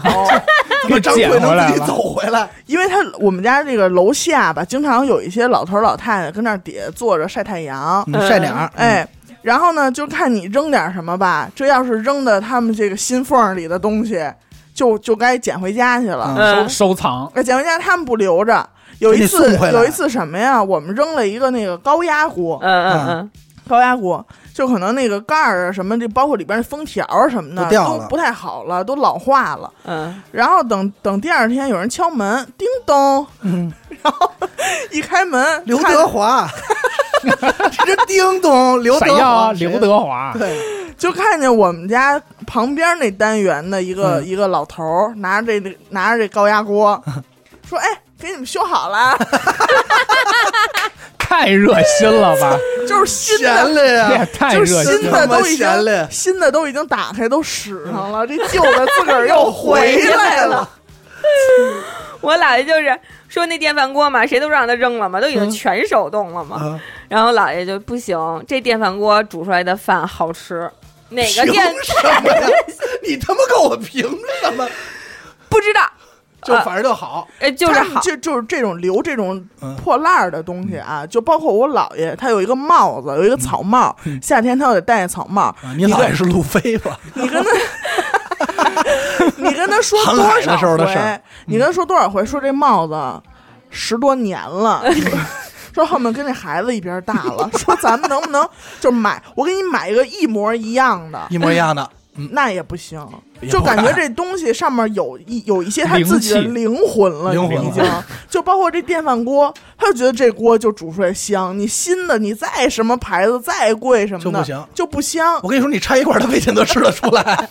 S2: 怎么张
S1: 捡
S2: 奎
S1: 回
S2: 能
S1: 来
S2: 自己
S1: 了
S2: 走回来？
S3: 因为他我们家这个楼下吧，经常有一些老头老太太跟那儿底下坐着晒太阳，
S2: 嗯晒脸儿，
S3: 哎。然后呢，就看你扔点什么吧。这要是扔的他们这个心缝里的东西，就就该捡回家去了。
S4: 嗯，
S1: 收藏
S3: 那捡回家他们不留着。有一
S2: 给
S3: 次
S2: 你送回，来
S3: 有一次什么呀？我们扔了一个那个高压锅，
S4: 嗯嗯嗯，
S3: 高压锅就可能那个盖儿啊什么的，包括里边的封条儿什么的
S2: 都掉了
S3: 不太好了，都老化了。
S4: 嗯，
S3: 然后等等第二天有人敲门，叮咚，
S2: 嗯
S3: 然后 一开门，
S2: 刘
S3: 看
S2: 德华，这叮咚，刘
S1: 谁
S2: 德
S1: 呀、
S2: 华，谁
S1: 啊刘德华，
S2: 对，
S3: 就看见我们家旁边那单元的一个、
S2: 嗯
S3: 一个老头儿拿着这拿着这高压 锅，说：“哎，给你们修好了，
S1: 太热心了 吧？
S3: 就是新的。”
S2: 闲了
S1: 这也
S2: 呀，
S1: 太
S3: 就是
S1: 热心
S3: 新
S1: 了
S3: 的。都已
S2: 这他妈闲嘞
S3: 经新的都已经打开都使上了，这旧的自 个儿又回来了。
S4: 我姥爷就是说那电饭锅嘛，谁都让他扔了嘛，都已经全手动了嘛。
S2: 啊
S4: 然后姥爷就不行，这电饭锅煮出来的饭好吃，哪个
S2: 凭
S4: 电
S2: 什么呀？你他妈跟我凭什么？
S4: 不知道，
S2: 就
S4: 呃
S2: 反正就好，
S4: 呃，就是
S3: 他们
S4: 好，
S3: 就就是这种留这种
S2: 嗯
S3: 破烂儿的东西啊，就包括我姥爷，他有一个帽子，
S2: 嗯
S3: 有一个草帽，夏天他又得戴那草帽。
S2: 啊你姥爷是路飞吧？
S3: 你跟他，你跟他说
S2: 航
S3: 多
S2: 海的时
S3: 少
S2: 候的事
S3: 回
S2: 儿？嗯
S3: 你跟他说多少回？说这帽子十多年了。 说后面跟这孩子一边大了，说咱们能不能就买？我给你买一个一模一样的，
S2: 一模一样的，嗯，
S3: 那也不行，
S2: 也
S3: 就
S2: 不
S3: 感觉
S2: 敢
S3: 这东西上面有一有一些他自己的
S1: 灵气
S3: 灵魂了，
S2: 灵魂
S3: 已
S2: 了
S3: 经。 就包括这电饭锅，他就觉得这锅就煮出来香。你新的，你再什么牌子，再贵什
S2: 就
S3: 么的，
S2: 不行
S3: 就不香
S2: 我。跟你说，你拆一块儿，他未见得吃得出来，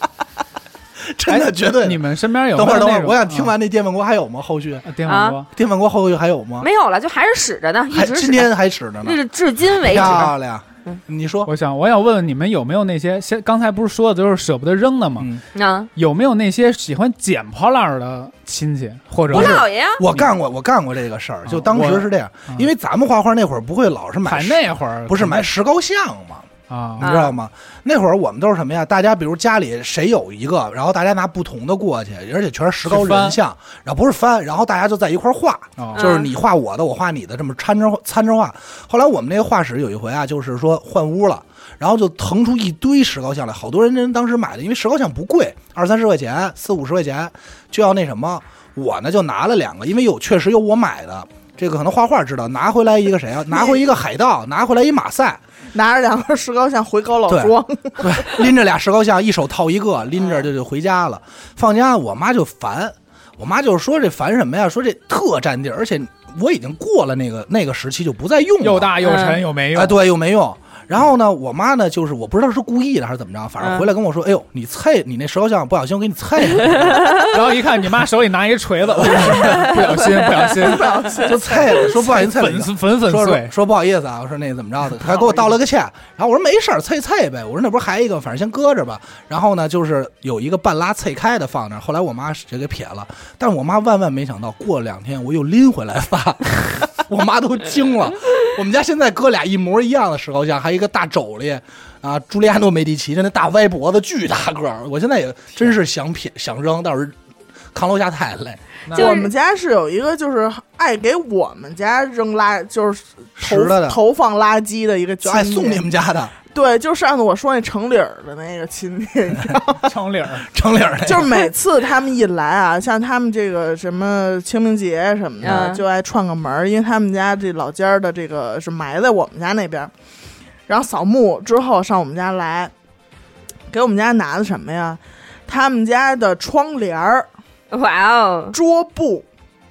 S2: 真的
S1: 哎
S2: 绝对。
S1: 你们身边有没
S2: 等
S1: 有
S2: 会儿，等会
S1: 那
S2: 儿，
S1: 种
S2: 我想听、完那电饭锅还有吗？后续
S1: 啊、电饭锅。
S2: 电饭锅后续还有吗？
S4: 没有了，就还是使着呢，一
S2: 还
S4: 直
S2: 今
S4: 使，
S2: 天还使着呢，
S4: 至至今为止。
S2: 漂亮
S4: 嗯。
S2: 你说，
S1: 我想，我想问问你们有没有那些，先刚才不是说的都是舍不得扔的吗？
S2: 嗯，
S4: 嗯，
S1: 有没有那些喜欢捡破烂儿的亲戚或者
S4: 我
S1: 是
S4: 姥爷啊，
S2: 我干过，我干过这个事儿，
S1: 啊
S2: 就当时是这样
S1: 我啊，
S2: 因为咱们画画那会儿不会老是买
S1: 还
S2: 石，
S1: 那会儿
S2: 不是买石膏像嘛，
S1: 啊
S2: 你知道吗？那会儿我们都是什么呀？大家比如家里谁有一个，然后大家拿不同的过去，而且全是石膏
S1: 去翻
S2: 人像，然后不是翻，然后大家就在一块儿画，
S1: 哦
S2: 就是你画我的，我画你的，这么掺着掺着画。后来我们那个画室有一回啊，就是说换屋了，然后就腾出一堆石膏像来，好多人人当时买的，因为石膏像不贵，二三十块钱，四五十块钱就要那什么。我呢就拿了两个，因为有确实有我买的，这个可能画画知道，拿回来一个谁啊？拿回一个海盗，拿回来一马赛，
S3: 拿着两根石膏像回高老
S2: 对
S3: 庄，
S2: 对，拎着俩石膏像，一手套一个，拎着就就回家了。放家我妈就烦，我妈就是说这烦什么呀？说这特占地儿，而且我已经过了那个那个时期，就不再用了。
S1: 又大又沉
S4: 嗯
S1: 又没
S2: 哎，
S1: 用，
S2: 对，又没用。然后呢，我妈呢，就是我不知道是故意的还是怎么着，反正
S4: 嗯
S2: 回来跟我说：“哎呦，你菜，你那石膏像不小心我给你菜了，
S1: 然后一看你妈手里拿一锤子， 我不小心不小心
S2: 就菜了，说不小心菜了。”
S1: 粉丝粉粉
S2: 说说
S1: 碎，
S2: 说不好意思啊，我说那怎么着 的，还给我道了个歉。然后我说没事儿，脆脆呗。我说那不是还一个，反正先搁着吧。然后呢，就是有一个半拉脆开的放那儿。后来我妈直接给撇了，但是我妈万万没想到，过了两天我又拎回来发， 我妈都惊了。我们家现在搁俩一模一样的石膏像，还一个大肘里。啊，朱利安诺·梅迪奇就那大歪脖子，巨大个儿。我现在也真是想撇想扔，但是扛楼下太累，
S4: 就是
S3: 我们家是有一个，就是爱给我们家扔垃，就是投
S2: 拾了的
S3: 投放垃圾的一个
S2: 就
S3: 亲
S2: 爱
S3: 戚。
S2: 送你们家的
S3: 对，就是上次我说那城里儿的那个亲戚，
S1: 成理儿。
S2: 成领儿那个。
S3: 就是每次他们一来啊，像他们这个什么清明节什么的，
S4: 嗯
S3: 就爱串个门儿，因为他们家这老家儿的这个是埋在我们家那边儿，然后扫墓之后上我们家来，给我们家拿的什么呀？他们家的窗帘儿、
S4: 哇哦，
S3: 桌布。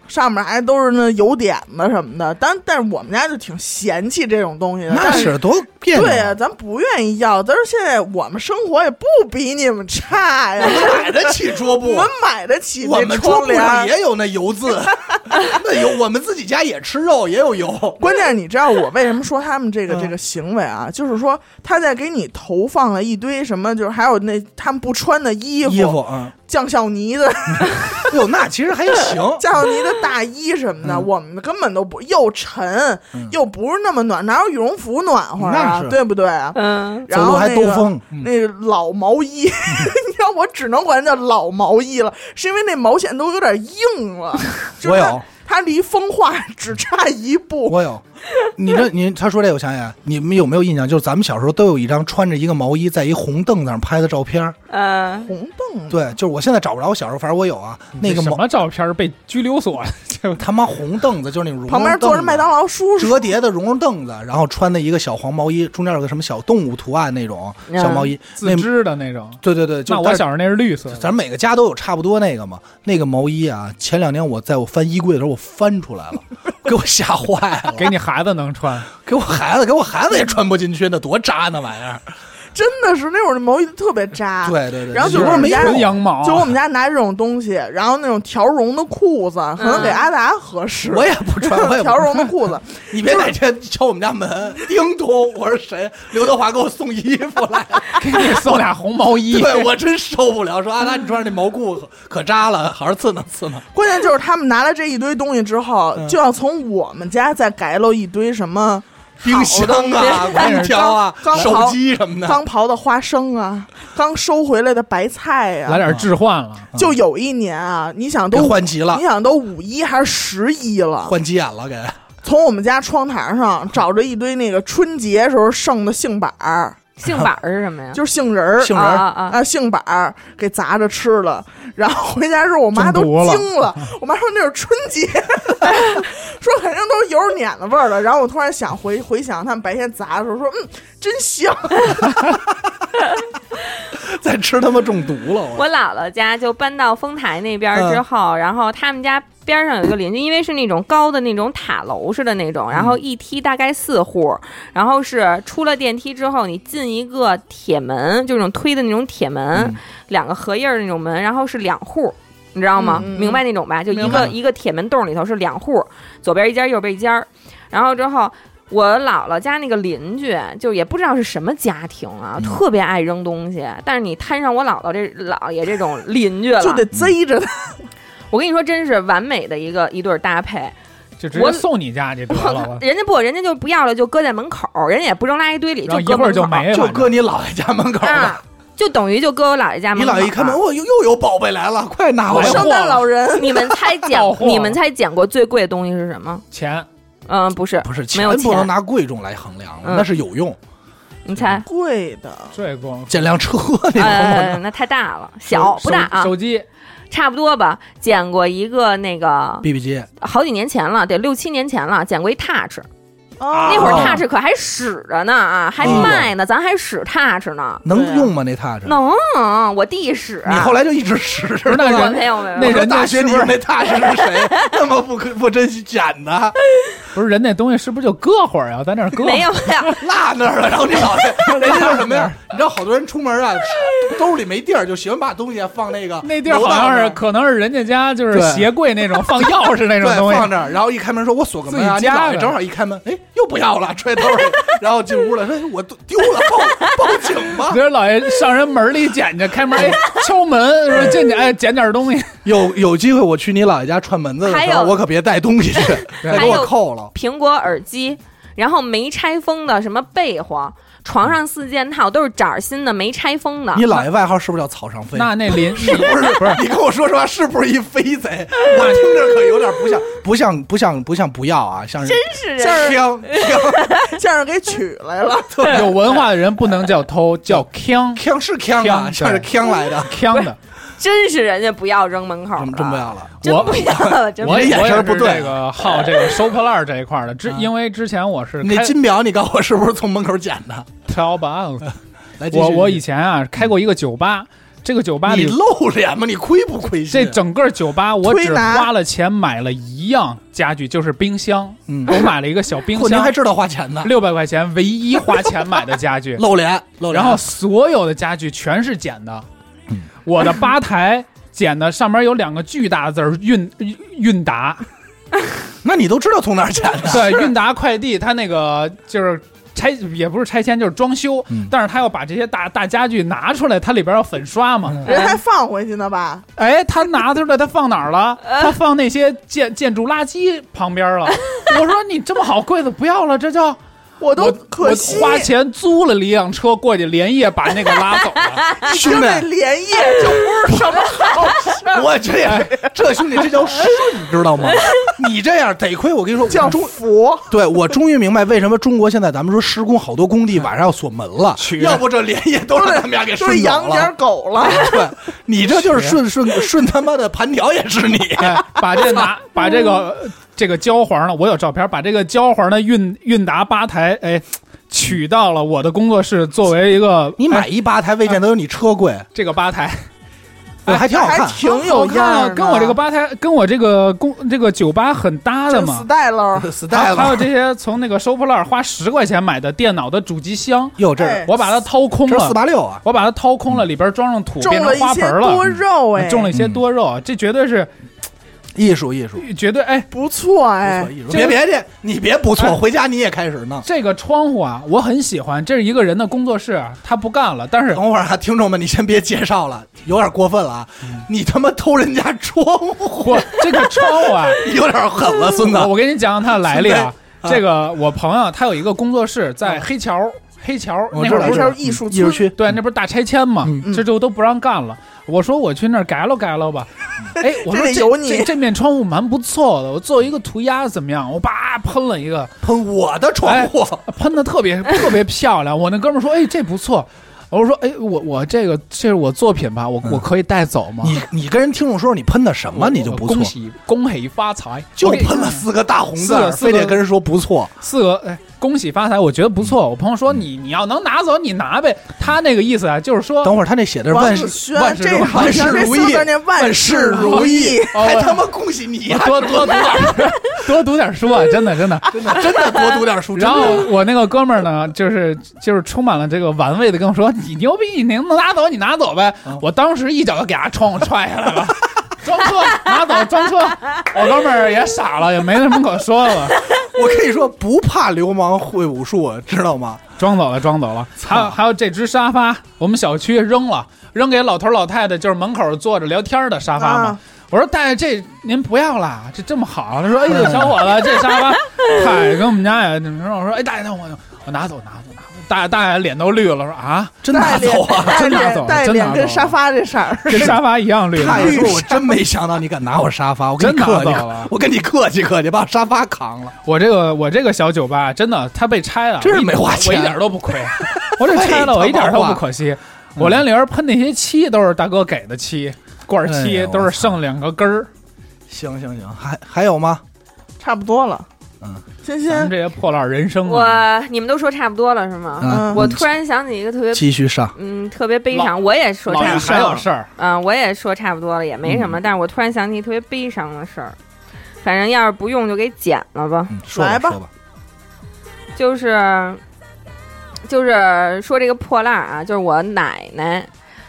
S3: 上面还都是那油点子什么的，但但是我们家就挺嫌弃这种东西的。
S2: 那
S3: 但是
S2: 是多别扭啊。
S3: 对呀、咱不愿意要，但是现在我们生活也不比你们差呀，
S2: 买得起桌
S3: 我
S2: 布
S3: 们，买得起
S2: 我
S3: 那
S2: 们桌
S3: 窗
S2: 布
S3: 帘
S2: 上
S3: 儿。
S2: 也有那油渍， 那油我们自己家也吃肉，也有油。
S3: 关键你知道我为什么说他们这个
S2: 嗯
S3: 这个行为啊？ 就是说他在给你投放了一堆什么，就是还有那他们不穿的衣服，啊
S2: 嗯，
S3: 酱小泥的
S2: 哟，那其实还 行。
S3: 酱小泥的大衣什么的，我们根本都不又沉、
S2: 嗯
S3: 又不是那么暖，哪有羽绒服暖和啊
S2: 那是？
S3: 对不对啊？
S4: 嗯，
S2: 走
S3: 然
S2: 路
S3: 后
S2: 还
S3: 那
S2: 兜
S3: 个
S2: 风，嗯
S3: 那个老毛衣， 你知道我只能管它叫老毛衣了，是因为那毛线都有点 硬了。就
S2: 我
S3: 是它
S2: 有
S3: 它离风化只差一步。
S2: 我有。你这你他说这我想起来，你们有没有印象？就是咱们小时候都有一张穿着一个毛衣在一红凳子上拍的照片儿。
S4: 嗯，
S3: 红灯，
S2: 对，就是我现在找不着，我小时候反正我有啊。那个
S1: 什
S2: 毛
S1: 么照片被拘留所？ 就
S2: 他妈红凳子就是那种
S3: 旁边坐着麦当劳叔叔，
S2: 折叠的绒绒凳子，然后穿的一个小黄毛衣，中间有个什么小动物图案那种小毛衣。
S1: 自
S2: 那
S1: 知的那种。
S2: 对对对，就
S1: 那
S2: 但
S1: 我
S2: 是
S1: 小时候那是绿色的，
S2: 咱每个家都有差不多那个嘛。那个毛衣啊，前两年我在我翻衣柜的时候，我翻出来了，给我吓坏了。
S1: 给你孩子能 穿，
S2: 给我孩子，给我孩子也穿不进去，那多渣那玩意儿。
S3: 真的是那会儿那毛衣特别扎。
S2: 对对对，
S3: 然后
S2: 那
S3: 就
S2: 时候
S3: 是
S2: 没
S3: 人家
S1: 纯
S2: 用。
S1: 羊毛。啊
S3: 就我们家拿这种东西，然后那种条绒的裤子，可能给阿达合适。
S2: 嗯我也不穿，我也不
S3: 条
S2: 穿。
S3: 绒的裤子，
S2: 你别在这敲我们家门，叮咚！我是谁？刘德华给我送衣服来，
S1: 给你送俩红毛 衣，
S2: 对我真受不了。说阿达，你穿上这毛裤可可扎了，好好刺挠刺挠。
S3: 关键就是他们拿了这一堆东西之后，
S2: 嗯
S3: 就要从我们家再改漏一堆什么
S2: 冰箱啊，空 调啊
S3: 刚，刚
S2: 手
S3: 好
S2: 机什么的，
S3: 刚刨的花生啊，刚收回来的白菜
S1: 来
S3: 呀、
S1: 点置换了。
S3: 就有一年啊，你想
S2: 给
S3: 都
S2: 换急了
S3: 你想都五一还是十一了，
S2: 换急眼了给。
S3: 从我们家窗台上找着一堆那个春节时候剩的杏板儿，
S4: 姓板儿是什么呀？
S3: 就是杏仁儿，
S2: 杏仁
S4: 啊
S2: 儿
S4: 啊啊！
S3: 啊，杏板儿给砸着吃了，然后回家之后我妈都
S1: 中毒了
S3: 惊了， 我妈说那是春节，说肯定都是油儿碾子味儿了。然后我突然想回回想他们白天砸的时候说，嗯，真 香，
S2: 再吃他妈中毒了， 我
S4: 我姥姥家就搬到丰台那边儿之
S3: 嗯
S4: 后，然后他们家边儿上有一个邻居，因为是那种高的那种塔楼似的那种，然
S3: 嗯
S4: 后一梯大概四户，然后是出了电梯之后，你进一个铁门，就那种推的那种铁门，
S3: 嗯
S4: 两个荷叶儿那种门，然后是两户。你知道吗？
S3: 嗯嗯嗯
S4: 明白那种吧？就一
S3: 明白
S4: 个一个铁门洞里头是两户，左边一间儿，右边一间儿。然后之后，我姥姥家那个邻居，就也不知道是什么家庭啊，
S2: 嗯
S4: 特别爱扔东西。但是你摊上我姥姥这姥爷这种邻居了，
S3: 就得贼着它。
S4: 我跟你说，真是完美的一个一对儿搭配。
S1: 就直接
S4: 我
S1: 送你家去得了
S4: 我
S1: 吧。
S4: 人家不，人家就不要了，就搁在门口儿，人家也不扔垃圾堆里，
S1: 然后
S4: 就
S1: 一
S4: 搁
S1: 会儿
S4: 门口
S1: 就
S4: 儿
S1: 没了，
S2: 啊就搁你姥爷家门口了
S4: 啊。，就等于就搁我姥爷家
S2: 你
S4: 门口啊儿
S2: 姥
S4: 了。
S2: 爷一开门，哦我又又有宝贝来了，快拿回
S1: 来
S2: 来！
S1: 货
S3: 圣诞老人
S4: 你们猜捡
S1: 到，货了
S4: 你们猜捡过最贵的东西是什么？
S1: 钱
S4: 嗯，不是，
S2: 不是
S4: 没
S2: 钱
S4: 有
S2: 不能
S4: 钱，
S2: 拿贵重来衡量，
S4: 嗯
S2: 那是有用。
S4: 你猜？
S3: 贵的，
S1: 最光
S2: 捡辆车那
S4: 呃，
S2: 种，
S4: 那太大了，小不大啊，
S1: 手机
S4: 差不多吧。捡过一个那个
S2: BB 机
S4: 好几年前了，得六七年前了，捡过一 Touch，
S3: 啊
S4: 那会儿 Touch 可还使着呢啊，还卖呢，咱还使 Touch 呢。
S2: 能用吗？那 touch？
S4: 能，我弟使。
S2: 你后来就一直使着呢。
S1: 那
S4: 我
S1: 人
S4: 没有没有，
S1: 那人家
S2: 大学
S1: 是
S2: 你
S1: 不是
S2: 那 touch 是谁？ 那么不可不珍惜捡的，
S1: 不是人那东西是不是就搁会儿啊？在那儿搁
S4: 没有没有，
S2: 落那儿了。然后你脑袋，人家叫什么呀？ 你知道好多人出门啊，兜里没地儿，就喜欢把东西放那个
S1: 那地儿好像
S2: 楼
S1: 是
S2: 道那儿
S1: 可能是人家家就是
S2: 对
S1: 鞋柜那种放钥匙那种东
S2: 对，放
S1: 西，
S2: 那儿，然后一开门说：“我锁个门啊！”
S1: 自
S2: 你
S1: 己夹
S2: 脑袋
S1: 着
S2: 正好一开门，哎，又不要了，揣兜里， 然后进屋了，说哎：“我都丢了，报报警吧
S1: 比如老爷上人门里捡去，开门哎敲门说进去哎捡点东西，！”
S2: 有有机会我去你姥爷家串门子的
S4: 还
S2: 时
S4: 有
S2: 候，我可别带东西去， 再给
S4: 还
S2: 我
S4: 有
S2: 扣了。
S4: 苹果耳机，然后没拆封的什么被窝，床上四件套都是崭新的，没拆封的。
S2: 你姥爷外号是不是叫草上飞？
S1: 那那 邻
S2: 是不是？不是，你跟我说实话，是不是一飞贼？ 我听着可有点不像，不像，不像，不像不要啊，像是
S4: 真是
S3: 像是
S2: 枪枪
S3: 像是给取来 了，
S1: 有文化的人不能叫偷，叫呛
S2: 枪是枪啊，
S1: 枪
S2: 像是
S1: 对
S2: 枪来的，
S1: 呛的。
S4: 真是人家不要扔门口
S2: 真
S4: 了，
S2: 真不要了。
S4: 真
S1: 我
S4: 不要了，真不
S1: 我
S4: 要
S2: 你
S1: 也
S2: 眼神
S1: 是
S2: 不对啊
S1: 这个好这个收破烂儿这一块 儿的，之
S2: 啊
S1: 因为之前我是
S2: 你那
S1: 开
S2: 金表，你告诉我是不是从门口捡的？
S1: 淘宝，
S2: 来， 继续
S1: 我我以前啊开过一个酒吧，这个酒吧
S2: 你
S1: 里
S2: 露脸吗？你亏不亏心
S1: 这
S2: 啊？
S1: 整个酒吧我只
S3: 推拿
S1: 花了钱买了一样家具，就是冰箱，
S2: 嗯
S1: 我买了一个小冰
S2: 嚯您
S1: 箱
S2: 还，知道花钱呢？，
S1: 六百块钱唯一花钱买的家具
S2: 露脸，露脸。
S1: 然后所有的家具全是捡的，
S2: 嗯
S1: 我的吧台。捡的上面有两个巨大的字儿“韵韵韵达
S2: 那你都知道从哪儿捡”， 的？
S1: 对，韵达快递，它那个就是拆，也不是拆迁，就是装修，
S2: 嗯
S1: 但是它要把这些大大家具拿出来，它里边要粉刷嘛，
S2: 嗯
S3: 人还放回去呢吧？
S1: 哎，他拿出来，他放哪儿了？
S2: 呃
S1: 他放那些建建筑垃圾旁边 了。我说你这么好柜子不要了，这叫
S3: 我都
S1: 我
S3: 可惜
S1: 我，花钱租了一辆车过去，连夜把那个拉走 了。
S2: 兄
S3: 就这
S2: 弟，
S3: 连夜就不是什么好事儿，
S2: 我这也这兄弟这叫顺，知道吗？你这样得亏我跟你说，
S3: 叫
S2: 我终
S3: 福。
S2: 对我终于明白为什么中国现在咱们说施工好多工地晚上要锁门了，要不这连夜都让他们俩给
S3: 都是
S2: 顺走
S3: 养点
S2: 了
S3: 儿。狗了，
S2: 对你这就是顺顺顺他妈的盘条也是你，
S1: 哎，把这拿把这个这个胶环呢，我有照片，把这个胶环的韵韵达吧台，哎，取到了我的工作室作为一个
S2: 你
S1: 哎
S2: 买一吧台未见得有你车贵，
S1: 这个吧台。
S2: 对哎还挺好看
S3: 还。挺有样
S1: 好看啊
S3: 儿的，
S1: 跟我这个吧台，跟我这个工这个酒吧很搭的
S3: 这
S1: 嘛
S3: 死。带喽，
S1: 然后
S2: style
S1: 还有这些从那个收破烂儿花十块钱买的电脑的主机箱，
S2: 哟，这是
S3: 哎
S1: 我把它掏空
S2: 这是四
S1: 了，
S2: 八六啊，
S1: 我把它掏空了，里边装上土
S3: 种
S1: 变
S3: 了
S1: 成
S3: 一
S1: 花
S3: 些
S1: 盆
S3: 多
S1: 了，嗯
S3: 肉哎，
S1: 种了一些多肉，啊这绝对是
S2: 艺术艺术。
S1: 绝对哎，
S3: 不错哎
S2: 不错，艺术
S1: 这
S2: 别
S1: 个
S2: 别介，你别不
S1: 哎
S2: 错，回家你也开始弄。
S1: 这个窗户啊，我很喜欢，这是一个人的工作室，啊他不干了，但是
S3: 哦
S2: 等会儿啊，听众们，你先别介绍了，有点过分了啊！
S1: 嗯
S2: 你他妈偷人家窗户，
S1: 我这个窗 户啊，
S2: 有点狠了，孙子。
S1: 我我给你讲讲它的来历啊，
S2: 孙子啊
S1: 这个我朋友他有一个工作室在黑桥，黑桥
S2: 我
S1: 那
S2: 知
S1: 会
S2: 道
S1: 儿不
S3: 不
S1: 是
S2: 知道
S3: 是艺术
S2: 艺术
S3: 村
S2: 区
S1: 对，那不是大拆迁嘛，
S2: 嗯
S1: 这就都不让干了。我说我去那儿改了改了吧，哎，我说
S3: 这得
S1: 这
S3: 有你
S1: 这这面窗户蛮不错的，我做一个涂鸦怎么样？我叭喷了一个，
S2: 喷我的窗户，
S1: 喷的特别特别漂亮。我那哥们儿说，哎，这不错。我说，哎，我我这个这是我作品吧，我、我可以带走吗？
S2: 嗯你你跟人听众说你喷的什么，
S1: 哎我
S2: 你就不错
S1: 恭，喜恭喜发财，
S2: 就
S1: 我给
S2: 喷了四个大红字
S1: 四
S2: 儿，
S1: 个四
S2: 非
S1: 个
S2: 得跟人说不错。
S1: 四个，哎，恭喜发财，我觉得不错。我朋友说你你要能拿走你拿呗，他那个意思啊，就是说
S2: 等会儿他那写的是
S3: 王
S2: 万
S3: 子
S2: 事
S3: 轩
S1: 万，事
S3: 这
S1: 如
S3: 好像
S2: 万事
S3: 这
S2: 如
S3: 四
S2: 意
S3: 个那万
S2: 事
S3: 如
S2: 意，
S1: 哦
S2: 还他妈恭喜你啊呀！
S1: 多多读点儿 多读点儿书啊，真的真的。
S2: 真的真的多读点书，真
S1: 然
S2: 的
S1: 后我那个哥们儿呢，就是就是充满了这个玩味的跟我说：“你牛逼，你能拿走你拿走呗。
S2: 嗯
S1: 我当时一脚就给他窗户踹下来了，装车拿走装车。我哥们儿也傻了，也没什么可说的了，
S2: 我跟你说，不怕流氓会武术，知道吗？
S1: 装走了装走了。还有还有这只沙发，我们小区扔了，扔给老头老太太，就是门口坐着聊天的沙发嘛。
S3: 啊
S1: 我说大爷，这您不要啦，这这么好。他说，哎呦，小伙子，这沙发，嗨，跟我们家也怎么说？我说，哎，大爷，那我我拿走，拿走，拿走。大爷大爷脸都绿了，说啊，
S2: 真拿
S3: 带脸
S2: 走啊！
S3: 带
S1: 真拿
S3: 脸
S1: 走
S3: 带
S1: 真拿
S3: 脸
S1: 走
S3: 跟沙发这色儿，
S1: 跟沙发一样绿。
S2: 大爷
S3: 绿
S2: 说：“我 真没想到你敢拿我沙发，我跟你
S1: 真拿
S2: 客气
S1: 走了，
S2: 我跟你客气客气，把我沙发扛了。
S1: 我这个我这个小酒吧真的，它被拆了，
S2: 真是
S1: 我一
S2: 没花钱
S1: 我一点都不亏。我这拆
S2: 哎
S1: 了，我一点都不可惜。
S2: 嗯
S1: 我连里边喷那些漆都是大哥给的漆，罐
S2: 哎
S1: 漆
S2: 呦
S4: 嗯
S1: 都是剩两个根儿。
S2: 行行行，还还有吗？
S3: 差不多了。欣
S1: 嗯咱们
S3: 欣，
S1: 这些破烂人生啊，
S4: 我你们都说差不多了是吗？
S3: 嗯
S4: 啊我突然想起一个特别
S2: 继续上，
S4: 嗯特别悲
S1: 老
S4: 伤，我也说
S1: 老
S4: 差
S1: 爷
S4: 不
S1: 还
S4: 多
S1: 有嗯
S4: 了，
S1: 事儿，
S4: 嗯，我也说差不多了，也没什么。但是我突然想起一特别悲伤的事儿，反正要是不用就给剪了吧。
S2: 嗯，说吧
S3: 来吧
S2: 说吧，
S4: 就是就是说这个破烂儿啊，就是我奶奶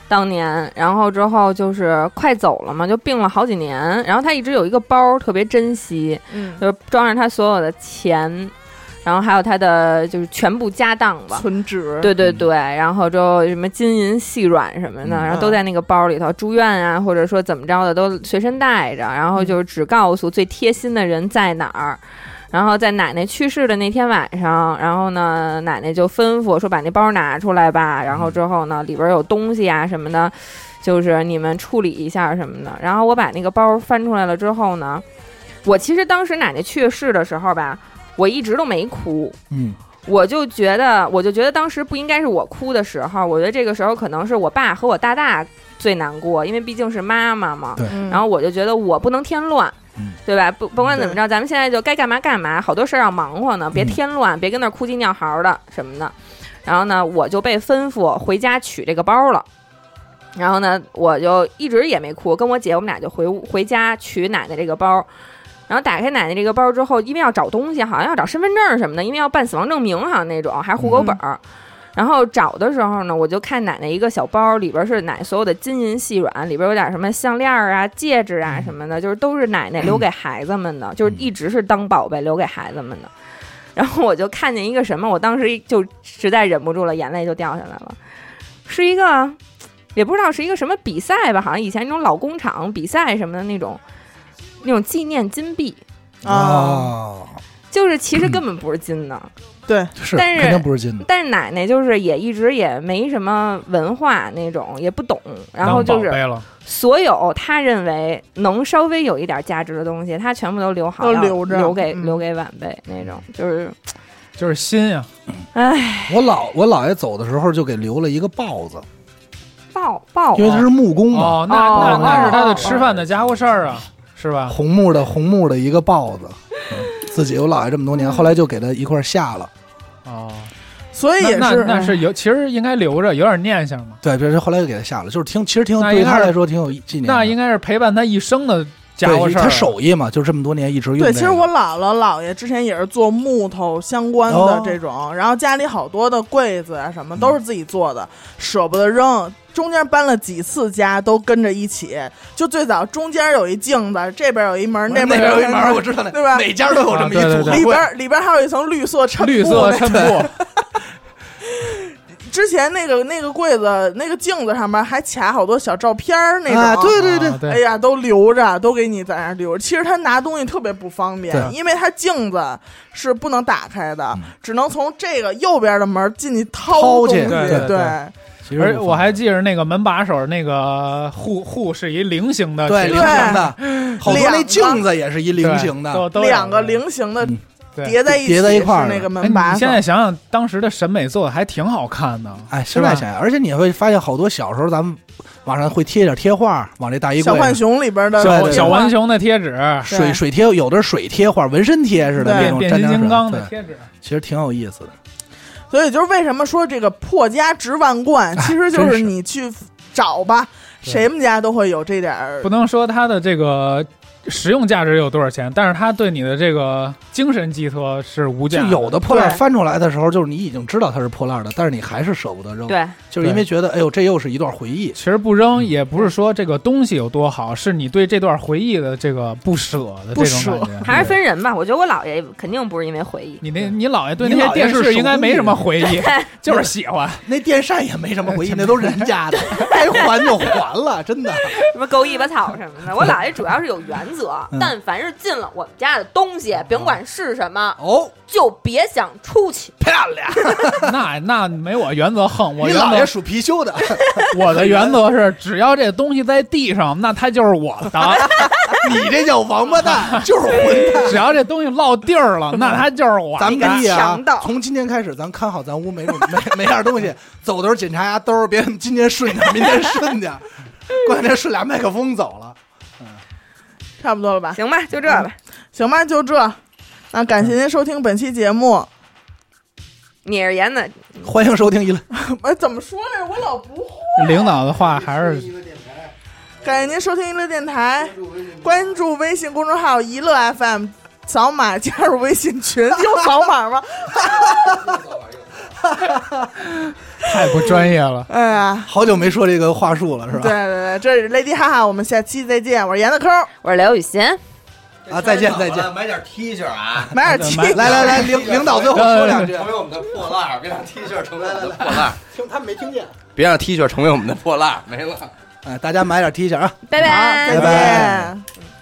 S4: 当年，然后之后就是快走了嘛，就病了好几年，然后她一直有一个包儿特别珍惜，
S3: 嗯，
S4: 就是装着她所有的钱，然后还有她的就是全部家当吧。
S3: 存值，
S4: 对对对，然后之后什么金银细软什么的，
S2: 嗯
S4: 然后都在那个包里头。住院啊，或者说怎么着的，都随身带着。然后就是只告诉最贴心的人在哪儿。然后在奶奶去世的那天晚上，然后呢，奶奶就吩咐说把那包拿出来吧。然后之后呢，里边有东西啊什么的，就是你们处理一下什么的。然后我把那个包翻出来了之后呢，我其实当时奶奶去世的时候吧，我一直都没哭。
S2: 嗯
S4: 我就觉得，我就觉得当时不应该是我哭的时候，我觉得这个时候可能是我爸和我大大最难过，因为毕竟是妈妈嘛。
S3: 嗯，
S4: 然后我就觉得我不能添乱，
S2: 嗯
S4: 对吧？不甭管怎么着，咱们现在就该干嘛干嘛，好多事儿要忙活呢，别
S2: 嗯
S4: 添乱，别跟那儿哭鸡尿嚎的什么的。然后呢，我就被吩咐回家取这个包了。然后呢，我就一直也没哭，跟我姐我们俩就回屋回家取奶奶这个包。然后打开奶奶这个包之后，因为要找东西，好像要找身份证什么的，因为要办死亡证明，好像那种，还是户口
S2: 嗯
S4: 本儿。然后找的时候呢，我就看奶奶一个小包，里边是奶所有的金银细软，里边有点什么项链儿啊、戒指啊什么的，就是都是奶奶留给孩子们的，就是一直是当宝贝留给孩子们的。然后我就看见一个什么，我当时就实在忍不住了，眼泪就掉下来了，是一个也不知道是一个什么比赛吧，好像以前那种老工厂比赛什么的那种那种纪念金币，
S3: 啊，
S2: 哦，
S4: 就是其实根本不是金的，
S3: 对，
S2: 是
S4: 但是
S2: 肯定不是金的，
S4: 但是奶奶就是也一直也没什么文化那种，也不懂，然后就
S1: 当宝
S4: 是
S1: 贝了，
S4: 所有她认为能稍微有一点价值的东西，她全部都留好，
S3: 都
S4: 要
S3: 留着
S4: 留给
S3: 嗯
S4: 留给晚辈那种，就是
S1: 就是心呀，
S4: 唉，
S2: 我老我姥爷走的时候就给留了一个豹子，
S4: 抱抱
S2: 因为他是木工嘛，
S1: 哦，那那
S4: 哦
S1: 那是他的
S4: 哦
S1: 吃饭的家伙事儿啊，是吧？
S2: 红木的红木的一个豹子，嗯自己我姥爷这么多年，后来就给他一块儿下了。
S1: 哦，
S3: 所以
S1: 那
S3: 也
S1: 那
S3: 是
S4: 哎
S1: 那是有，其实应该留着，有点念想嘛。
S2: 对，这是后来就给他下了，就是挺其实挺
S1: 那
S2: 对
S1: 应该
S2: 他
S1: 是
S2: 来说挺有纪念的。
S1: 那应该是陪伴他一生的家伙
S2: 对
S1: 事儿。啊
S2: 他手艺嘛，就这么多年一直用这个。
S3: 对，其实我姥姥姥爷之前也是做木头相关的
S2: 哦嗯
S3: 这种，然后家里好多的柜子啊什么都是自己做的，舍不得扔。中间搬了几次家，都跟着一起。就最早中间有一镜子，这边有一门，
S2: 那
S3: 边
S2: 有一
S3: 一
S2: 门儿，我知道那
S3: 对吧
S2: 哪家都有这么一
S1: 啊对对
S2: 组
S1: 对
S3: 里
S2: 合柜。
S3: 边儿里边儿还有一层绿色衬
S1: 绿
S3: 布
S1: 色
S3: 那
S1: 衬布，
S3: 之前那个那个柜子那个镜子上面还卡好多小照片儿那种。
S2: 啊，对对对
S1: 啊，
S3: 哎呀，都留着，都给你在那儿留着。其实他拿东西特别不方便
S2: 对，嗯
S3: 因为他镜子是不能打开的，只能从这个右边的门进去掏
S2: 掏
S3: 东
S2: 去
S3: 西。
S1: 对对
S3: 对
S2: 其实
S1: 而我还记着那个门把手那个护护是一菱形的，
S2: 对
S1: 其
S2: 菱
S1: 实
S2: 形的，好多那镜子也是一菱
S1: 对
S2: 形的，
S1: 都都有
S3: 两个菱形的
S2: 嗯
S1: 对
S3: 叠在一起，
S2: 叠在一块儿
S3: 是那
S1: 哎，
S2: 的
S3: 个门
S1: 你
S3: 把手。
S1: 现在想想，当时的审美做的还挺好看的。
S2: 哎，现在
S1: 是吧
S2: 想想，而且你会发现好多小时候咱们网上会贴一点贴画，往这大衣
S3: 小
S2: 柜
S3: 浣熊里边的
S2: 对
S1: 小
S2: 对
S1: 小浣熊的贴纸，
S3: 对
S2: 水水贴，有的是水贴画，纹身贴似的
S3: 对
S2: 那
S1: 变
S2: 种，
S1: 变
S2: 沾
S1: 形
S2: 点
S1: 金
S2: 水
S1: 刚的
S2: 对
S1: 贴纸，
S2: 其实挺有意思的。
S3: 所以就是为什么说这个破家值万贯，其实就
S2: 真
S3: 是
S2: 是
S3: 你去找吧，
S1: 对
S3: 谁们家都会有这点儿
S1: 不。能说它的这个实用价值有多少钱，但是它对你的这个精神寄托是无
S2: 就
S1: 价。
S2: 有的破烂
S3: 对
S2: 翻出来的时候，就是你已经知道它是破烂的，但是你还是舍不得扔，
S4: 对
S2: 就是因为觉得哎呦，这又是一段回忆。
S1: 其实不扔也不是说这个东西有多好，是你对这段回忆的这个不舍的这种
S3: 不
S1: 感觉。
S4: 还是分人吧。我觉得我姥爷肯定不是因为回忆，
S1: 你那你姥爷对
S2: 你
S1: 那
S2: 姥
S1: 些
S2: 爷
S1: 电
S2: 是
S1: 视
S2: 手
S1: 应该
S2: 工
S1: 没
S2: 艺
S1: 什么回忆， 就是喜欢。
S2: 那电扇也没什么回忆，那都是人家的，该还就还了，真的。
S4: 什么狗尾巴草什么的。我姥爷主要是有原则，
S2: 嗯
S4: 但凡是进了我们家的东西，甭管是什么，
S2: 哦，
S4: 就别想出去。
S2: 漂亮！
S1: 那那没我原则横，我
S2: 你
S1: 原
S2: 姥爷
S1: 则
S2: 属貔貅的，
S1: 我的原则是，只要这东西在地上，那它就是我 的；
S2: 你这叫王八蛋，就是混 蛋。
S1: 只要这东西落地儿了，那它就是我
S2: 咱
S1: 的。
S2: 们可以啊
S4: 强盗，
S2: 从今天开始，咱看好咱屋每种每每样东西，走的时候检查一下兜儿，别今天顺点儿，明天顺点儿，过两天顺俩麦克风走了。
S3: 差不多了吧？
S4: 行吧，就这吧。
S3: 行吧，就这。那感
S2: 嗯
S3: 谢您收听本期节目。
S4: 你是严的，
S2: 欢迎收听一乐。
S3: 哎，怎么说呢？我老不会。
S1: 领导的话还是
S3: 感谢您收听娱乐电台，关注微信公众号“娱乐 FM”，扫码加入微信群，有扫码 吗？
S1: 太不专业了。
S3: 哎呀，
S2: 好久没说这个话术了，是
S3: 对对
S2: 吧？
S3: 对，这是 Lady 哈哈，我们下期再见。我是严 的抠，
S4: 我是刘雨欣。
S2: 啊，再见再见。，
S6: 买点 T 恤啊，
S3: 买点
S1: 买
S3: 鸡。
S2: 来来来，领领导最后说两句
S6: 成，为我们的破烂儿，别让 T 恤成为我们的破烂儿，
S2: 听他们没听见。
S6: 别让 T 恤成为我们的破烂儿，没了。
S2: 哎，大家买点 T 恤啊。
S4: 拜拜
S3: 好，再
S2: 拜拜
S3: 见。